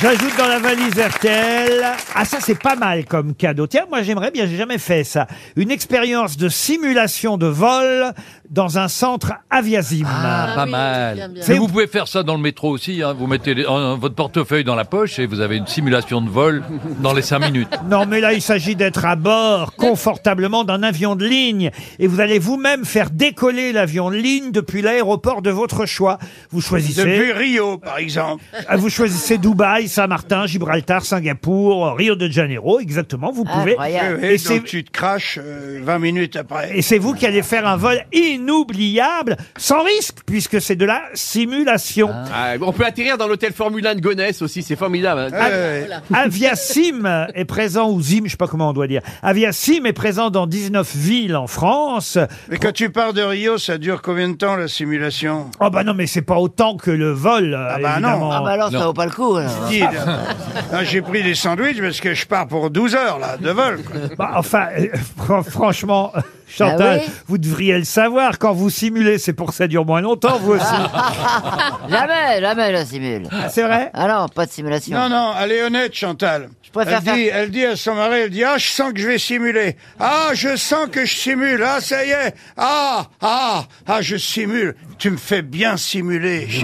B: J'ajoute dans la valise RTL. Ah, ça, c'est pas mal comme cadeau. Tiens, moi, j'aimerais bien, j'ai jamais fait ça. Une expérience de simulation de vol dans un centre aviasim.
F: pas mal.
B: bien.
F: Mais vous pouvez faire ça dans le métro aussi. hein. Vous mettez les- euh, votre portefeuille dans la poche et vous avez une simulation de vol dans les 5 [laughs] minutes.
B: Non, mais là, il s'agit d'être à bord, confortablement, d'un avion de ligne. Et vous allez vous-même faire décoller l'avion de ligne depuis l'aéroport de votre choix. Vous choisissez.
G: Depuis Rio, par exemple.
B: Ah, Vous choisissez Dubaï, Saint-Martin, Gibraltar, Singapour, Rio de Janeiro, exactement, vous pouvez.
G: Oui, oui,
B: Et c'est-
G: donc tu te craches euh, 20 minutes après.
B: et c'est vous qui allez faire un vol inoubliable, sans risque, puisque c'est de la simulation.
M: Ah, on peut atterrir dans l'hôtel Formule 1 de Gonesse aussi, c'est formidable.
G: Ah,
B: Ah,
M: hein.
B: [laughs] Aviasim Euh, est présent, ou Zim, je sais pas comment on doit dire. Aviasim est présent dans 19 villes en France.
G: Mais quand tu pars de Rio, ça dure combien de temps la simulation
B: Oh bah non, mais c'est pas autant que le vol. Ah
G: bah non. Ah bah alors, ça vaut
B: pas le coup.
G: Dis, là. Ah, J'ai pris des sandwichs parce que je pars pour 12 heures là, de vol. quoi.
B: Bah, enfin, euh, [laughs] fran- franchement, Chantal,
G: Bah oui.
B: vous devriez le savoir. Quand vous simulez, c'est pour que ça dure moins longtemps, vous
G: [laughs]
B: aussi.
E: [laughs] jamais, jamais la simule.
B: c'est vrai
E: Ah non, pas de simulation.
G: Non, non, elle est honnête, Chantal.
E: préfère
G: elle, dit,
E: faire-
G: elle dit à son mari, elle dit, ah, je sens que je vais simuler. Ah, je sens que je simule. Ah, ça y est. Ah, ah, ah, je simule. Tu me fais bien simuler. [laughs]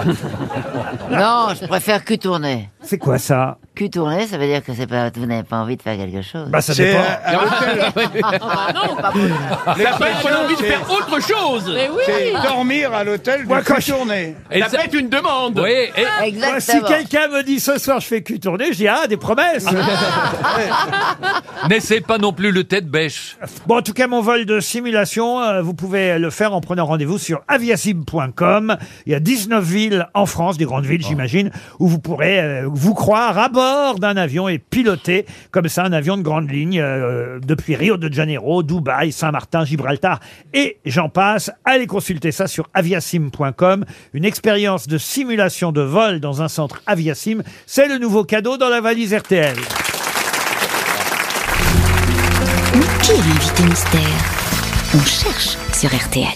E: Non, [laughs] je préfère cul tourner.
B: C'est quoi ça
E: Cul tourner, ça veut dire que c'est pas, vous n'avez pas envie de faire quelque chose.
B: Bah, ça C'est, dépend. euh,
G: à
E: Ah
M: Ça peut être qu'on a envie de faire autre chose.
G: C'est dormir à l'hôtel
B: Moi,
G: de
B: quand
G: toute
B: je-
G: journée.
M: Ça peut être une demande.
F: Oui,
B: Moi, si quelqu'un me dit ce soir je fais cul tourner, je dis ah des promesses.
G: Ah.
B: [laughs]
F: N'essaie pas non plus le tête bêche.
B: bon, en tout cas, mon vol de simulation, euh, vous pouvez le faire en prenant rendez-vous sur aviasim.com. Il y a 19 villes en France, des grandes villes, j'imagine, où vous pourrez euh, vous croire à bord d'un avion et piloter comme ça un avion de grande ligne euh, depuis Rio de Janeiro, Dubaï, Saint-Martin, Gibraltar et j'en passe. Allez consulter ça sur aviasim.com. Une expérience de simulation de vol dans un centre aviasim, c'est le nouveau cadeau dans la valise RTL.
N: Mais qui est l'invité mystère On cherche sur RTL.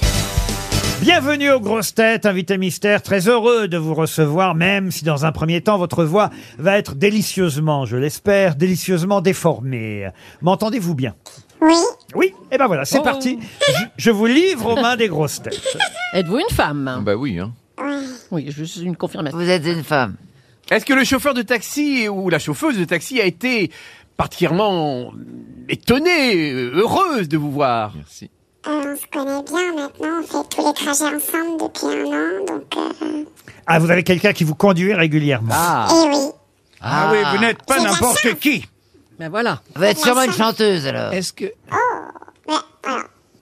B: Bienvenue aux grosses têtes, invité mystère. Très heureux de vous recevoir, même si dans un premier temps, votre voix va être délicieusement, je l'espère, délicieusement déformée. M'entendez-vous bien Oui. Oui, et ben voilà, c'est parti. Je, je vous livre aux mains des
T: [laughs]
B: grosses têtes.
C: Êtes-vous une femme
J: Bah oui, hein.
C: Oui, juste une confirmation.
E: Vous êtes une femme.
M: Est-ce que le chauffeur de taxi ou la chauffeuse de taxi a été particulièrement étonnée, euh, heureuse de vous voir Merci.
T: On se connaît bien maintenant, on fait tous les trajets ensemble depuis un an, donc... euh,
B: Ah, vous avez quelqu'un qui vous conduit régulièrement.
T: Ah. Eh oui.
G: Ah oui, vous n'êtes pas n'importe qui.
C: Ben voilà.
E: Vous êtes sûrement une chanteuse alors.
M: Est-ce que.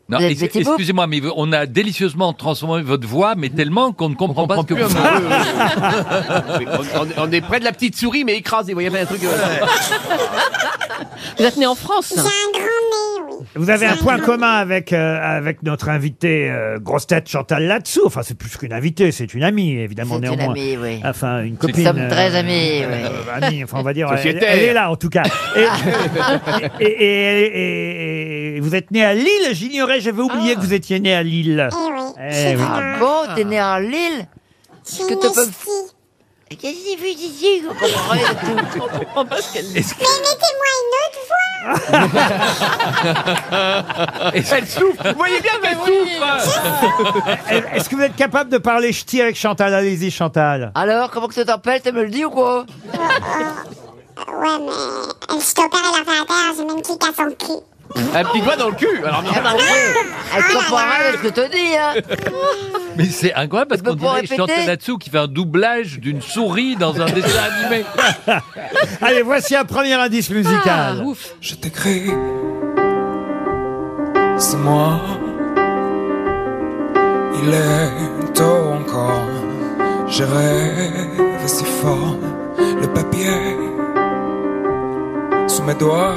F: Non,
E: Vous êtes
F: ex-
E: Betty Boop
F: excusez-moi, mais on a délicieusement transformé votre voix, mais tellement qu'on ne comprend pas ce que vous
M: Oui, on, [laughs] on- on est près de la petite souris, mais écrasée. Vous voyez, il y a un truc. euh,
C: Vous êtes né en France
B: Vous avez un point commun avec, euh, avec notre invitée euh, grosse tête Chantal Latsou. Enfin, c'est plus qu'une invitée, c'est une amie, évidemment,
E: C'est une
B: néanmoins.
E: amie, oui.
B: Enfin, une
E: Nous
B: copine.
E: sommes
B: euh,
E: très amis, oui.
B: amie, enfin, on va dire. Elle,
M: Sociétaire.
B: elle est là, en
E: [laughs]
B: tout cas. Et, et- et- et- et vous êtes né à Lille J'ignorais, j'avais oublié que vous étiez né à Lille. Eh oui.
E: Ah bon, t'es né à Lille Est-ce que tu peux. Qu'est-ce que vous disiez Vous comprenez [laughs]
C: On comprend pas ce qu'elle dit.
T: Mais mettez-moi une autre voix
M: [laughs] elle souffre. Vous voyez bien qu'elle souffre.
B: Est-ce que vous êtes capable de parler ch'ti avec Chantal Allez-y, Chantal.
E: Alors, comment que tu t'appelles Tu me le dis ou
T: Euh,
E: quoi
T: Ouais, mais euh, je t'opère la radar, j'ai même clic à son cul.
F: Ah
T: Ah
M: Un petit doigt dans le cul. Alors,
F: bah
M: mais-
E: Ah, bah
T: [laughs]
E: Elle comprend rien de ce que tu dis,
B: [laughs]
E: hein
F: Mais c'est incroyable parce qu'on
E: peux pas
F: dirait
E: répéter
F: Chantal là-dessous qui fait un doublage d'une souris dans un dessin animé.
B: Allez, voici un premier indice musical.
E: Ah,
B: Je t'écris.
O: C'est moi. Il est tôt encore. Je rêve si fort. Le papier sous
B: mes doigts.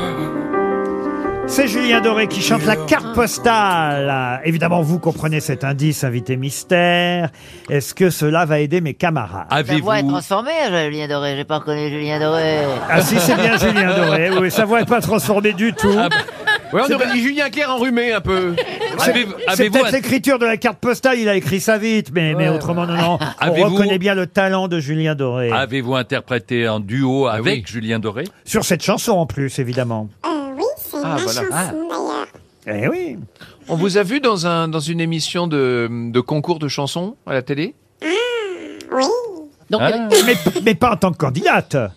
B: C'est Julien Doré qui chante la carte postale. Évidemment, vous comprenez cet indice, invité mystère. Est-ce que cela va aider mes camarades
M: Ah,
E: Sa voix est transformée, hein, Julien Doré. J'ai pas reconnu Julien Doré.
B: Ah si, c'est bien Julien Doré. Oui, sa voix n'est pas transformée du tout.
M: Ah bah. Ouais, on aurait dit Julien Clerc enrhumé un peu.
B: C'est
M: Avez-
B: c'est
M: avez-vous
B: peut-être
M: un-
B: l'écriture de la carte postale, il a écrit ça vite, mais, mais autrement,
M: bah,
B: non,
M: [laughs]
B: non. On
F: Avez-vous-
B: reconnaît bien le talent de Julien Doré.
M: Ah.
F: Avez-vous interprété en duo avec Julien Doré
B: Sur cette chanson en plus, évidemment.
T: Euh, oui, c'est
J: Ah,
T: ma
J: voilà.
T: chanson d'ailleurs.
B: Eh oui.
J: On vous a vu dans, un, dans une émission de, de concours de chansons à la télé
T: Ah, Oui.
J: Ah.
B: mais, mais pas en tant que candidate.
T: Euh,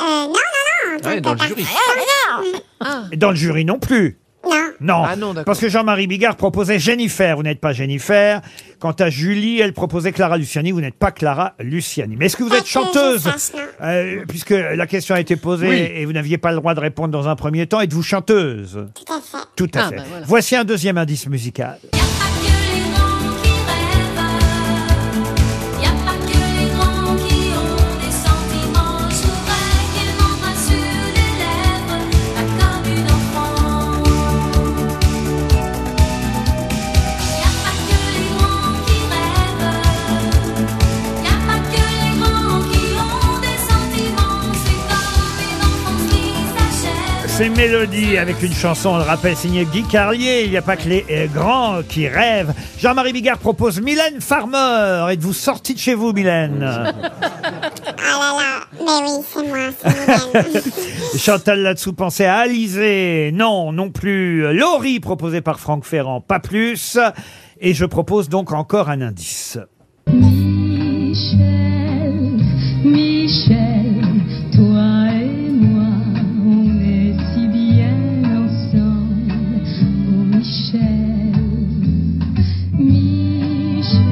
T: non, non, non.
B: Ouais,
T: donc,
B: dans le
T: parce-
B: jury.
T: Ah, non.
B: Et Dans le jury non plus.
T: Ah Non.
B: Non, parce que Jean-Marie Bigard proposait Jennifer, vous n'êtes pas Jennifer. Quant à Julie, elle proposait Clara Luciani, vous n'êtes pas Clara Luciani. Mais est-ce que vous êtes chanteuse Euh, Puisque la question a été posée
O: Oui.
B: et vous n'aviez pas le droit de répondre dans un premier temps, êtes-vous chanteuse
T: Tout à fait.
B: Tout à
T: Ah,
B: fait.
T: bah voilà.
B: Voici un deuxième indice musical.
O: Y a pas que les grands qui ont des sentiments. Je voudrais qu'elle m'embrasse sur les lèvres, pas comme une enfant. Y a pas que les grands qui rêvent. Y a pas que les grands qui ont des sentiments. C'est comme une enfance qui s'achève.
B: C'est Mélodie avec une chanson, on le rappelle, signée Guy Carlier. Il n'y a pas que les euh, grands qui rêvent. Jean-Marie Bigard propose Mylène Farmer. Êtes-vous sortie de chez vous, Mylène
T: Ah là là, mais oui, c'est moi, c'est Mylène.
B: [laughs] Chantal là-dessous pensait à Alizé. Non, non plus. Laurie proposée par Franck Ferrand, pas plus. Et je propose donc encore un indice.
O: Michel, Michel, toi et moi, on est si bien ensemble. Oh Michel, Michel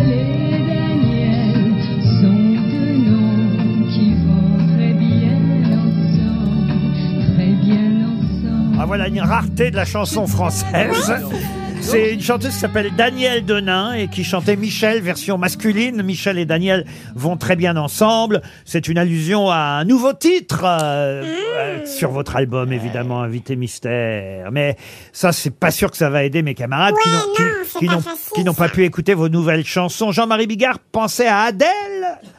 O: et Daniel sont deux noms qui vont très bien ensemble, très bien ensemble.
B: Ah voilà une rareté de la chanson française. C'est une chanteuse qui s'appelle Danielle Denain et qui chantait Michel version masculine. Michel et Daniel vont très bien ensemble. C'est une allusion à un nouveau titre euh,
T: Mmh.
B: euh, sur votre album évidemment, Invité Mystère. Mais ça, c'est pas sûr que ça va aider mes camarades qui n'ont- qui-
T: c'est
B: qui
T: pas
B: n'ont
T: facile,
B: qui n'ont pas pu écouter vos nouvelles chansons. Jean-Marie Bigard pensait à Adèle.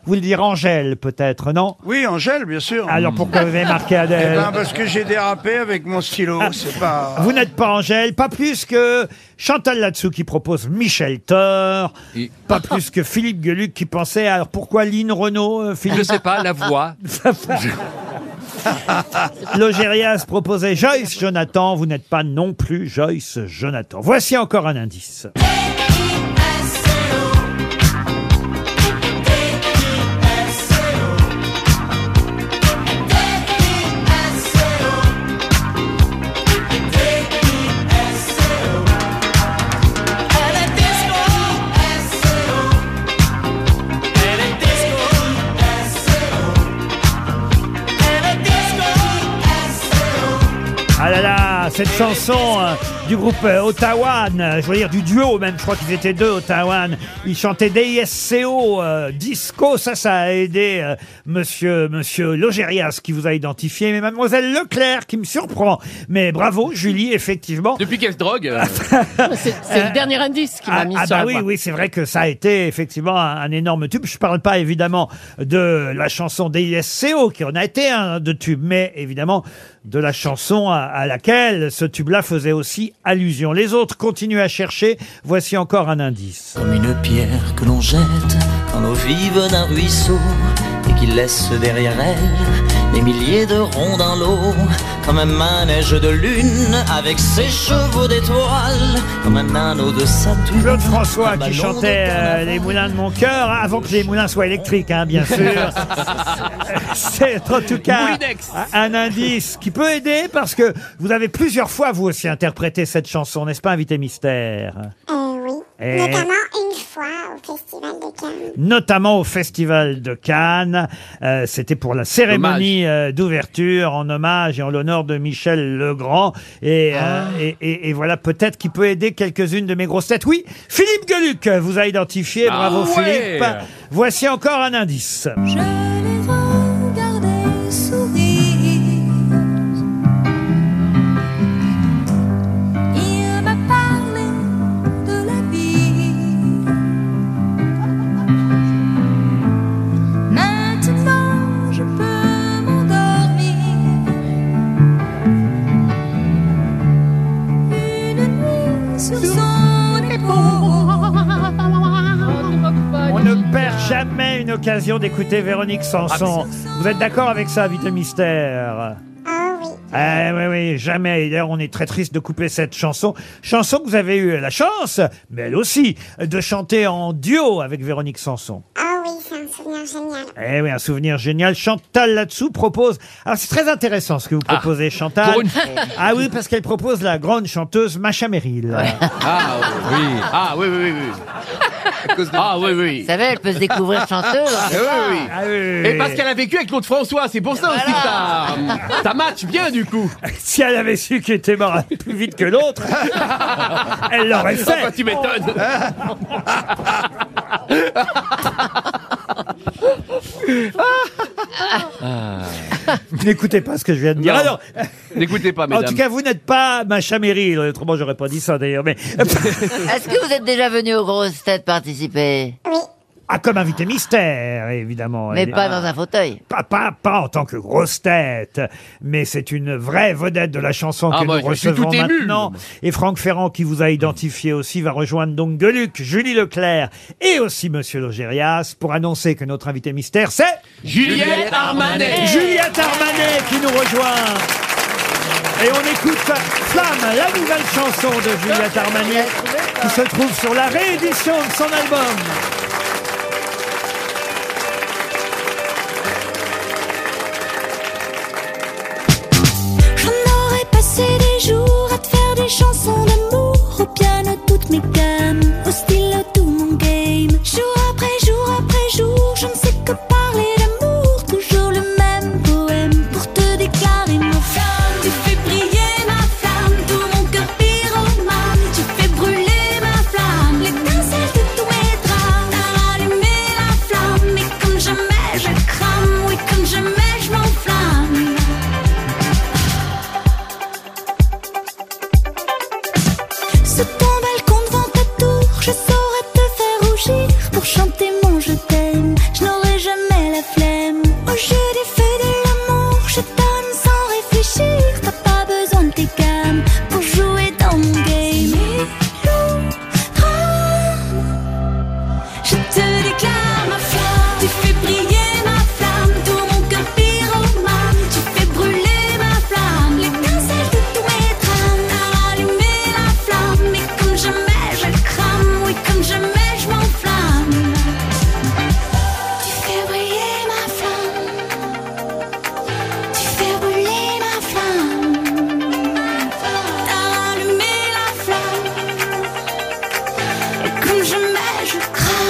B: Vous le dire Angèle peut-être, non
G: Oui, Angèle, bien sûr.
B: Alors pourquoi vous avez marqué Adèle Ah.
G: Eh ben, parce que j'ai dérapé avec mon stylo, c'est pas...
B: Vous n'êtes pas Angèle, pas plus que Chantal Latsou qui propose Michel Thor, pas plus que Philippe Gueluc qui pensait alors pourquoi Lynn Renault euh, Philippe...
F: Je sais pas,
B: [laughs]
F: la voix.
O: [laughs]
B: Logérias proposait Joyce Jonathan, vous n'êtes pas non plus Joyce Jonathan. Voici encore un indice. Ah là là, cette chanson euh, du groupe euh, Ottawan, euh, je veux dire du duo même, je crois qu'ils étaient deux Ottawan. Ils chantaient DISCO, euh, disco, ça, ça a aidé euh, monsieur, monsieur Logérias qui vous a identifié, mais mademoiselle Leclerc qui me surprend. Mais bravo Julie, effectivement.
M: Depuis quelle drogue euh,
C: Ah, C'est c'est le dernier indice qui m'a
B: Ah,
C: mis
B: ah
C: sur
B: bah
C: la
B: oui,
C: voie.
B: oui, c'est vrai que ça a été effectivement un, un énorme tube. Je parle pas évidemment de la chanson DISCO qui en a été un de tube, mais évidemment de la chanson à, à laquelle ce tube-là faisait aussi allusion. Les autres continuent à chercher. Voici encore un indice.
O: Comme une pierre que l'on jette dans l'eau vive d'un ruisseau et qui laisse derrière elle des milliers de ronds dans l'eau. Comme un manège de lune avec ses chevaux d'étoiles, comme un anneau de Saturne.
B: Claude François
O: un
B: qui
O: ballon de
B: chantait euh, Les Moulins de mon cœur, avant que les moulins soient électriques, hein,
O: [laughs]
B: bien sûr. [laughs] C'est en tout cas
O: Moulinex.
B: un indice qui peut aider parce que vous avez plusieurs fois, vous aussi, interprété cette chanson, n'est-ce pas, Invité Mystère
T: Euh, oui.
B: Eh.
T: Notamment une fois au Festival de Cannes.
B: notamment au Festival de Cannes. Euh, C'était pour la cérémonie euh, d'ouverture en hommage et en l'honneur de Michel Legrand. Et,
O: Ah.
B: euh, et, et- et voilà, peut-être qu'il peut aider quelques-unes de mes grosses têtes. Oui, Philippe Gueluc vous a identifié.
O: Ah
B: Bravo
O: ouais.
B: Philippe. Voici encore un indice.
O: Je les regardais sourire
B: jamais une occasion d'écouter Véronique
T: Ah,
B: Sanson. Vous êtes d'accord avec ça, Vite Mystère ah oui, oui, jamais. Et D'ailleurs, on est très triste de couper cette chanson. Chanson que vous avez eu la chance, mais elle aussi, de chanter en duo avec Véronique Sanson.
T: Oh oui, c'est un souvenir génial.
B: Eh oui, un souvenir génial. Chantal là-dessous propose. Alors c'est très intéressant ce que vous proposez, Chantal.
T: Ah, pour une fois.
B: Ah oui, parce qu'elle propose la grande chanteuse Macha Merrill.
M: Ah oui, ah oui, oui, oui. oui. Ah oui, oui.
E: Vous savez, elle peut se découvrir chanteuse.
M: Ah oui, oui, oui. Et parce qu'elle a vécu avec Claude François, c'est pour ça aussi que ça, ça match bien du coup.
B: si elle avait su qu'il était mort plus vite
T: [laughs]
B: que l'autre, elle l'aurait fait.
M: Ah bah, tu m'étonnes.
B: [laughs] Ah. N'écoutez pas ce que je viens de dire.
M: Non.
B: Alors,
M: N'écoutez pas,
B: en
M: mesdames.
B: tout cas, vous n'êtes pas Macha Merrill. Autrement, j'aurais pas dit ça d'ailleurs. Mais
M: [laughs]
E: Est-ce que vous êtes déjà venu aux grosses têtes participer
B: ah, comme invité mystère, évidemment.
E: Mais
B: Elle est-
E: pas dans un fauteuil.
B: pas, pas, pas en tant que grosse tête, mais c'est une vraie vedette de la chanson
M: Ah,
B: que
M: moi,
B: nous
M: je suis
B: recevons
M: tout ému.
B: maintenant. Et Franck Ferrand, qui vous a identifié aussi, va rejoindre donc Gueluc, Julie Leclerc et aussi Monsieur Logérias pour annoncer que notre invité mystère, c'est
M: Juliette Armanet.
B: Juliette Armanet qui nous rejoint. Et on écoute Flamme, la nouvelle chanson de Juliette Armanet, qui se trouve sur la réédition de son album.
R: J'en aurais passé des jours à te faire des chansons d'amour Au piano toutes mes gammes, au stylo tout mon game Jour après jour après jour, je ne sais que parler d'amour Toujours le même poème pour te déclarer mon flamme Tu fais briller ma flamme, tout mon cœur pyromane Tu fais brûler ma flamme, l'étincelle de tous mes drames T'as allumé la flamme, mais comme jamais je crame Oui, comme jamais je m'enflamme Sous ton balcon devant ta tour, je saurais te faire rougir pour chanter mon je t'aime. Je n'aurai jamais la flemme. Au jeu des feux de l'amour, je donne sans réfléchir. T'as pas besoin de tes gammes pour jouer dans mon game. Je te déclare ma flamme, tu fais briller ma flamme, tout mon cœur pyromane. Tu fais brûler ma flamme, l'étincelle de tous mes drames. T'as allumé la flamme, mais comme jamais je crame, oui, comme jamais je m'enflamme. Tu fais briller ma flamme, tu fais brûler ma flamme. T'as allumé la flamme, et comme jamais je crame.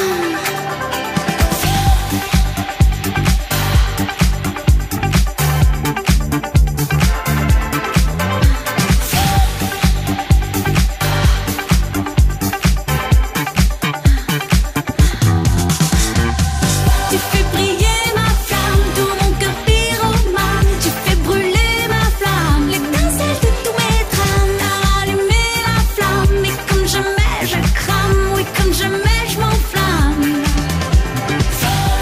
R: Tu fais briller ma flamme, tout mon cœur pyromane. Tu fais brûler ma flamme, l'étincelle de tous mes drames. T'as allumé la flamme, mais comme jamais je crame, oui, comme jamais je m'enflamme.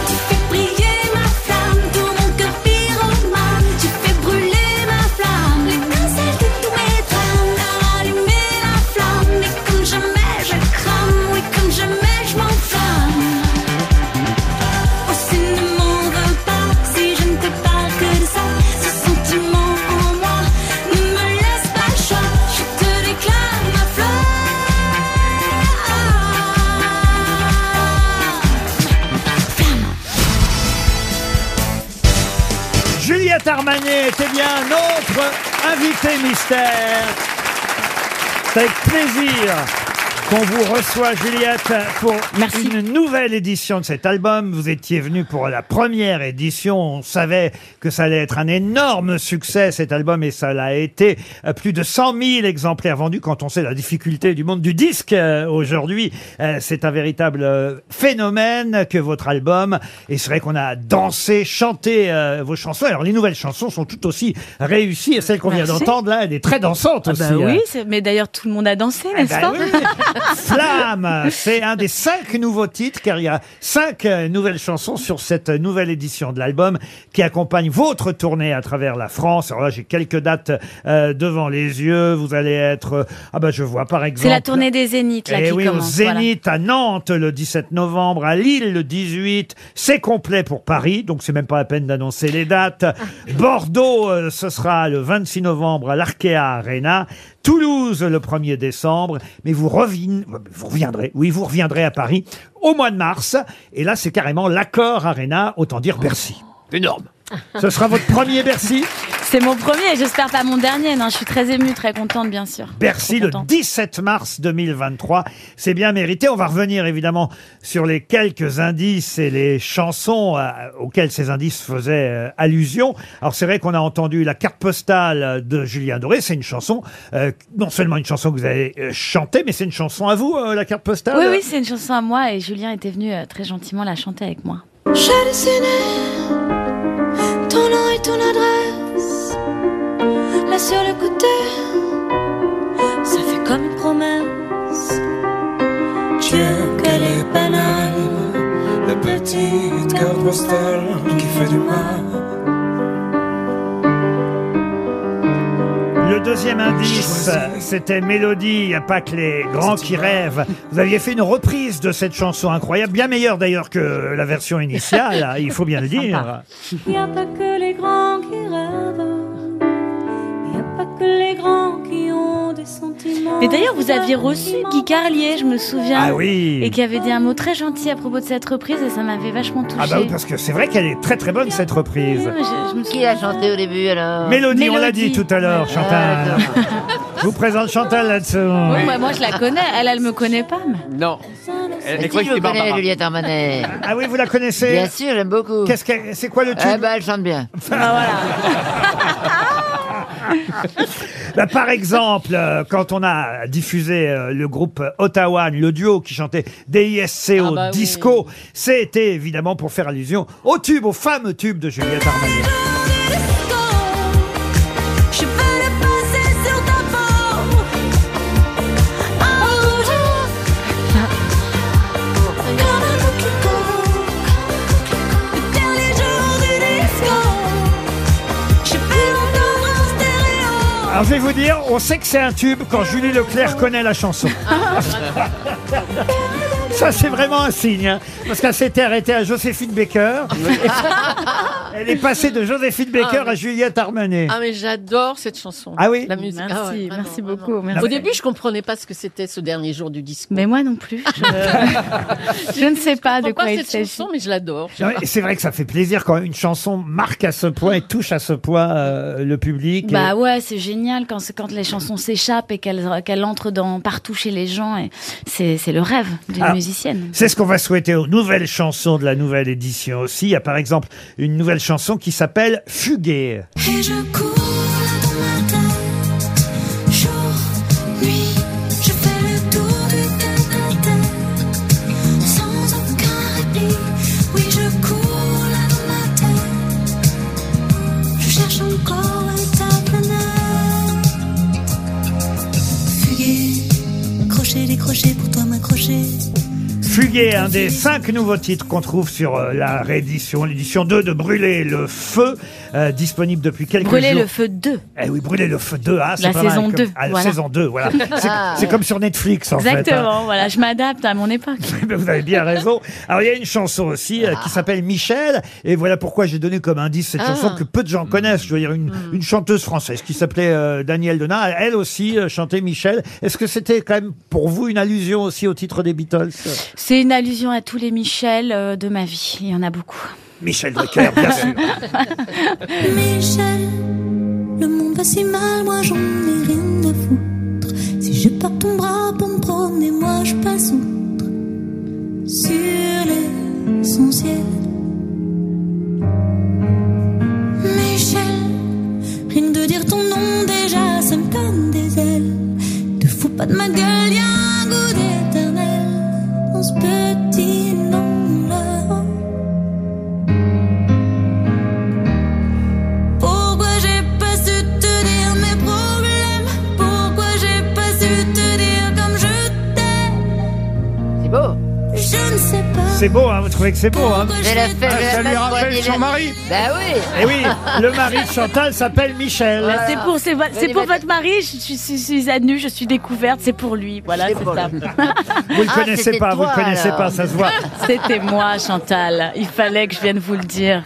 R: Tu fais briller ma flamme, tout mon cœur pyromane. Tu fais brûler ma flamme, l'étincelle de tous mes drames. T'as allumé la flamme, mais comme jamais je crame, oui, comme jamais je m'enflamme. Oh, si ne m'en veux pas, si je ne te parle que de ça, ce sentiment en moi ne me laisse pas le choix. Je te déclare ma
B: Juliette Armanet était bien notre invité mystère. C'est avec plaisir qu'on vous reçoit, Juliette, pour une nouvelle édition de cet album. Vous étiez venu pour la première édition. On savait que ça allait être un énorme succès, cet album, et ça l'a été. Euh, Plus de 100 000 exemplaires vendus. Quand on sait la difficulté du monde du disque euh, aujourd'hui, euh, c'est un véritable euh, phénomène que votre album. Et c'est vrai qu'on a dansé, chanté euh, vos chansons. Alors, les nouvelles chansons sont tout aussi réussies. Et celle qu'on vient
H: Merci.
B: d'entendre, là, elle est très dansante
H: Ah
B: aussi.
H: bah
B: hein.
H: oui, c'est- mais d'ailleurs tout le monde a dansé, n'est-ce
B: bah
H: pas
B: Flamme, c'est un des cinq nouveaux titres, car il y a cinq euh, nouvelles chansons sur cette nouvelle édition de l'album qui accompagne votre tournée à travers la France. Alors là, j'ai quelques dates euh, devant les yeux. Vous allez être, euh, ah ben je vois par exemple.
H: C'est la tournée des Zéniths là,
B: Eh
H: qui
B: oui, au
H: commence. voilà.
B: Zénith à Nantes le 17 novembre, à Lille le 18. C'est complet pour Paris, donc c'est même pas la peine d'annoncer les
H: Ah.
B: dates. Bordeaux, euh, ce sera le 26 novembre à l'Arkea Arena. Toulouse le 1er décembre. Mais vous, revin- vous reviendrez, oui, vous reviendrez à Paris au mois de mars. Et là, c'est carrément l'accord Arena, autant dire Bercy.
M: Énorme.
B: Ce sera votre premier Bercy
H: C'est mon premier et j'espère pas mon dernier. Non, je suis très émue, très contente, bien sûr.
B: Bercy
H: Trop
B: le
H: contente.
B: 17 mars 2023. C'est bien mérité. On va revenir évidemment sur les quelques indices et les chansons euh, auxquelles ces indices faisaient euh, allusion. Alors c'est vrai qu'on a entendu la carte postale de Julien Doré. C'est une chanson, euh, non seulement une chanson que vous avez euh, chantée, mais c'est une chanson à vous, euh, la carte postale.
H: Oui, oui, c'est une chanson à moi et Julien était venu euh, très gentiment la chanter avec moi.
R: J'ai dessiné ton nom et ton adresse. Là sur le côté, ça fait comme une promesse. Dieu, qu'elle est banale, la petite carte postale qui fait du mal.
B: Le deuxième indice, c'était Mélodie, il n'y a pas que les grands qui rêvent. Vous aviez fait une reprise de cette chanson incroyable, bien meilleure d'ailleurs que la version initiale, il faut bien le dire.
R: Il n'y a pas que les grands qui rêvent. Il n'y a pas que les grands qui ont des sentiments.
H: Mais d'ailleurs, vous aviez reçu Guy Carlier, je me souviens.
B: Ah oui.
H: Et qui avait dit un mot très gentil à propos de cette reprise et ça m'avait vachement touchée.
B: Ah bah oui, parce que c'est vrai qu'elle est très très bonne cette reprise.
E: Qui l'a chanté au début alors
B: Mélodie, on l'a dit tout à l'heure, Chantal. Je vous présente Chantal là-dessous.
H: Oui, bah, moi je la connais, elle, elle me connaît pas. mais-
M: Non.
E: Mais
H: elle
E: si,
H: croit que
E: je
H: c'est
E: connais
H: Barbara.
E: Juliette Armanet.
B: Ah oui, vous la connaissez
E: Bien sûr, j'aime beaucoup.
B: Qu'est-ce que c'est quoi le tube Ah,
E: Eh ben, elle chante bien.
B: Bah, par exemple, euh, quand on a diffusé euh, le groupe Ottawa, le duo qui chantait DISCO
R: Ah bah oui.
B: Disco, c'était évidemment pour faire allusion au tube, au fameux tube de Juliette Armanet.
R: Je veux le passer sur ta peau. Un rouge. Comme un coquelicot. Le dernier jour du disco. Je peux l'entendre en stéréo.
B: Alors je vais vous dire, on sait que c'est un tube quand Julie Leclerc connaît la chanson. Ça c'est vraiment un signe, hein, parce qu'elle s'était arrêtée à Joséphine Baker. Elle est passée de Joséphine Baker à Juliette Armanet.
C: Ah mais j'adore cette chanson.
B: Ah oui
C: La musique.
H: Merci, merci beaucoup.
C: Au
H: merci.
C: début, je comprenais pas ce que c'était ce dernier jour du disco.
H: Mais moi non plus. Je, je ne sais pas de
C: comprends
H: quoi
C: pas
H: il
C: cette
H: s'agit.
C: chanson, mais je l'adore.
B: Non, mais C'est vrai que ça fait plaisir quand une chanson marque à ce point et touche à ce point euh, le public. Et-
H: Bah ouais, c'est génial quand, c'est- quand les chansons s'échappent et qu'elles qu'elles entrent dans, partout chez les gens. et C'est c'est le rêve d'une
B: Ah,
H: musicienne.
B: C'est ce qu'on va souhaiter aux nouvelles chansons de la nouvelle édition aussi. Il y a par exemple une nouvelle chanson qui s'appelle Fuguer.
R: Et je cours dans ma tête, jour, nuit, je fais le tour de ta tête, sans aucun répit. Oui, je cours dans ma tête, je cherche encore ta planète. Fuguer, crochet, décrocher pour toi m'accrocher.
B: Fuguer, un des cinq nouveaux titres qu'on trouve sur euh, la réédition, l'édition 2 de Brûler le Feu, euh, disponible depuis quelques
H: Brûler
B: jours.
H: le feu 2.
B: Eh oui, Brûler le Feu 2, ah, c'est
H: La
B: pas mal
H: saison
B: comme-
H: 2,
B: Ah, la
H: voilà.
B: saison
H: [laughs]
B: 2, voilà. C'est-
H: Ah.
B: C'est comme sur Netflix, en fait. hein.
H: Exactement, voilà, je m'adapte à mon époque.
B: Ben, [laughs] Vous avez bien raison. Alors, il y a une chanson aussi euh, qui s'appelle Michel. Et voilà pourquoi j'ai donné comme indice cette
H: Ah.
B: chanson que peu de gens connaissent. Je veux dire, une, une chanteuse française qui s'appelait euh, Danielle Donat. Elle aussi euh, chantait Michel. Est-ce que c'était quand même pour vous une allusion aussi au titre des Beatles
H: C'est une allusion à tous les Michel euh, de ma vie. Il y en a beaucoup.
B: Michel Drucker, bien sûr.
R: Michel, le monde va si mal, moi j'en ai rien à foutre. Si je pars ton bras pour me promener, moi je passe outre sur l'essentiel. Michel, rien que de dire ton nom déjà, ça me donne des ailes. Te fous pas de ma gueule, y'a un goût d'éternel dans ce petit nom-là. Pourquoi j'ai pas su te dire mes problèmes Pourquoi j'ai pas su te dire comme je t'aime
B: C'est beau, hein, vous trouvez que c'est beau, hein
E: Je l'ai fait,
G: Ah,
E: je l'ai
G: ça lui
E: fait
G: rappelle
E: pour
G: son
E: anniversaire.
G: mari.
E: Bah oui.
B: Et Eh oui, le mari de Chantal s'appelle Michel.
H: Voilà, Euh, C'est pour, c'est, c'est pour votre mari, je, suis- je suis à nu, je suis découverte, c'est pour lui. Voilà, c'est ça.
B: Vous le connaissez pas, vous le connaissez pas, ça se voit.
H: C'était moi, Chantal. Il fallait que je vienne vous le dire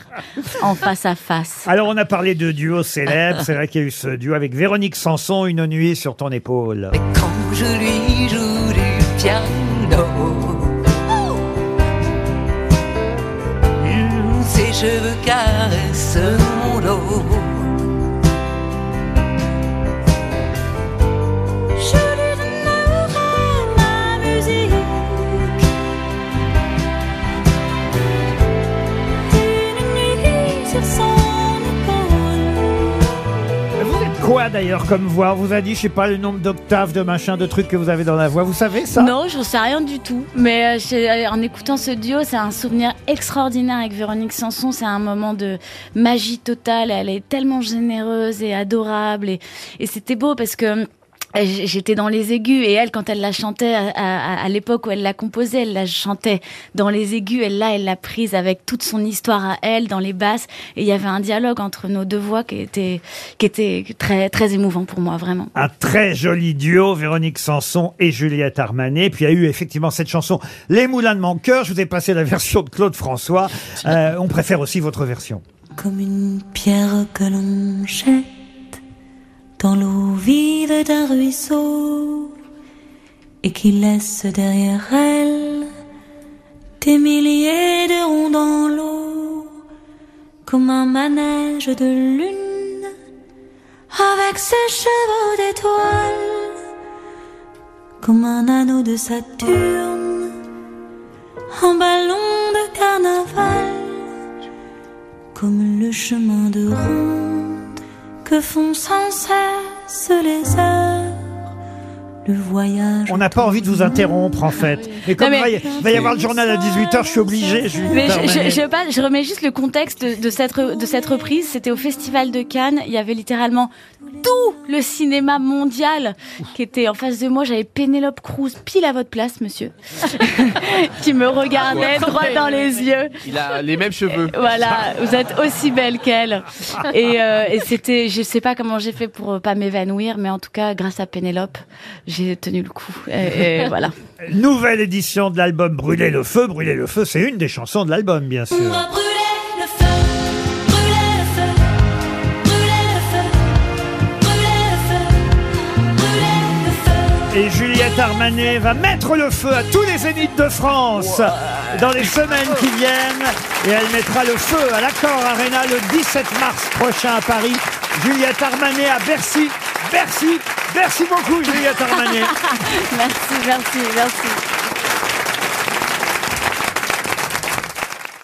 H: en face à face.
B: Alors, on a parlé de duos célèbres. C'est vrai qu'il y a eu ce duo avec Véronique Sanson, Une nuit sur ton épaule.
R: [laughs] Je lui joue du piano. Mm, Ses cheveux caressent mon dos. Je lui donnerai ma musique. Une nuit sur son épaule.
B: Vous êtes quoi d'ailleurs comme voix On vous a dit, je sais pas, le nombre d'octaves, de machin, de trucs que vous avez dans la voix. Vous savez ça
H: Non, je sais rien du tout. Mais euh, j'ai- euh, en écoutant ce duo, c'est un souvenir extraordinaire avec Véronique Sanson. C'est un moment de magie totale. Elle est tellement généreuse et adorable. Et, et c'était beau parce que. euh, j- J'étais dans les aigus et elle, quand elle la chantait à, à- à l'époque où elle la composait, elle la chantait dans les aigus. Elle là, elle l'a prise avec toute son histoire à elle dans les basses. Et il y avait un dialogue entre nos deux voix qui était qui était très très émouvant pour moi vraiment.
B: Un très joli duo, Véronique Sanson et Juliette Armanet. Puis il y a eu effectivement cette chanson Les Moulins de mon cœur. Je vous ai passé la version de Claude François. Euh, on préfère aussi votre version.
R: comme une pierre que l'on jette dans l'eau vive d'un ruisseau et qui laisse derrière elle des milliers de ronds dans l'eau, comme un manège de lune avec ses chevaux d'étoiles, comme un anneau de Saturne, un ballon de carnaval comme le chemin de ronde que font sans cesse les heures. Le voyage.
B: On n'a pas envie de vous interrompre en fait. Et comme
H: Non, mais-
B: il va y- il va y avoir le journal à 18h, je suis obligé. Juliette
H: Mais je, je,
B: Armanet.
H: je, pas- je remets juste le contexte de, de cette, re- de cette reprise. C'était au Festival de Cannes. Il y avait littéralement tout le cinéma mondial qui était en face de moi. J'avais Pénélope Cruz pile à votre place, monsieur, [laughs] qui me
B: Ah
H: regardait
M: Ouais.
H: droit dans les yeux.
M: Il a les mêmes cheveux.
H: Voilà, vous êtes aussi belle qu'elle. Et, euh, et c'était, je sais pas comment j'ai fait pour euh, pas m'évanouir, mais en tout cas, grâce à Pénélope, j'ai tenu le coup. [laughs] Et, et voilà.
B: Nouvelle édition de l'album Brûler le feu. Brûler le feu, c'est une des chansons de l'album, bien sûr.
R: On va brûler le feu, brûler le feu, brûler le feu, brûler le feu, brûler le feu.
B: Et Juliette Armanet va mettre le feu à tous les zéniths de France dans les semaines qui viennent. Et elle mettra le feu à l'Accor Arena le 17 mars prochain à Paris. Juliette Armanet à Bercy.
H: [laughs]
B: Bercy. Merci beaucoup, Juliette Armanet.
H: merci, merci, merci.